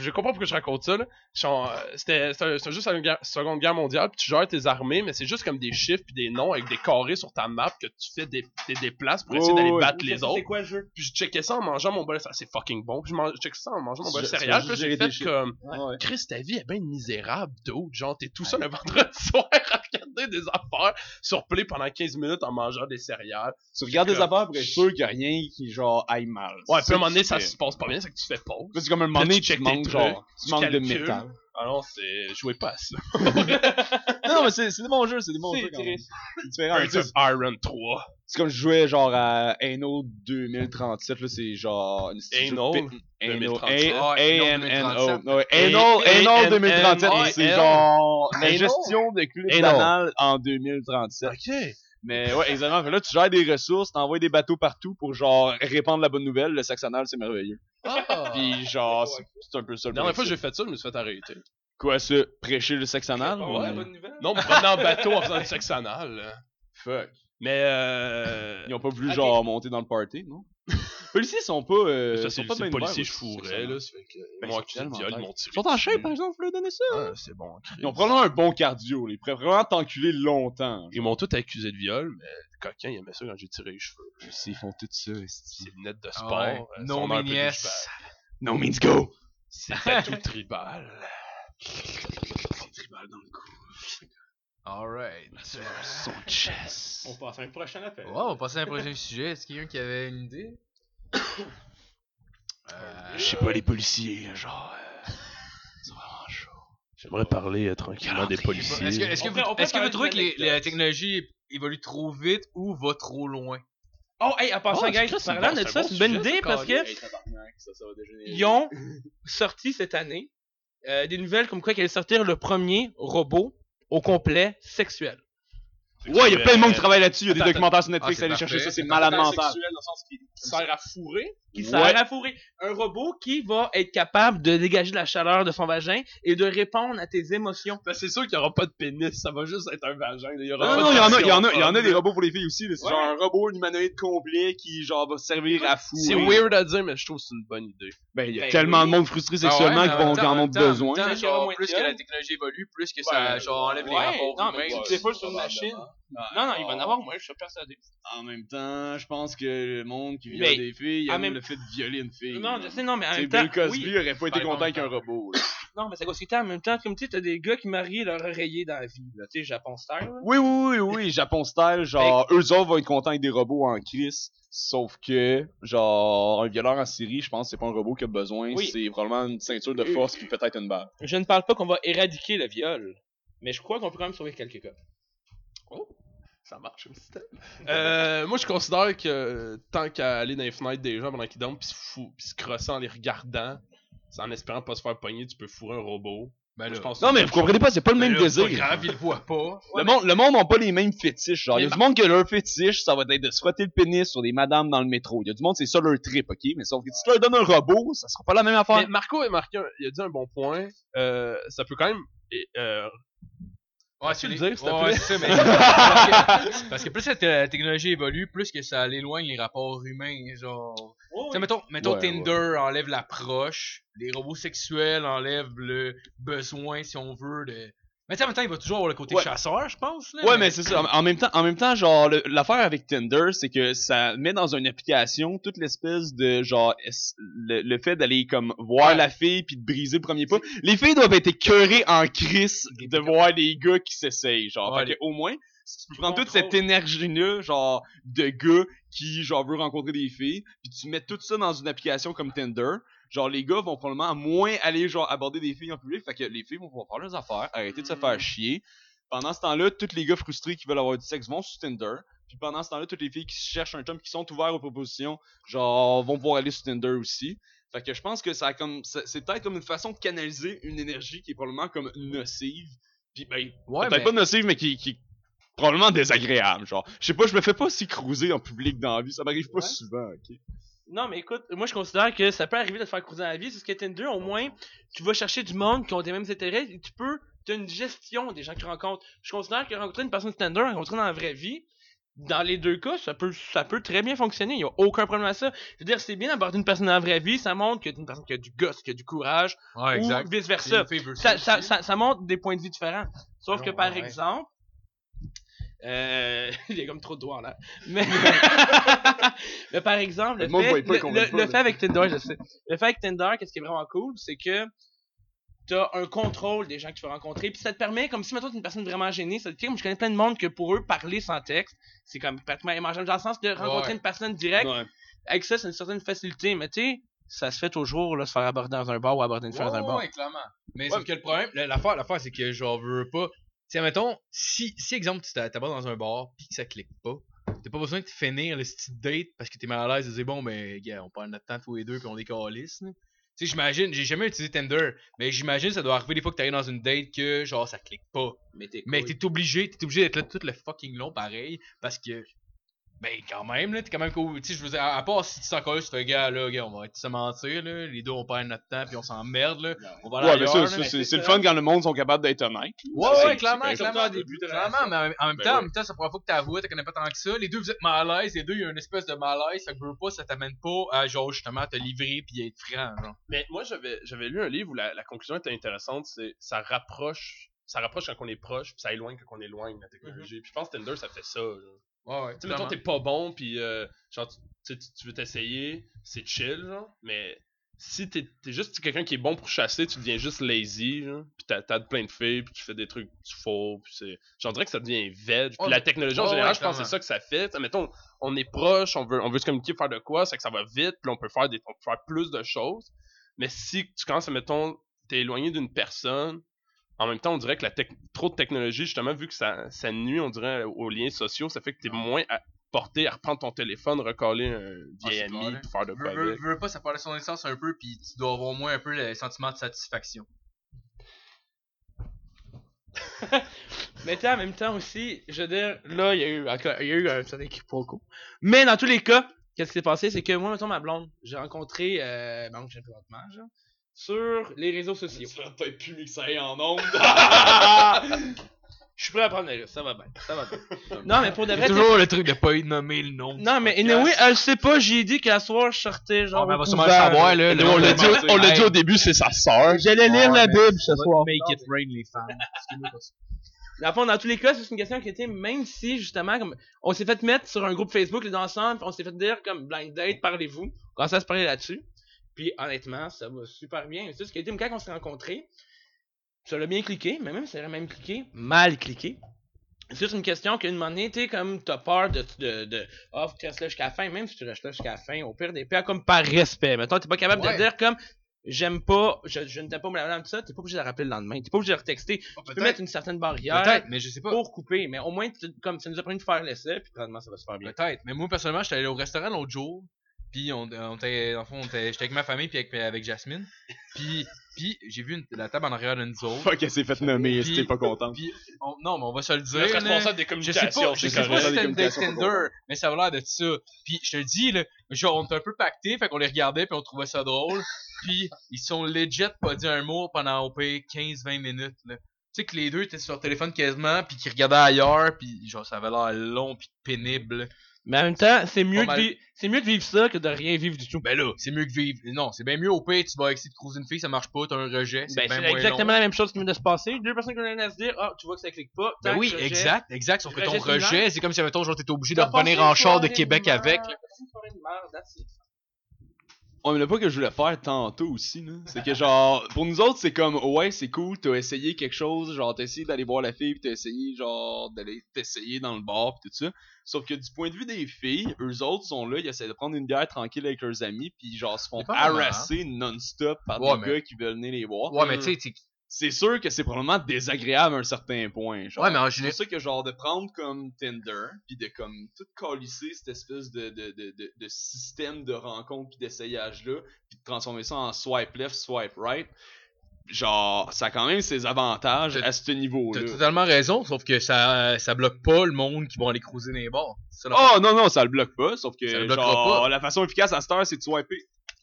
F: je comprends pourquoi je raconte ça, là. Genre, euh, c'était c'est un, c'est un jeu sur la guerre- Seconde Guerre mondiale, puis tu gères tes armées, mais c'est juste comme des chiffres puis des noms avec des carrés sur ta map que tu fais des, des déplaces pour essayer
D: Oh,
F: d'aller
D: ouais.
F: battre
E: Ça,
F: les
E: C'est
F: autres.
E: quoi le jeu?
F: Puis je checkais ça en mangeant mon bol, ça c'est fucking bon. Puis je man- je checkais ça en mangeant mon
D: Tu
F: bol
D: gères- tu
F: céréales,
D: vas
F: puis là,
D: gérer
F: j'ai
D: des
F: fait
D: chiffres.
F: comme.
D: Ouais.
F: Chris, ta vie est bien misérable, d'autres. Genre, t'es tout seul le [LAUGHS] vendredi soir à regarder des affaires sur Play pendant 15 minutes en mangeant des céréales.
D: Tu regardes des
F: Comme-
D: affaires pour être sûr qu'il y a rien qui, genre, aille mal.
F: Ouais,
D: C'est
F: puis à un moment donné,
D: que
F: ça
D: tu fais.
F: se passe pas bien, c'est que tu fais pause.
D: C'est comme un moment
F: Là,
D: donné,
F: tu
D: tu
F: checkes tes
D: manques,
F: trucs,
D: genre, tu
F: tu
D: manques de
F: calcules.
D: métal.
F: Ah non, c'est. Jouez pas à ça.
D: Non, non, mais c'est c'est des bons jeux, c'est des bons
E: C'est
D: jeux quand même.
E: triste.
D: C'est différent,
F: Prince
D: tu sais,
F: of Iron 3.
D: C'est comme je jouais genre à Anno 2037, là, c'est genre une petite
F: Anno
D: jeu de pi- Anno
F: 2037.
D: A-
C: Ouais,
D: A-
C: Anno
D: N- N- O.
C: 2037.
D: Non, ouais, Anno
F: A- N-
D: Anno 2037,
F: N-
D: c'est
F: N-
D: genre la
F: Anno.
D: gestion de clubs
F: Anno.
D: banales en 2037.
F: Ok.
D: Mais ouais, exactement. Fait là, tu gères des ressources, t'envoies des bateaux partout pour genre répandre la bonne nouvelle, le saxonal, c'est merveilleux. Puis genre, c'est- c'est un peu
F: Ah.
D: ça
F: La
D: le
F: dernière fois que
D: principe.
F: j'ai fait ça, je me suis fait arrêter.
D: Quoi ça, prêcher le saxonal?
E: Bon, la
D: Ouais.
E: bonne nouvelle.
F: [LAUGHS] Non, prenant en bateau en faisant du sexe anal.
D: Fuck.
F: hein. Mais euh. [LAUGHS]
D: Ils ont pas voulu
E: Ok.
D: genre monter dans le party, non? Les policiers sont pas... Euh,
F: Ça,
D: sont
F: c'est
D: pas
F: le
D: bien
F: policier,
D: ouverts,
F: je
D: ouais,
F: fourrais, là. Ça fait que.
D: Ben,
F: Moi, accusé
D: c'est
F: de
D: tellement
F: viol,
D: tight.
F: mon tir.
D: Ils sont en hein? chef, par exemple, leur donner ça.
F: C'est bon. Chris.
D: Ils ont probablement un bon cardio, là. ils pourraient vraiment t'enculer longtemps.
F: Ils m'ont tous accusé de viol, mais le coquin, il aimait ça quand j'ai tiré les cheveux.
D: Ils font tout ça,
F: Ses lunettes de
C: Ah
F: sport.
C: ouais.
F: euh,
C: Non,
F: son air
C: mes
F: un peu
C: nièces.
F: douchebag.
D: No means go!
F: C'était tout tribal. C'est tribal dans le cou.
C: Alright.
F: Son chest.
E: On passe à un prochain appel.
C: Ouais, on va passer à un prochain [LAUGHS] sujet. Est-ce qu'il y a quelqu'un qui avait une idée? [COUGHS] Euh,
F: Je sais pas, les policiers, genre. euh, c'est vraiment chaud. J'aimerais parler euh, tranquillement des policiers.
C: Est-ce que, est-ce que
E: On
C: vous,
E: peut- on peut
C: est-ce que vous
E: parler
C: trouvez que les,
E: d'anecdotes.
C: la technologie é- évolue trop vite ou va trop loin?
E: Oh, hey, en passant,
F: Oh,
E: guys,
F: c'est
E: parlant
F: bon,
E: de
F: c'est
E: ça,
F: bon
E: c'est une bonne
F: sujet,
E: idée parce que ils ont sorti cette année euh, des nouvelles comme quoi qu'ils allaient sortir le premier robot au complet sexuel.
D: Ouais, il y a plein de monde qui
F: Euh,
D: travaille là-dessus. Il y a des
F: attends,
D: documentaires
E: Ah,
D: sur Netflix.
C: c'est
D: Allez
C: parfait.
D: chercher ça, c'est malade mental.
F: sexuel dans le sens qui sert à fourrer.
E: qui sert
D: Ouais.
E: à fourrer. Un robot qui va être capable de dégager la chaleur de son vagin et de répondre à tes émotions.
F: Ben, c'est sûr qu'il n'y aura pas de pénis, ça va juste être un vagin. Il y aura
D: Non,
F: pas
D: non,
F: de
D: il y en a,
F: tension.
D: il y en a, il y en a des robots pour les filles aussi. là. C'est genre un robot humanoïde complet qui genre va servir à fou.
F: C'est weird à dire, mais je trouve que c'est une bonne idée.
D: Ben, il y a
E: Ben
D: tellement
E: oui.
D: de monde frustré sexuellement
C: Ah ouais,
D: qui
C: mais en
D: vont
C: même temps,
D: en ont
C: en même temps,
D: besoin.
C: en même temps, genre,
E: Il y aura moins
C: plus
E: de
C: que la
E: guns.
C: technologie évolue, plus que ça genre, enlève les rapports.
E: non, mais
C: humains.
E: tu pas sur une machine. Non, non, il va en avoir, moi, je suis persuadé.
H: En même temps, je pense que le monde qui viole
E: Mais,
H: des filles, il y a
E: en
H: même le
E: même-
H: fait de violer une fille.
E: Non, je sais, non, mais en
H: Tu sais,
E: même temps,
H: Bill Cosby
E: oui.
H: aurait pas été
C: Ben, en
H: content
C: même
H: avec un robot. là.
E: Non, mais ça gosse en même temps. Comme tu sais, t'as des gars qui marient leur oreiller dans la vie, là. Tu sais, Japon Star, là.
D: Oui, oui, oui, oui, Japon style, genre, eux autres vont être contents avec des robots en crise, sauf que, genre, un violeur en Syrie, je pense que c'est pas un robot qui a besoin,
E: Oui.
D: c'est probablement une ceinture de force puis peut-être une balle.
E: Je ne parle pas qu'on va éradiquer le viol, mais je crois qu'on peut quand même sauver quelques cas.
F: Oh, Ça marche, le système. Euh, moi, je considère que euh, tant qu'à aller dans les fenêtres des gens pendant qu'ils dorment, pis se, fou- pis se crosser en les regardant, c'est en espérant pas se faire pogner, tu peux fourrer un robot.
C: Ben
F: Moi,
C: là.
F: je pense
D: Non, mais vous comprenez pas, c'est pas le
C: Ben
D: même
C: là,
D: désir.
C: pas grave, il le voit pas.
D: Le monde, le monde n'a pas les mêmes fétiches. Genre, il y a
C: Mais
D: du monde que leur fétiche, ça va être de se frotter le pénis sur des madames dans le métro. Il y a du monde, c'est ça leur trip, ok? Mais sauf que si tu leur donnes un robot, ça sera pas la même affaire.
F: Mais Marco a, marqué un- il a dit un bon point. Euh, ça peut quand même. et, euh,
C: Ouais,
F: Peux-tu
C: c'est
F: le
C: les-
F: dire, s'il te
C: ouais,
F: plaît?
C: c'est ça, mais. parce,
E: [LAUGHS]
C: que, parce que plus la, t- la technologie évolue, plus que ça l'éloigne les rapports humains. Genre. Tu sais, mettons, mettons
D: Ouais,
C: Tinder enlève l'approche, les robots sexuels enlèvent le besoin, si on veut, de. Mais tu sais, en même temps, il va toujours avoir le côté
D: Ouais.
C: chasseur, je pense. Là,
D: Ouais, mais c'est ça. En- En même temps, en même temps, genre le- l'affaire avec Tinder, c'est que ça met dans une application toute l'espèce de genre es- le, le fait d'aller comme voir la fille puis de briser le premier pas. Les filles doivent être écœurées en crise de voir les gars qui s'essayent, genre.
C: Ouais,
D: Fait
C: les-
D: que au moins, si tu prends toute
E: contrôles.
D: cette énergie là, genre de gars qui genre veut rencontrer des filles, puis tu mets tout ça dans une application comme Tinder. Genre, les gars vont probablement moins aller, genre, aborder des filles en public. Fait que les filles vont pouvoir faire leurs affaires, arrêter de se faire chier. Pendant ce temps-là, tous les gars frustrés qui veulent avoir du sexe vont sur Tinder. Puis pendant ce temps-là, toutes les filles qui cherchent un chum qui sont ouverts aux propositions, genre, vont pouvoir aller sur Tinder aussi. Fait que je pense que ça a comme ça- c'est peut-être comme une façon de canaliser une énergie qui est probablement comme nocive. Puis ben,
C: Ouais,
D: peut-être
C: mais-
D: pas nocive, mais qui, qui est probablement désagréable, genre. Je sais pas, je me fais pas si cruiser en public dans la vie, ça m'arrive pas
E: Ouais.
D: souvent, ok?
E: Non, mais écoute, moi je considère que ça peut arriver de te faire croiser dans la vie. C'est ce que Tinder, au moins, tu vas chercher du monde qui ont des mêmes intérêts et tu peux. Tu as une gestion des gens que tu rencontres. Je considère que rencontrer une personne sur Tinder, rencontrer dans la vraie vie, dans les deux cas, ça peut, ça peut très bien fonctionner. Il n'y a aucun problème à ça. Je veux dire, c'est bien d'aborder une personne dans la vraie vie. Ça montre que tu une personne qui a du gosse, qui a du courage,
C: Ouais, exact.
E: ou vice-versa.
C: Une fille veut
E: ça, ça,
C: aussi.
E: ça, ça montre des points de vue différents. Sauf
C: Ah
E: que
C: ouais,
E: par
C: ouais.
E: exemple, euh, [LAUGHS] il y a comme trop de doigts là. Mais, mais par exemple, le,
D: Le monde
E: fait,
D: voit pas,
E: le-
D: il comprend
E: le-
D: pas,
E: le
D: là.
E: fait avec Tinder, je sais. Le fait avec Tinder, qu'est-ce qui est vraiment cool, c'est que t'as un contrôle des gens que tu vas rencontrer. Puis ça te permet, comme si maintenant t'es une personne vraiment gênée, ça te dit, comme je connais plein de monde que pour eux, parler sans texte, c'est comme pratiquement immangeable. Dans le sens de rencontrer
C: Ouais.
E: une personne directe,
D: Ouais.
E: avec ça, c'est une certaine facilité. Mais tu sais, ça se fait toujours, là, se faire aborder dans un bar ou aborder une femme dans un
C: Ouais,
E: bar.
C: ouais, clairement. Mais sauf que le problème, la- l'affaire, l'affaire, c'est que genre veux pas. Tiens, mettons, si, si exemple, tu t'a- t'abordes dans un bar puis que ça clique pas, t'as pas besoin de finir le petit date parce que t'es mal à l'aise de dire bon, ben, gars, on prend notre temps tous les deux puis on décalisse. là. Tu sais, j'imagine, j'ai jamais utilisé Tinder, mais j'imagine ça doit arriver des fois que t'arrives dans une date que genre ça clique pas.
E: Mais t'es
C: Mais t'es obligé, t'es obligé d'être là tout le fucking long pareil parce que. Ben, quand même, là, t'es quand même cool. Tu sais, je veux dire, à, à part si tu t'encolles, tu fais, gars, là, gars, on va se mentir, là. Les deux, on perd notre temps, puis on s'emmerde, là. On va aller
D: Ouais, mais
C: ailleurs,
D: ça,
C: là.
D: ça, c'est c'est le fun quand le monde sont capables d'être honnêtes.
C: Ouais,
D: Ça,
C: ouais,
D: c'est-
C: clairement,
D: c'est
E: correct.
C: clairement.
E: Surtout en début de
C: clairement, Ah, mais en, en même
D: Ben
C: temps,
D: ouais.
C: en même temps, c'est la première fois que t'avoues, t'en connais pas tant que ça. Les deux, vous êtes mal à l'aise. Les deux, il y a une espèce de malaise. Ça que veut pas, ça t'amène pas à, genre, justement, te livrer puis être franc, genre.
F: Mais moi, j'avais j'avais lu un livre où la, la conclusion était intéressante, c'est ça rapproche, ça rapproche quand on est proche, puis ça éloigne quand on éloigne la technologie. Puis je pense que Tinder, ça fait ça. là.
C: Ouais, ouais.
F: Tu sais, mettons, t'es pas bon, puis euh, genre, tu- tu, sais, tu- tu veux t'essayer, c'est chill, genre, mais si t'es es juste quelqu'un qui est bon pour chasser, tu deviens juste lazy, genre, puis t'as t'as plein de filles, puis tu fais des trucs faux, puis c'est... J'en dirais que ça devient veg, puis
C: Ouais,
F: la
C: mais-
F: technologie en
C: Oh, ouais,
F: général,
C: ouais,
F: je pense que
C: clairement.
F: c'est ça que ça fait. Tu sais, mettons, on est proche, on veut, on veut se communiquer, faire de quoi, c'est que ça va vite, puis on peut faire des, on peut faire plus de choses. Mais si tu commences, à, mettons, t'es éloigné d'une personne, en même temps, on dirait que la tec- trop de technologie, justement, vu que ça, ça nuit, on dirait, aux liens sociaux, ça fait que t'es moins à- porté à reprendre ton téléphone, recaller un
C: Ah,
F: vieil
C: c'est
F: ami,
C: clair.
F: puis faire de quoi
C: Veux, veux,
F: avec.
C: veux pas, ça parle de son essence un peu, puis tu dois avoir au moins un peu le sentiment de satisfaction.
E: Mais tu sais, en même temps aussi, je veux dire, là, il y a eu, encore- il y a eu un certain quiproquo. Mais dans tous les cas, qu'est-ce qui s'est passé, c'est que moi, mettons, ma blonde, j'ai rencontré, euh, ma blonde, j'ai présentement, genre, sur les réseaux sociaux.
D: Ça aurait peut-être pu mixer en ondes.
E: [LAUGHS] Je suis prêt à prendre le risque, ça va bien, ça va bien. non, mais pour de vrai,
C: toujours le truc de pas y nommer le nom.
E: t'sais- non, mais anyway, elle sait pas, j'ai dit qu'à soir, je sortais, genre,
C: Ah, mais elle
E: au
C: va sûrement le
E: couvent.
C: savoir, là.
F: Nous, on l'a dit, au- on l'a dit au début, c'est sa sœur.
A: J'allais lire la Bible ce soir.
C: Make it rain, les fans.
E: Dans le fond, dans tous les cas, c'est une question qui était, même si, justement, comme, on s'est fait mettre sur un groupe Facebook, les ensemble, puis on s'est fait dire, comme, blind date, parlez-vous. On commençait à se parler là-dessus. Puis, honnêtement, ça va super bien. C'est ce qui a été, mais quand on s'est rencontrés, ça l'a bien cliqué, mais même, ça l'a même cliqué, mal cliqué. C'est juste une question qu'une monnaie, tu sais, comme, t'as peur de, de, de, oh, faut que tu restes là jusqu'à la fin, même si tu restes là jusqu'à la fin, au pire des pires, comme, par respect. Mettons, t'es pas capable de dire, comme, j'aime pas, je, je ne t'aime pas, blablabla, tout ça, t'es pas obligé de rappeler le lendemain, t'es pas obligé de retexter, tu peux mettre une certaine barrière
C: Ah, Peut-être, mais je sais pas.
E: pour couper, mais au moins, tu- comme ça nous a permis de faire l'essai, puis probablement ça va se faire bien.
C: Peut-être. Mais moi, personnellement, j'étais allé au restaurant l'autre jour. Puis, on, on était, dans le fond, on était- j'étais avec ma famille, puis avec, avec Jasmine. Puis, puis j'ai vu une- la table en arrière de nous autres.
I: Fuck, elle s'est fait nommer,
C: Puis-
I: c'était pas contente.
C: Puis, on- non, mais on va se le dire.
F: Le
C: là.
F: responsable des
C: Je sais
F: communications,
C: pas, je
F: c'est
C: sais pas
F: correct.
C: si c'était une date
I: communication,
C: Tinder, mais ça avait l'air de ça. Puis je te le dis, là, genre, on était un peu pactés, fait qu'on les regardait, puis on trouvait ça drôle. Puis ils sont legit pas dit un mot pendant au pire 15-20 minutes, là. Tu sais que les deux étaient sur leur téléphone quasiment, puis qu'ils regardaient ailleurs, puis genre, ça avait l'air long, puis pénible.
E: Mais en même temps, c'est mieux,
C: Pas mal.
E: de vi- c'est mieux de vivre ça que de rien vivre du tout.
C: Ben là, c'est mieux que vivre. Non, c'est bien mieux au pire, tu vas essayer de croiser une fille, ça marche pas, t'as un rejet, c'est
E: Ben,
C: bien
E: c'est
C: moins
E: exactement
C: long.
E: la même chose qui vient de se passer. Deux personnes qui ont rien à se dire, ah, tu vois que ça clique pas.
C: Ben
E: tac,
C: oui,
E: rejet.
C: exact, exact, sauf que ton
E: Rejet similaire.
C: rejet, c'est comme si, mettons, genre, t'étais obligé de
E: T'as passé
C: revenir
E: une
C: en char de
E: soirée
C: Québec
E: merde,
C: avec,
E: t'as passé une soirée de merde, that's it.
D: On me l'a pas que je voulais faire tantôt aussi, là. C'est que genre, pour nous autres, c'est comme, ouais, c'est cool, t'as essayé quelque chose, genre, t'as essayé d'aller voir la fille, pis t'as essayé, genre, d'aller t'essayer dans le bar, pis tout ça. Sauf que du point de vue des filles, eux autres sont là, ils essaient de prendre une bière tranquille avec leurs amis, pis genre, se font
C: C'est pas mal,
D: harasser non-stop par
C: hein. Ouais,
D: des
C: mais-
D: gars qui veulent venir les voir.
C: Ouais, mais tu sais, t'es-
D: C'est sûr que c'est probablement désagréable à un certain point, genre.
C: ouais, mais en
D: C'est
C: général.
D: pour ça que genre de prendre comme Tinder puis de comme tout colisser cette espèce de, de, de, de, de système de rencontre puis d'essayage là puis de transformer ça en swipe left swipe right genre ça a quand même ses avantages
C: T'as-
D: à ce niveau
C: T'as
D: là
C: totalement raison, sauf que ça, euh, ça bloque pas le monde qui va aller croiser dans les bars. C'est ça, la-
D: oh non non ça le bloque pas sauf que
C: Ça le bloquera
D: genre
C: pas.
D: la façon efficace à cette heure c'est de swiper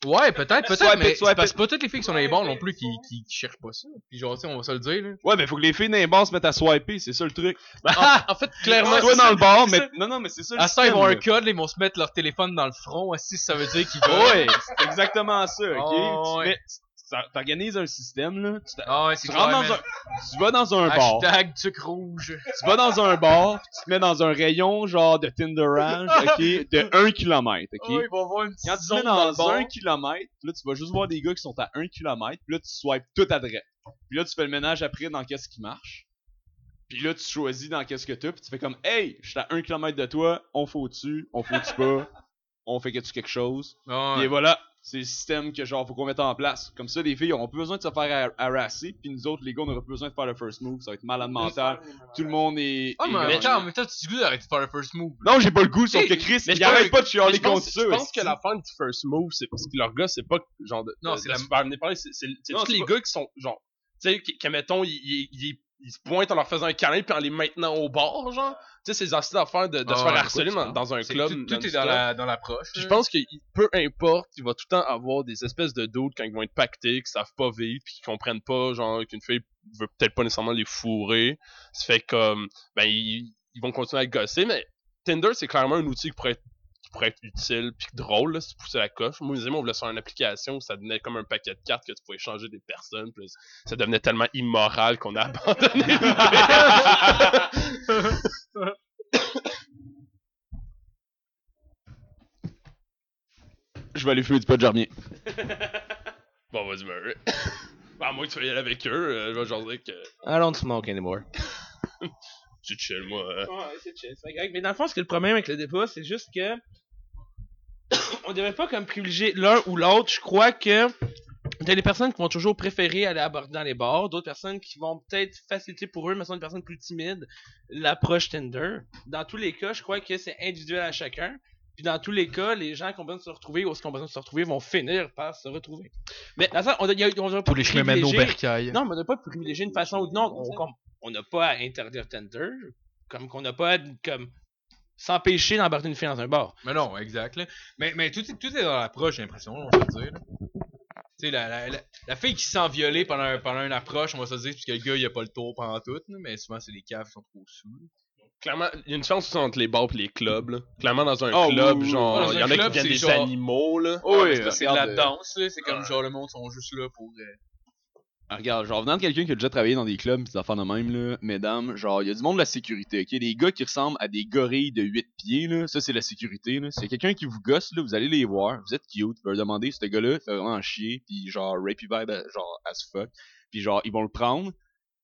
C: Oh! Ouais, peut-être, peut-être,
D: Swipe
C: mais
D: it, swipe
C: c'est parce que pas toutes les filles qui sont dans les bars non plus qui, qui, qui cherchent pas ça. Puis genre, tu sais, on va se le dire, [LAUGHS] là.
D: ouais mais faut que les filles dans les bars se mettent à swiper c'est ça le truc
C: Ah, En- en, fait, clairement,
D: toi dans le bar mais non non mais c'est ça le
C: à ça, ils
D: système,
C: vont avoir
D: là.
C: un code, là, ils vont se mettre leur téléphone dans le front, aussi, ça veut dire qu'ils veulent.
D: ouais c'est exactement ça ok
C: Oh, [LAUGHS]
D: Tu
C: ouais.
D: mets- ça- t'organises un système là tu, t'a-
C: Ah ouais, c'est
D: tu rentres
C: clair,
D: dans
C: man.
D: un tu vas dans un bar
C: Hashtag truc rouge.
D: tu vas dans un bar, puis tu te mets dans un rayon genre de [LAUGHS] Tinderage, ok, de 1 km, ok.
C: Oh, ils vont voir une
D: Quand
C: petite
D: tu te mets
C: zone
D: dans,
C: dans le bar.
D: 1 km, là tu vas juste voir des gars qui sont à 1 km, puis là tu swipes tout à droite. Puis là tu fais le ménage après dans qu'est-ce qui marche. Puis là tu choisis dans qu'est-ce que t'as, puis tu fais comme hey, je suis à 1 km de toi, on faut tu, on faut [LAUGHS] tu pas, on fait que tu quelque chose.
C: Ah
D: Et
C: ouais.
D: voilà, c'est le système que genre faut qu'on mette en place. Comme ça les filles auront plus besoin de se faire har- harasser, puis nous autres les gars on aura plus besoin de faire le first move, ça va être malade mental. Tout le monde est.
C: Ah, mais
D: est
C: en même
D: gagnant.
C: temps, en même temps, tu dis d'arrêter de faire le first move.
D: Non, j'ai pas le goût, sauf
C: Hey,
D: que Chris,
F: mais
D: il
F: je pense-
D: arrête pas de
F: Mais
D: chialer
F: je pense,
D: contre
F: je
D: ça.
F: pense que
D: esti.
F: la fin du first move, c'est parce que leur gars, c'est pas genre de.
C: Non,
F: de-
C: c'est
F: de
C: la-
F: se faire venir parler, c'est- C'est c'est
D: Non,
F: tous
D: c'est
F: les
D: pas-
F: gars qui sont genre. Tu sais, qui, qui, mettons, ils, ils, ils- ils se pointent en leur faisant un câlin puis en les maintenant au bord, genre. Tu sais, ces astuces d'affaires de, de
C: Ah,
F: se
C: ouais,
F: faire harceler
C: écoute,
F: dans, dans un
C: C'est-
F: club.
C: tout- Tout est
F: non-stop.
C: dans la- dans l'approche.
F: Puis je pense que il- peu importe, il va tout le temps avoir des espèces de doutes quand ils vont être pactés, qui savent pas vivre, puis qui comprennent pas, genre, qu'une fille veut peut-être pas nécessairement les fourrer. Ça fait comme, ben, ils, ils vont continuer à gosser, mais Tinder, c'est clairement un outil qui pourrait être, qui pourrait être utile, puis drôle, là, si tu poussais la coche. Moi, disais, on voulait faire une application où ça devenait comme un paquet de cartes que tu pouvais changer des personnes, puis ça devenait tellement immoral qu'on a [LAUGHS] abandonné.
D: Je vais aller fumer du pot de jarmier.
F: [LAUGHS] bon, vas-y, ben, Murray. [COUGHS] À moins que tu veuilles y aller avec eux, euh, je vais genre dire que
E: I don't smoke anymore.
F: tu chill, moi. euh.
E: Ouais, c'est chill, c'est correct. Mais dans le fond, ce que le problème avec le débat, c'est juste que [COUGHS] on devrait pas comme privilégier l'un ou l'autre. Je crois que t'as des personnes qui vont toujours préférer aller aborder dans les bars, d'autres personnes qui vont peut-être faciliter pour eux, mais sont des personnes plus timides, l'approche Tinder. Dans tous les cas, je crois que c'est individuel à chacun. Puis dans tous les cas, les gens qui ont besoin de se retrouver ou ceux qui ont besoin de se retrouver vont finir par se retrouver. Mais dans ça, on, a- y a- on devrait pas privilégier-
F: ben.
C: bercail.
E: non, mais on n'a pas privilégié une façon ou d'une autre. On, com- on n'a pas à interdire Tinder, comme qu'on n'a pas à comme, s'empêcher d'embarquer une fille dans un bar.
C: Mais non, exact. là. Mais, mais tout, est- tout est dans l'approche, j'ai l'impression, on va se le dire. là. Tu sais, la, la, la, la fille qui se sent violée pendant, un- pendant une approche, on va se le dire, puisque le gars, il a pas le tour pendant tout, là, mais souvent, c'est les caves qui sont trop sous.
F: Clairement, il y a une différence entre les bars et les clubs. Là. Clairement, dans un
D: Oh,
J: Ah, oui,
F: club,
J: oui, oui.
F: genre,
C: Dans
F: il
C: un
F: y en a qui
C: club,
F: viennent
C: c'est
F: des
C: genre-
F: animaux. là.
J: Oh, oui,
C: Parce que c'est de la
D: euh,
C: danse, là, c'est comme genre le monde sont juste là pour. euh,
D: Ah, regarde, genre venant de quelqu'un qui a déjà travaillé dans des clubs, pis des affaires de même, là, mesdames, genre, il y a du monde de la sécurité, ok? Des gars qui ressemblent à des gorilles de 8 pieds, là, ça c'est la sécurité, là. C'est quelqu'un qui vous gosse, là, vous allez les voir, vous êtes cute, vous leur demandez, ce gars-là, il fait vraiment chier, pis genre, rapey vibe, euh, genre, as fuck. Pis genre, ils vont le prendre,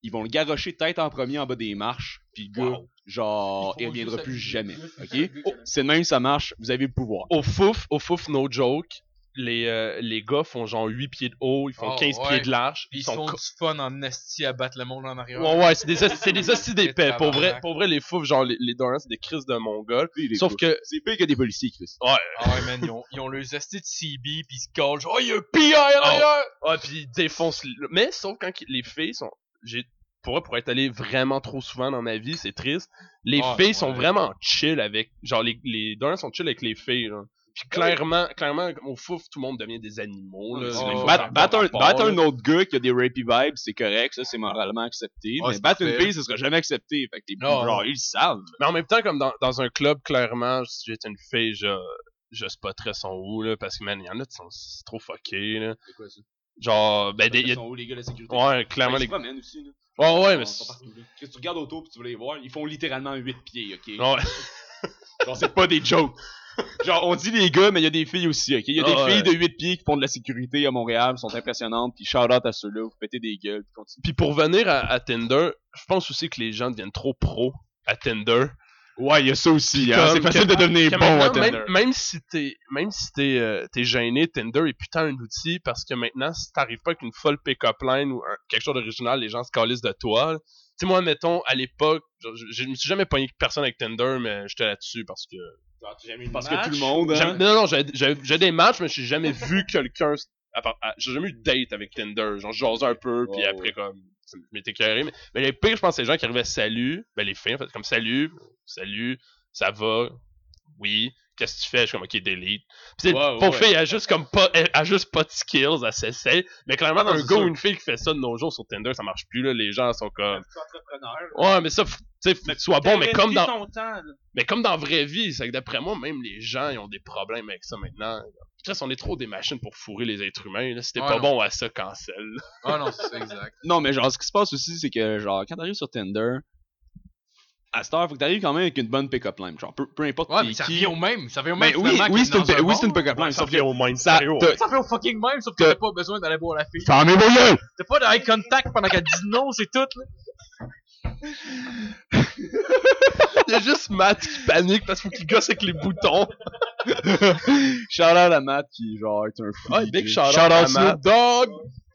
D: ils vont le garrocher tête en premier en bas des marches, pis le gars, genre, il reviendra plus jamais, ok? Oh, c'est de même, ça marche, vous avez le pouvoir.
F: Au fouf, au fouf, no joke. Les, euh, les gars font genre 8 pieds de haut, ils font
C: Oh,
F: 15
C: ouais.
F: pieds de large.
C: Ils sont
F: co-
C: du fun en esti à battre le monde en arrière.
F: Ouais, ouais, c'est des hosties- c'est des hosties d'épais. Pour vrai,
C: Tabarnak.
F: pour vrai, les foufs, genre, les, les Dorans, c'est des crises de mongols.
D: Puis, les
F: Sauf
D: gars,
F: que,
D: C'est pire que des policiers, Chris.
C: Ah ouais, man, ils ont, ils ont leurs esti de CB, pis ils se collent, genre, oh, il y a un PI en arrière!
F: ah, puis ils défoncent. le- Mais sauf quand qu- les filles sont. J'ai. Pour, vrai, pour être allé vraiment trop souvent dans ma vie, c'est triste. Les
C: Ah,
F: filles
C: ouais.
F: sont vraiment chill avec. Genre, les, les Dorans sont chill avec les filles, là. Puis clairement, clairement, au fouf, tout le monde devient des animaux, là.
C: Ouais,
F: Ah, C'est
C: ouais,
F: même
C: ouais.
F: pas
D: Battre
F: par
D: battre un,
F: rapport,
D: battre
F: là.
D: un autre gars qui a des rapey vibes, c'est correct, ça c'est moralement accepté.
C: Ouais,
D: mais
C: c'est
D: battre une
C: parfait.
D: fille, ça sera jamais accepté. Fait que t'es
C: Non.
D: genre, ils le savent.
F: Mais en même temps, comme dans, dans un club, clairement, si j'étais une fille, je, je spotterais son où, là, parce que, man, il y en a qui sont c'est trop fuckés, là.
J: C'est quoi ça?
F: Genre, ben, des,
J: Ils
F: y a-
J: sont où les gars de la sécurité?
D: Ben,
F: ouais, clairement,
D: ils
F: les...
D: se promènent aussi. Là.
F: Ouais, ouais, mais...
D: Ils sont
F: c'est-
D: partout, là. Parce que tu regardes autour puis tu veux les voir, ils font littéralement 8 pieds, ok?
F: Ouais.
D: Genre, c'est pas des jokes. genre, on dit les gars, mais il y a des filles aussi, ok? Il y a des
F: Ah, ouais.
D: filles de 8 pieds qui font de la sécurité à Montréal, sont impressionnantes, puis shout out à ceux-là, vous pétez des gueules, puis continuez.
F: Puis pour venir à, à Tinder, je pense aussi que les gens deviennent trop pros à Tinder.
D: Ouais, il y a ça aussi, hein.
F: Comme
D: C'est facile
F: que-
D: de devenir
F: Que
D: bon à
F: maintenant,
D: Tinder.
F: même, même si t'es même si t'es euh, t'es gêné, Tinder est putain un outil parce que maintenant si t'arrives pas avec une folle pick-up line ou un- quelque chose d'original, les gens se calissent de toi. là. Tu sais moi mettons à l'époque, je, je- je me suis jamais pogné avec personne avec Tinder mais j'étais là-dessus parce que
D: Parce que tout le monde,
F: Jamais-
D: hein.
F: non non, non, j'ai- j'ai j'ai des matchs mais j'ai jamais vu quelqu'un s- à part- à- j'ai jamais eu de date avec Tinder, genre je jasais un peu puis
J: Ouais,
F: après comme ça m'était carré mais, mais les pires je pense c'est les gens qui arrivaient salut, ben les filles en fait comme salut, salut, ça va. Oui, qu'est-ce que tu fais? Je suis comme, ok, delete. Pis c'est-
J: Ouais, ouais,
F: pour
J: ouais.
F: fille, elle a juste comme pas, elle a juste pas de skills, elle s'essaye. Mais clairement,
J: Non,
F: un
J: c'est
F: gars
J: sûr.
F: ou une fille qui fait ça de nos jours sur Tinder, ça marche plus, là. Les gens sont comme,
E: entrepreneur.
F: ouais, mais ça, f- tu sais, f- sois bon, mais comme dans,
E: Son temps, là.
F: mais comme dans vraie vie, c'est que d'après moi, même les gens, ils ont des problèmes avec ça maintenant. Chris, on est trop des machines pour fourrer les êtres humains, là. Si t'es
C: Ouais,
F: pas
C: non.
F: bon à ça, cancel. là.
C: Ah non, c'est ça, exact.
D: Non, mais genre, ce qui se passe aussi, c'est que, genre, quand t'arrives sur Tinder, à cette heure, faut que t'arrives quand même avec une bonne pick-up line. Genre, peu, peu importe
C: Ouais,
D: t'es
C: mais ça
D: qui.
C: revient au même, ça revient au
D: Mais
C: même.
D: oui,
C: finalement,
D: oui,
C: que
D: c'est une,
C: dans un
D: oui, c'est
C: bar.
D: une pick-up line. sauf que-
F: au moins
D: ça- t'as-
C: Ça fait au fucking même, sauf que
D: Que-
C: t'as pas besoin d'aller voir la fille.
D: Fermez vos gueules!
C: T'as pas de eye contact pendant qu'elle dit non, c'est tout, là.
F: Il y a juste Matt qui panique parce qu'il faut qu'il gosse avec les boutons.
D: Shout out à Matt qui, genre, est un fou.
F: Ah,
D: DJ.
F: big shout out
D: Shout
F: à
D: Snoop
F: Matt.
D: Dogg!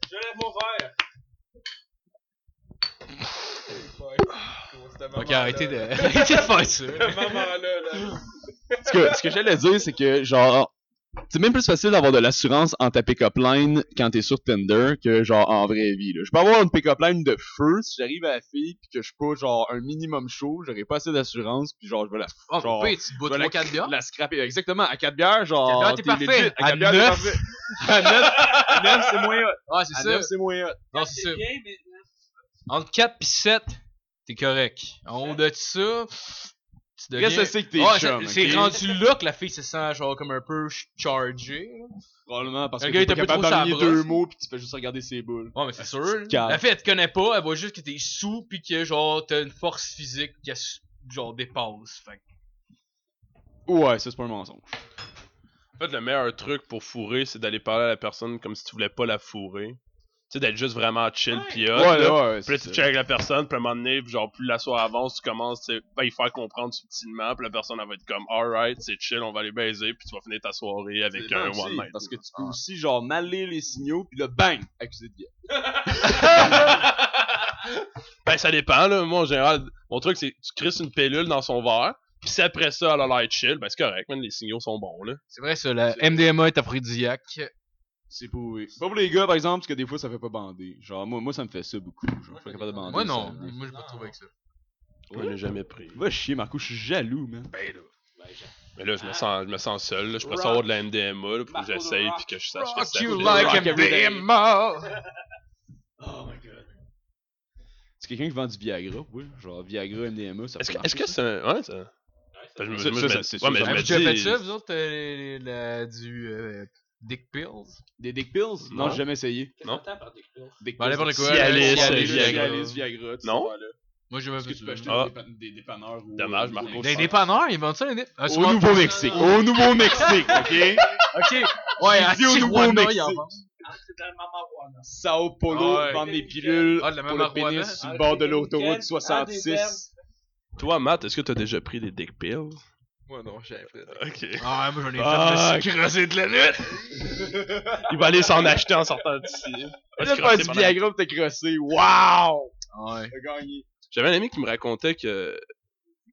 E: Je lève mon verre.
C: Ok, arrêtez de, arrêtez de faire ça.
D: ce que, ce que j'allais dire, c'est que, genre, c'est même plus facile d'avoir de l'assurance en ta pick-up line quand t'es sur Tinder que, genre, en vraie vie. Là. Je peux avoir une pick-up line de feu si j'arrive à la fille pis que je suis pas, genre, un minimum chaud, j'aurai pas assez d'assurance pis, genre, je vais la
C: Oh,
D: Genre,
C: pire, tu te bois
D: Voilà,
C: 3-4 bières.
D: La scraper, exactement. À 4 bières, genre.
C: Quatre bières, t'es parfait.
D: legit.
C: À
D: À 4 bières, t'es
C: neuf.
D: parfait. À 9, c'est moins hot.
C: Ah, c'est
D: À
C: ça.
D: 9, c'est moins hot.
C: Non, c'est ça. Entre 4 pis 7, t'es correct. En haut de ça, tu deviens...
D: Qu'est-ce que c'est que t'es
C: Ouais,
D: chum?
C: c'est- c'est
D: ok?
C: rendu là que la fille se sent genre comme un peu ch- chargée. là.
D: Probablement parce
C: Le
D: que
C: gars
D: t'es
C: est un
D: pas
C: peu trop
D: capable
C: sur la
D: d'enligner
C: brosse.
D: deux mots pis tu fais juste regarder ses boules.
C: Ouais, mais c'est sûr. là.
D: calme.
C: La fille, elle te connaît pas, elle voit juste que t'es sous pis que genre t'as une force physique qui a su- genre dépasse. Fait que-
D: Ouais, ça c'est pas un mensonge.
F: En fait, le meilleur truc pour fourrer, c'est d'aller parler à la personne comme si tu voulais pas la fourrer. Tu sais, d'être juste vraiment chill pis hot. là.
D: ouais,
F: Puis là, tu check avec la personne, puis à un moment donné, puis genre, plus la soirée avance, tu commences tu sais, à y faire comprendre subtilement, puis la personne, elle va être comme, alright, c'est chill, on va aller baiser, puis tu vas finir ta soirée avec un one night.
D: Parce que tu peux aussi, genre, mal lire les signaux pis là, bang, accusé de guerre.
F: [LAUGHS] Ben, ça dépend, là. Moi, en général, mon truc, c'est que tu crisses une pellule dans son verre, puis si après ça, elle a l'air chill, ben, c'est correct, man, les signaux sont bons, là.
C: C'est vrai ça, la MDMA est aphrodisiaque.
D: C'est pour, pas pour les gars, par exemple, parce que des fois, ça fait pas bander. Genre, moi, moi ça me fait ça beaucoup. Genre, je suis pas capable de bander.
C: Moi non,
D: ça.
C: moi j'ai pas de trouble avec ça.
F: Je l'ai jamais pris.
D: Va chier, Marco, je suis jaloux, man.
F: Ben là. Mais
C: Ah.
F: là, je me sens, je me sens seul. là. Je pense
E: Rock.
F: avoir de la MDMA là, pour que
E: Marco de
F: j'essaye
E: rock.
F: puis que je sache
D: Ah,
F: que ça fait.
C: a BMO!
E: Oh my god.
D: C'est quelqu'un qui vend du Viagra, oui. Genre, Viagra, MDMA, ça
F: Est-ce
D: peut
F: que est-ce que c'est un. Ouais, ça. Ben, Je me- je
D: Ça,
F: me-
D: ça,
F: ouais, mais je
D: c'est sûr, ça.
F: me
D: Ah,
C: Avez-vous déjà fait ça,
F: dis.
C: vous autres, euh, les- les- la- du euh, Dick Pills?
D: Des dick pills? Non,
F: Non.
D: j'ai jamais essayé.
E: Qu'est-ce
F: Non.
E: qu'on entend par des pills?
D: Dick
C: Bah,
D: pills,
C: n'importe
D: c'est-
C: quoi. là,
F: Cialis,
D: Cialis,
F: Viagra.
D: Cialis, Viagra. tu
F: Non.
D: vois, là.
C: Moi, j'ai
D: Est-ce
C: jamais
D: que
C: fait
D: tu peux acheter
C: ça.
F: Ah.
D: des dépa- des dépanneurs ou. euh,
F: Dommage, Marco,
D: Des-
F: tu
C: Des
D: des-
C: dépanneurs, ils vendent ça, les dé- Ah,
D: Au
C: sûrement-
D: Nouveau-Mexique. Au Nouveau-Mexique, ok?
C: Ok.
F: [LAUGHS]
C: Ouais, à
D: Dis au
C: Tijuana, ils en
D: Nouveau-Mexique.
C: vendent.
E: Ah, c'est dans le marijuana.
D: Sao Paulo
C: Ouais.
D: vend des pilules
C: Ah, de la
D: pour
C: même
D: le pénis
C: Arwana.
D: sur
E: Ah,
D: le bord de
E: des
D: l'autoroute
E: week-ends, ah, des
D: 66.
F: Toi, Matt, est-ce que t'as déjà pris des dick pills?
C: Moi, non, j'ai jamais fait.
F: Ok.
C: Ah, moi, j'en ai
F: Ah,
C: fait. Je me suis creusé de la nuit.
F: [LAUGHS] Il va aller s'en acheter en sortant d'ici.
D: Là, faire du Viagra pour te crosser. Wow!
C: Ouais.
D: T'as gagné.
F: J'avais un ami qui me racontait que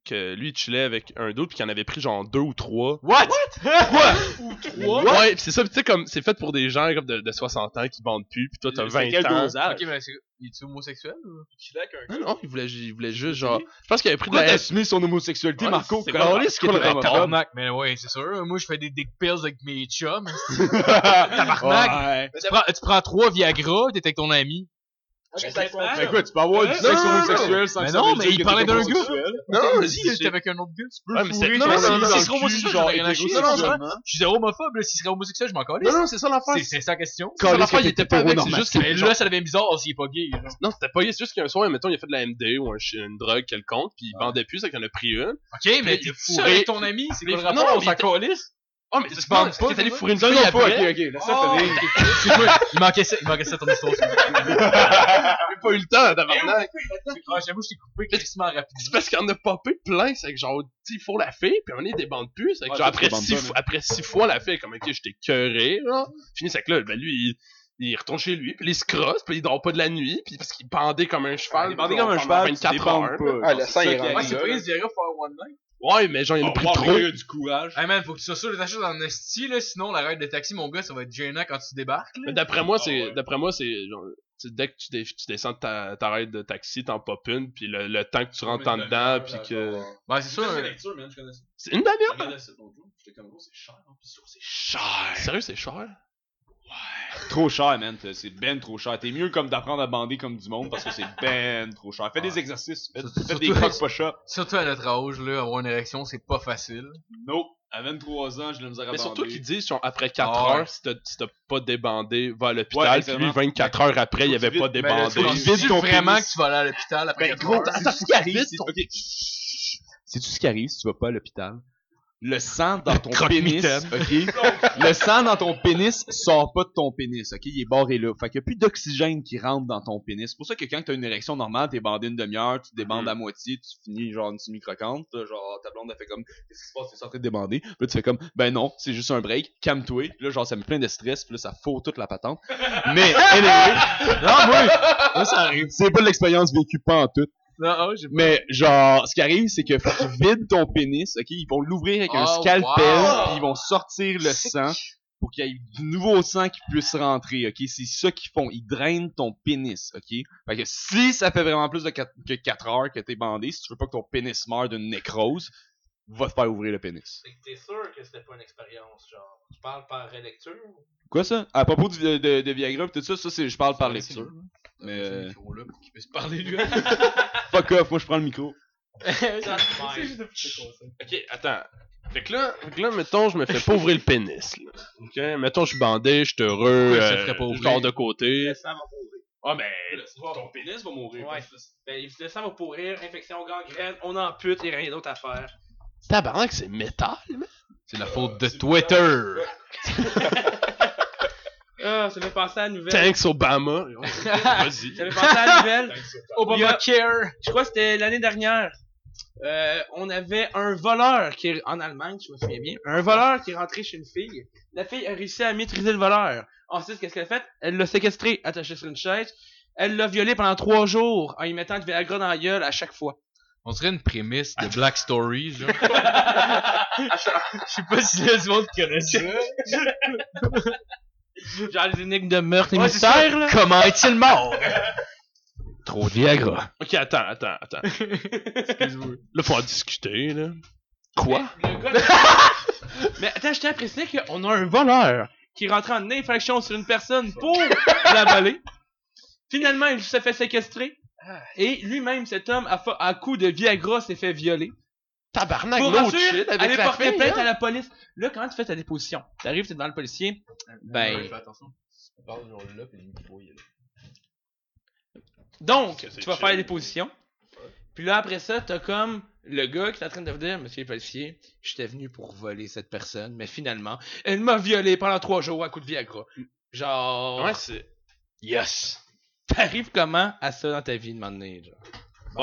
F: que lui il chillait avec un d'autre puis qu'il en avait pris genre deux ou trois.
C: What?
F: Trois? Ouais, pis c'est ça, pis tu sais comme c'est fait pour des gens comme de, de 60 ans qui bandent plus, pis toi t'as 20
D: quel
F: ans.
D: dosage?
C: Ok, mais c'est. Il est homosexuel ou?
E: Je suis là qu'un
F: Non non, il voulait ju- il voulait juste genre je pense qu'il avait pris de
D: Pourquoi
F: la
D: t'assumer son homosexualité,
F: Ouais,
D: Marco?
F: c'est
D: Comment-
F: quoi- c'est quoi le
D: Qu'est-ce que t'es homophobe?
C: Tabarnak, mais ouais, c'est sûr. Moi, je fais des dick pills avec mes
F: [LAUGHS]
C: chums.
D: Ouais.
C: tu, prends, tu prends trois Viagra, t'es avec ton ami.
D: Ben quoi, tu peux avoir du
F: Non,
D: sexe
F: non, non,
D: homosexuel sans
C: Mais
D: que ça
C: non,
D: veut
C: mais
D: dire
C: il
D: que
C: parlait
D: t'es
C: d'un
D: homosexuel.
F: Non,
C: T'es-
F: vas-y,
C: t'es
F: c'est-
C: avec un autre gars, tu peux
F: Ouais, mais c'est-
C: fourrer
F: non,
C: ton
F: mais c'est-
C: ami
F: non,
C: dans
F: c'est
C: le
F: trop
C: cul,
F: homosexuel,
C: genre,
F: genre,
C: rien à chier,
F: hétéro- non,
C: genre.
F: non,
C: Je suis zéro homophobe, là, s'il serait homosexuel, je m'en calisse.
F: non, c'est ça l'affaire.
C: C'est c'est ça la question.
F: C'est ça l'affaire,
D: que
F: il était pas avec, c'est
D: normal.
F: juste
C: Mais
F: que genre,
C: là, ça devient bizarre s'il est pas gay. genre.
F: non, c'était pas c'est juste qu'un soir, mettons, il a fait de la MD ou un chi- une drogue quelconque, puis il bandait plus, c'est qu'il en a pris une.
C: Ok, mais t'es
F: il
C: fou
F: fourrait-
C: avec ton ami, c'est quoi le
F: Non,
C: rapport?
F: mais
C: on s'en
F: il-
C: calisse.
F: Oh, mais tu
C: bandes
F: bandes pas,
C: pas,
F: t'es allé
C: toi?
F: fourrer une
D: Non,
F: fille
D: non, pas,
F: après.
D: ok, ok, laisse ça
E: Oh!
D: finir.
C: Excuse-moi, il manquait ça, il manquait ça ton histoire.
F: J'ai pas eu le temps tabarnak.
C: Ah, j'avoue, je t'ai coupé quasiment
F: C'est
C: rapidement.
F: parce qu'il en a popé plein, c'est que genre, tu sais, il faut la fille, puis à un moment donné, il débande plus, c'est que
D: Ouais,
F: genre,
D: ça,
F: après
D: ça
F: six,
D: débande pas,
F: fois, après six fois, la fille, est comme, ok, j'étais cœuré, là. Fini, c'est que là, ben lui, il, il retourne chez lui, puis il se crosse, puis il dort pas de la nuit, puis parce qu'il bandait comme un cheval.
D: Il bandait
F: genre,
D: comme un
F: pendant
D: cheval, tu
F: 24 heures.
D: dépendes pas.
A: Ah, le sang, il rentre.
C: Ouais, c'est pris ce Viagra pour faire one night.
F: Ouais, mais genre, il en a
D: Oh,
F: pris
D: wow,
F: trop.
D: il y a du courage.
C: Hey man, faut que tu sois sûr de t'acheter dans un esti, là, sinon la règle de taxi, mon gars, ça va être gênant quand tu débarques, là.
F: Mais D'après moi,
D: Ah,
F: c'est,
D: ouais.
F: d'après moi, c'est genre, tu sais, dès que tu, dé- tu descends de ta, ta ride de taxi, t'en popes une, puis le, le temps que tu rentres en dedans, puis que.
C: Ouais, c'est sûr. hein.
E: lecture, man, je connais ça.
F: C'est une demi-heure!
E: Je regardais ça l'autre jour, j'étais comme gros, c'est cher, en plus, gros, c'est cher.
F: Cher! Sérieux, c'est cher?
D: Trop cher, man. t'es- C'est ben trop cher. T'es mieux comme d'apprendre à bander comme du monde parce que [LAUGHS] c'est ben trop cher. Fais des exercices. Fais,
C: Surtout-
D: fais des
C: surtout-
D: cock push-ups.
C: Surtout à notre âge, là, avoir une érection, c'est pas facile.
D: Non. À 23 ans, je l'ai misère à
F: Mais surtout
D: bander.
F: qu'ils disent, genre, après 4
C: ben, Ah ouais.
F: heures, si t'as si t'as pas débandé, va à
D: Ouais,
F: l'hôpital. puis
D: exactement.
F: lui, 24 heures après, il avait
D: vite,
F: pas
D: mais
C: Mais là,
F: débandé.
C: tu
D: bandé.
C: dis
D: Vide ton
C: vraiment
D: pénis.
C: que tu vas aller à l'hôpital après
D: Ben
C: quatre
D: gros,
C: heures?
D: attends, ce qui arrive, c'est- ok. Sais-tu ce qui arrive si tu vas pas à l'hôpital? Le sang dans ton pénis,
C: Croque-mitaine.
D: ok? Le sang dans ton pénis sort pas de ton pénis, ok? Il est barré là. Fait qu'il y a plus d'oxygène qui rentre dans ton pénis. C'est pour ça que quand t'as une érection normale, t'es bandé une demi-heure, tu débandes à moitié, tu finis genre une semi-croquante, là, genre ta blonde elle fait comme, qu'est-ce qui se passe, t'es sorti de débander. Puis Là tu fais comme, ben non, c'est juste un break, calme-toi. Puis Là genre ça met plein de stress, puis là ça fout toute la patente. Mais, anyway, [LAUGHS] non, moi, moi, ça arrive. ah C'est pas de l'expérience vécue pas en tout.
C: Non, oh, j'ai
D: Mais genre, ce qui arrive, c'est que faut qu'ils vident ton pénis, ok? Ils vont l'ouvrir avec un
C: Oh,
D: scalpel,
C: wow.
D: puis ils vont sortir le sang pour qu'il y ait du nouveau sang qui puisse rentrer, ok? C'est ça qu'ils font. Ils drainent ton pénis, ok? Fait que si ça fait vraiment plus de quatre- que 4 heures que t'es bandé, si tu veux pas que ton pénis meure d'une nécrose, va te faire ouvrir le pénis.
E: C'est que t'es sûr que c'était pas une expérience, genre. Tu parles par relecture?
D: Quoi ça? À propos du- de, de, de Viagra pis tout ça, ça c'est, je parle par
C: laissé
D: lecture. Mais euh,
C: là pour qu'il puisse parler
E: [LAUGHS]
C: lui.
D: fuck off, moi je prends le micro.
E: C'est juste un petit conseil.
F: Ok, attends. Fait que là, fait que là, mettons, je me fais pas ouvrir le pénis. Là. Ok, mettons, je suis bandé, je suis heureux,
C: Pourquoi ça te
F: euh,
C: ferait pas
F: je
C: ouvrir?
F: dors de côté.
E: Ça va mourir.
F: Ah, ben,
E: Ton
F: pénis va mourir.
E: Ouais. Ben, le sang va pourrir, infection gangrène, on ampute et rien d'autre à faire.
F: Tabarnak, c'est métal, man.
C: C'est la faute de Twitter.
E: Ah, ça fait penser à la nouvelle.
F: Thanks, Obama. Vas-y.
E: Ça fait penser à la nouvelle. Il y a-
C: Obamacare.
E: je crois que c'était l'année dernière. Euh, on avait un voleur qui est en Allemagne, je me souviens bien. Un voleur qui est rentré chez une fille. La fille a réussi à maîtriser le voleur. Ensuite, qu'est-ce qu'elle a fait Elle l'a séquestré, attaché sur une chaise. Elle l'a violé pendant trois jours en lui mettant du Viagra dans la gueule à chaque fois.
C: On dirait une prémisse de Black Stories, [LAUGHS] genre. Je sais pas si les autres connaissent ça.
E: Genre les énigmes de meurtre et
F: Ouais, c'est ça.
E: mystère, là.
C: Comment est-il mort? Trop de Viagra.
F: Ok, attends, attends,
C: [LAUGHS]
F: attends.
E: Excuse-moi.
F: Là, faut en discuter, là. Quoi?
E: Le gars- [LAUGHS] Mais attends, je tiens à préciser qu'on a un voleur qui est rentré en infraction sur une personne pour l'avaler. Finalement, il se fait séquestrer. Et lui-même, cet homme, à, fa- à coup de Viagra, s'est fait violer.
F: Tabarnak,
E: Pour
F: l'autre
E: rassurer,
F: shit avec
E: allez
F: la
E: porter
F: fille,
E: plainte
F: hein?
E: à la police. Là, quand tu fais ta déposition, t'arrives, t'es devant le policier. Ben. Donc,
F: c'est
E: tu vas
F: chill.
E: faire la déposition. Puis là, après ça, t'as comme le gars qui est en train de dire Monsieur le policier, j'étais venu pour voler cette personne, mais finalement, elle m'a violé pendant trois jours à coup de Viagra. Genre.
F: Ouais, c'est.
E: Yes! T'arrives comment à ça dans ta vie de moment donné, genre?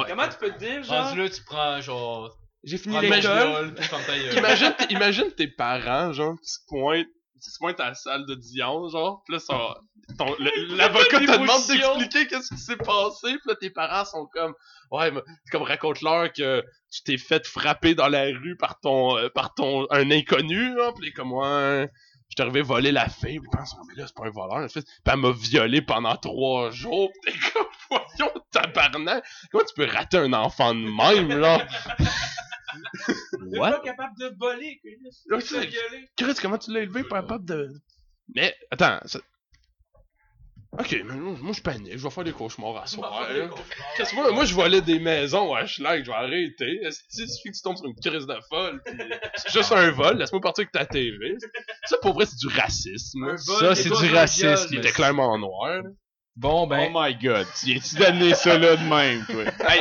F: Ouais.
E: Comment tu peux te dire, genre?
C: Rendu là, Ah, tu prends genre.
E: J'ai fini
C: Prends le mèche
E: l'école.
C: viol, puis ferme ta gueule.
F: [LAUGHS] Imagine, t- imagine tes parents, genre, qui se pointent, qui se pointent à la salle d'audience, genre, pis là, ça- ton- le- l'avocat te demande
C: Déposition.
F: d'expliquer qu'est-ce qui s'est passé, pis là, tes parents sont comme, ouais, mais, c'est comme raconte-leur que tu t'es fait frapper dans la rue par ton, euh, par ton, un inconnu, là, pis là, comme, ouais, je t'ai arrivé voler la fille, pis ils pensent, oh, mais là, c'est pas un voleur, en fait, pis elle m'a violé pendant trois jours, [LAUGHS] pis t'es comme, voyons, tabarnak, comment tu peux rater un enfant de même, là?
E: T'es pas capable de voler, Chris.
F: Là,
E: Tu t'es
F: c'est-
E: violé.
F: Chris, comment tu l'as élevé, pas capable de. Euh, Mais, attends. ça- Ok, mais moi, moi, je panique, je vais faire des cauchemars à soir. là. Qu'est-ce que moi, moi, je volais des maisons à Schlag, je vais arrêter. Est-ce que il suffit que tu tombes sur une crise de folle? puis C'est juste un vol, laisse-moi partir avec ta TV. Ça, pour vrai, c'est du racisme.
C: Un vol,
F: ça, c'est
C: mais pas
F: du
C: un
F: racisme.
C: viol,
F: Il
C: mais
F: était
C: c'est-
F: clairement noir. là.
C: Bon, ben.
D: Oh my god, tu viens-tu d'amener ça là de même,
C: [LAUGHS]
D: toi? Hey.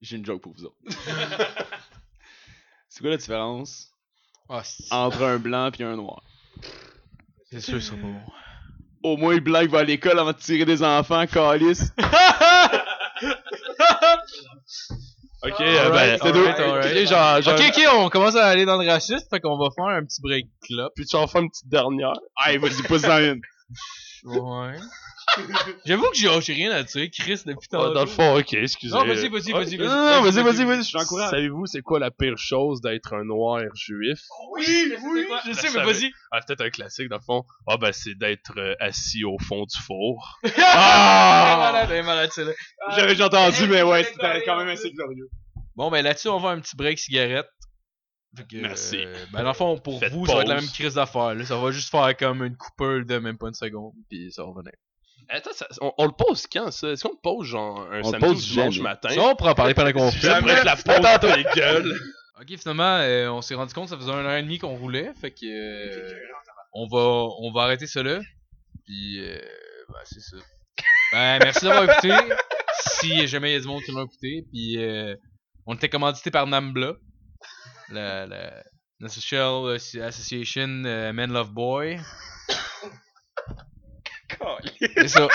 D: J'ai une joke pour vous autres. C'est quoi la différence
C: Ah, c'est
D: entre un blanc et un noir?
C: c'est sûr, c'est pas bon.
D: Au moins, le blanc il va à l'école avant de tirer des enfants, calice.
F: Ok,
C: Alright,
F: euh, ben,
C: Eh,
F: c'est
C: alright,
F: deux.
C: alright.
F: Ok, genre, genre-
C: Ok, ok, on commence à aller dans le raciste, fait qu'on va faire un petit break là.
F: Puis tu en fais une petite dernière.
D: Hey, vas-y, pousse-en une.
C: [LAUGHS] Ouais. J'avoue que j'ai j'ai rien à dire, Chris, depuis
F: Ah,
C: tantôt.
F: dans le fond, ok, excusez.
C: Non, vas-y, vas-y,
F: Ah,
C: vas-y, vas-y.
F: non,
C: Vas-y,
F: non, vas-y,
C: vas-y,
F: vas-y, vas-y, je t'encourage. Savez-vous c'est quoi la pire chose d'être un noir juif?
E: Oui, oui,
C: Je
F: sais,
C: sais,
F: mais
C: mais vas-y.
F: Ah, peut-être un classique, dans le fond. Ah, ben, c'est d'être euh, assis au fond du four. ah!
C: malade, elle est malade, celle-là.
D: J'avais déjà entendu, mais ouais,
E: c'est
D: c'était quand même assez glorieux.
C: Bon, ben là-dessus, on va un petit break cigarette. Fait que,
F: Merci.
C: euh, ben, dans le fond, pour
F: Faites
C: vous, ça va être la
F: pause.
C: même crise d'affaires. là. Ça va juste faire comme une coupeur de même pas une seconde, puis ça va revenir.
F: Attends, ça- on, on le pose quand, ça? Est-ce qu'on le pose, genre, un
D: On le
F: samedi ou
D: pose
F: dimanche
D: jamais.
F: matin?
C: Ça, on pourra en parler pendant qu'on fait.
F: J'aimerais que la pause dans les gueules.
C: Ok, finalement, euh, on s'est rendu compte que ça faisait un an et demi qu'on roulait, fait que euh, on va on va arrêter ça là. Puis euh, ben, c'est ça. Ben merci d'avoir écouté. Si jamais il y a du monde qui l'a écouté, puis euh, on était commandité par Nambla, la, la National Association euh, Men Love Boy. C'est ça.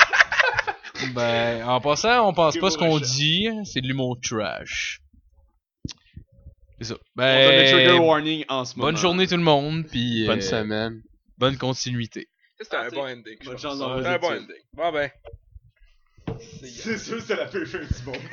C: Ben, en passant, on pense pas ce qu'on dit, c'est de l'humour trash. C'est ça.
D: On donne le trigger
C: Ben,
D: warning en ce moment.
C: Bonne journée tout le monde, puis euh,
F: semaine.
C: bonne continuité.
E: C'était un bon
D: Bonne chance dans vos études.
E: Bon ben.
D: C'est sûr, c'est la pire chose du monde.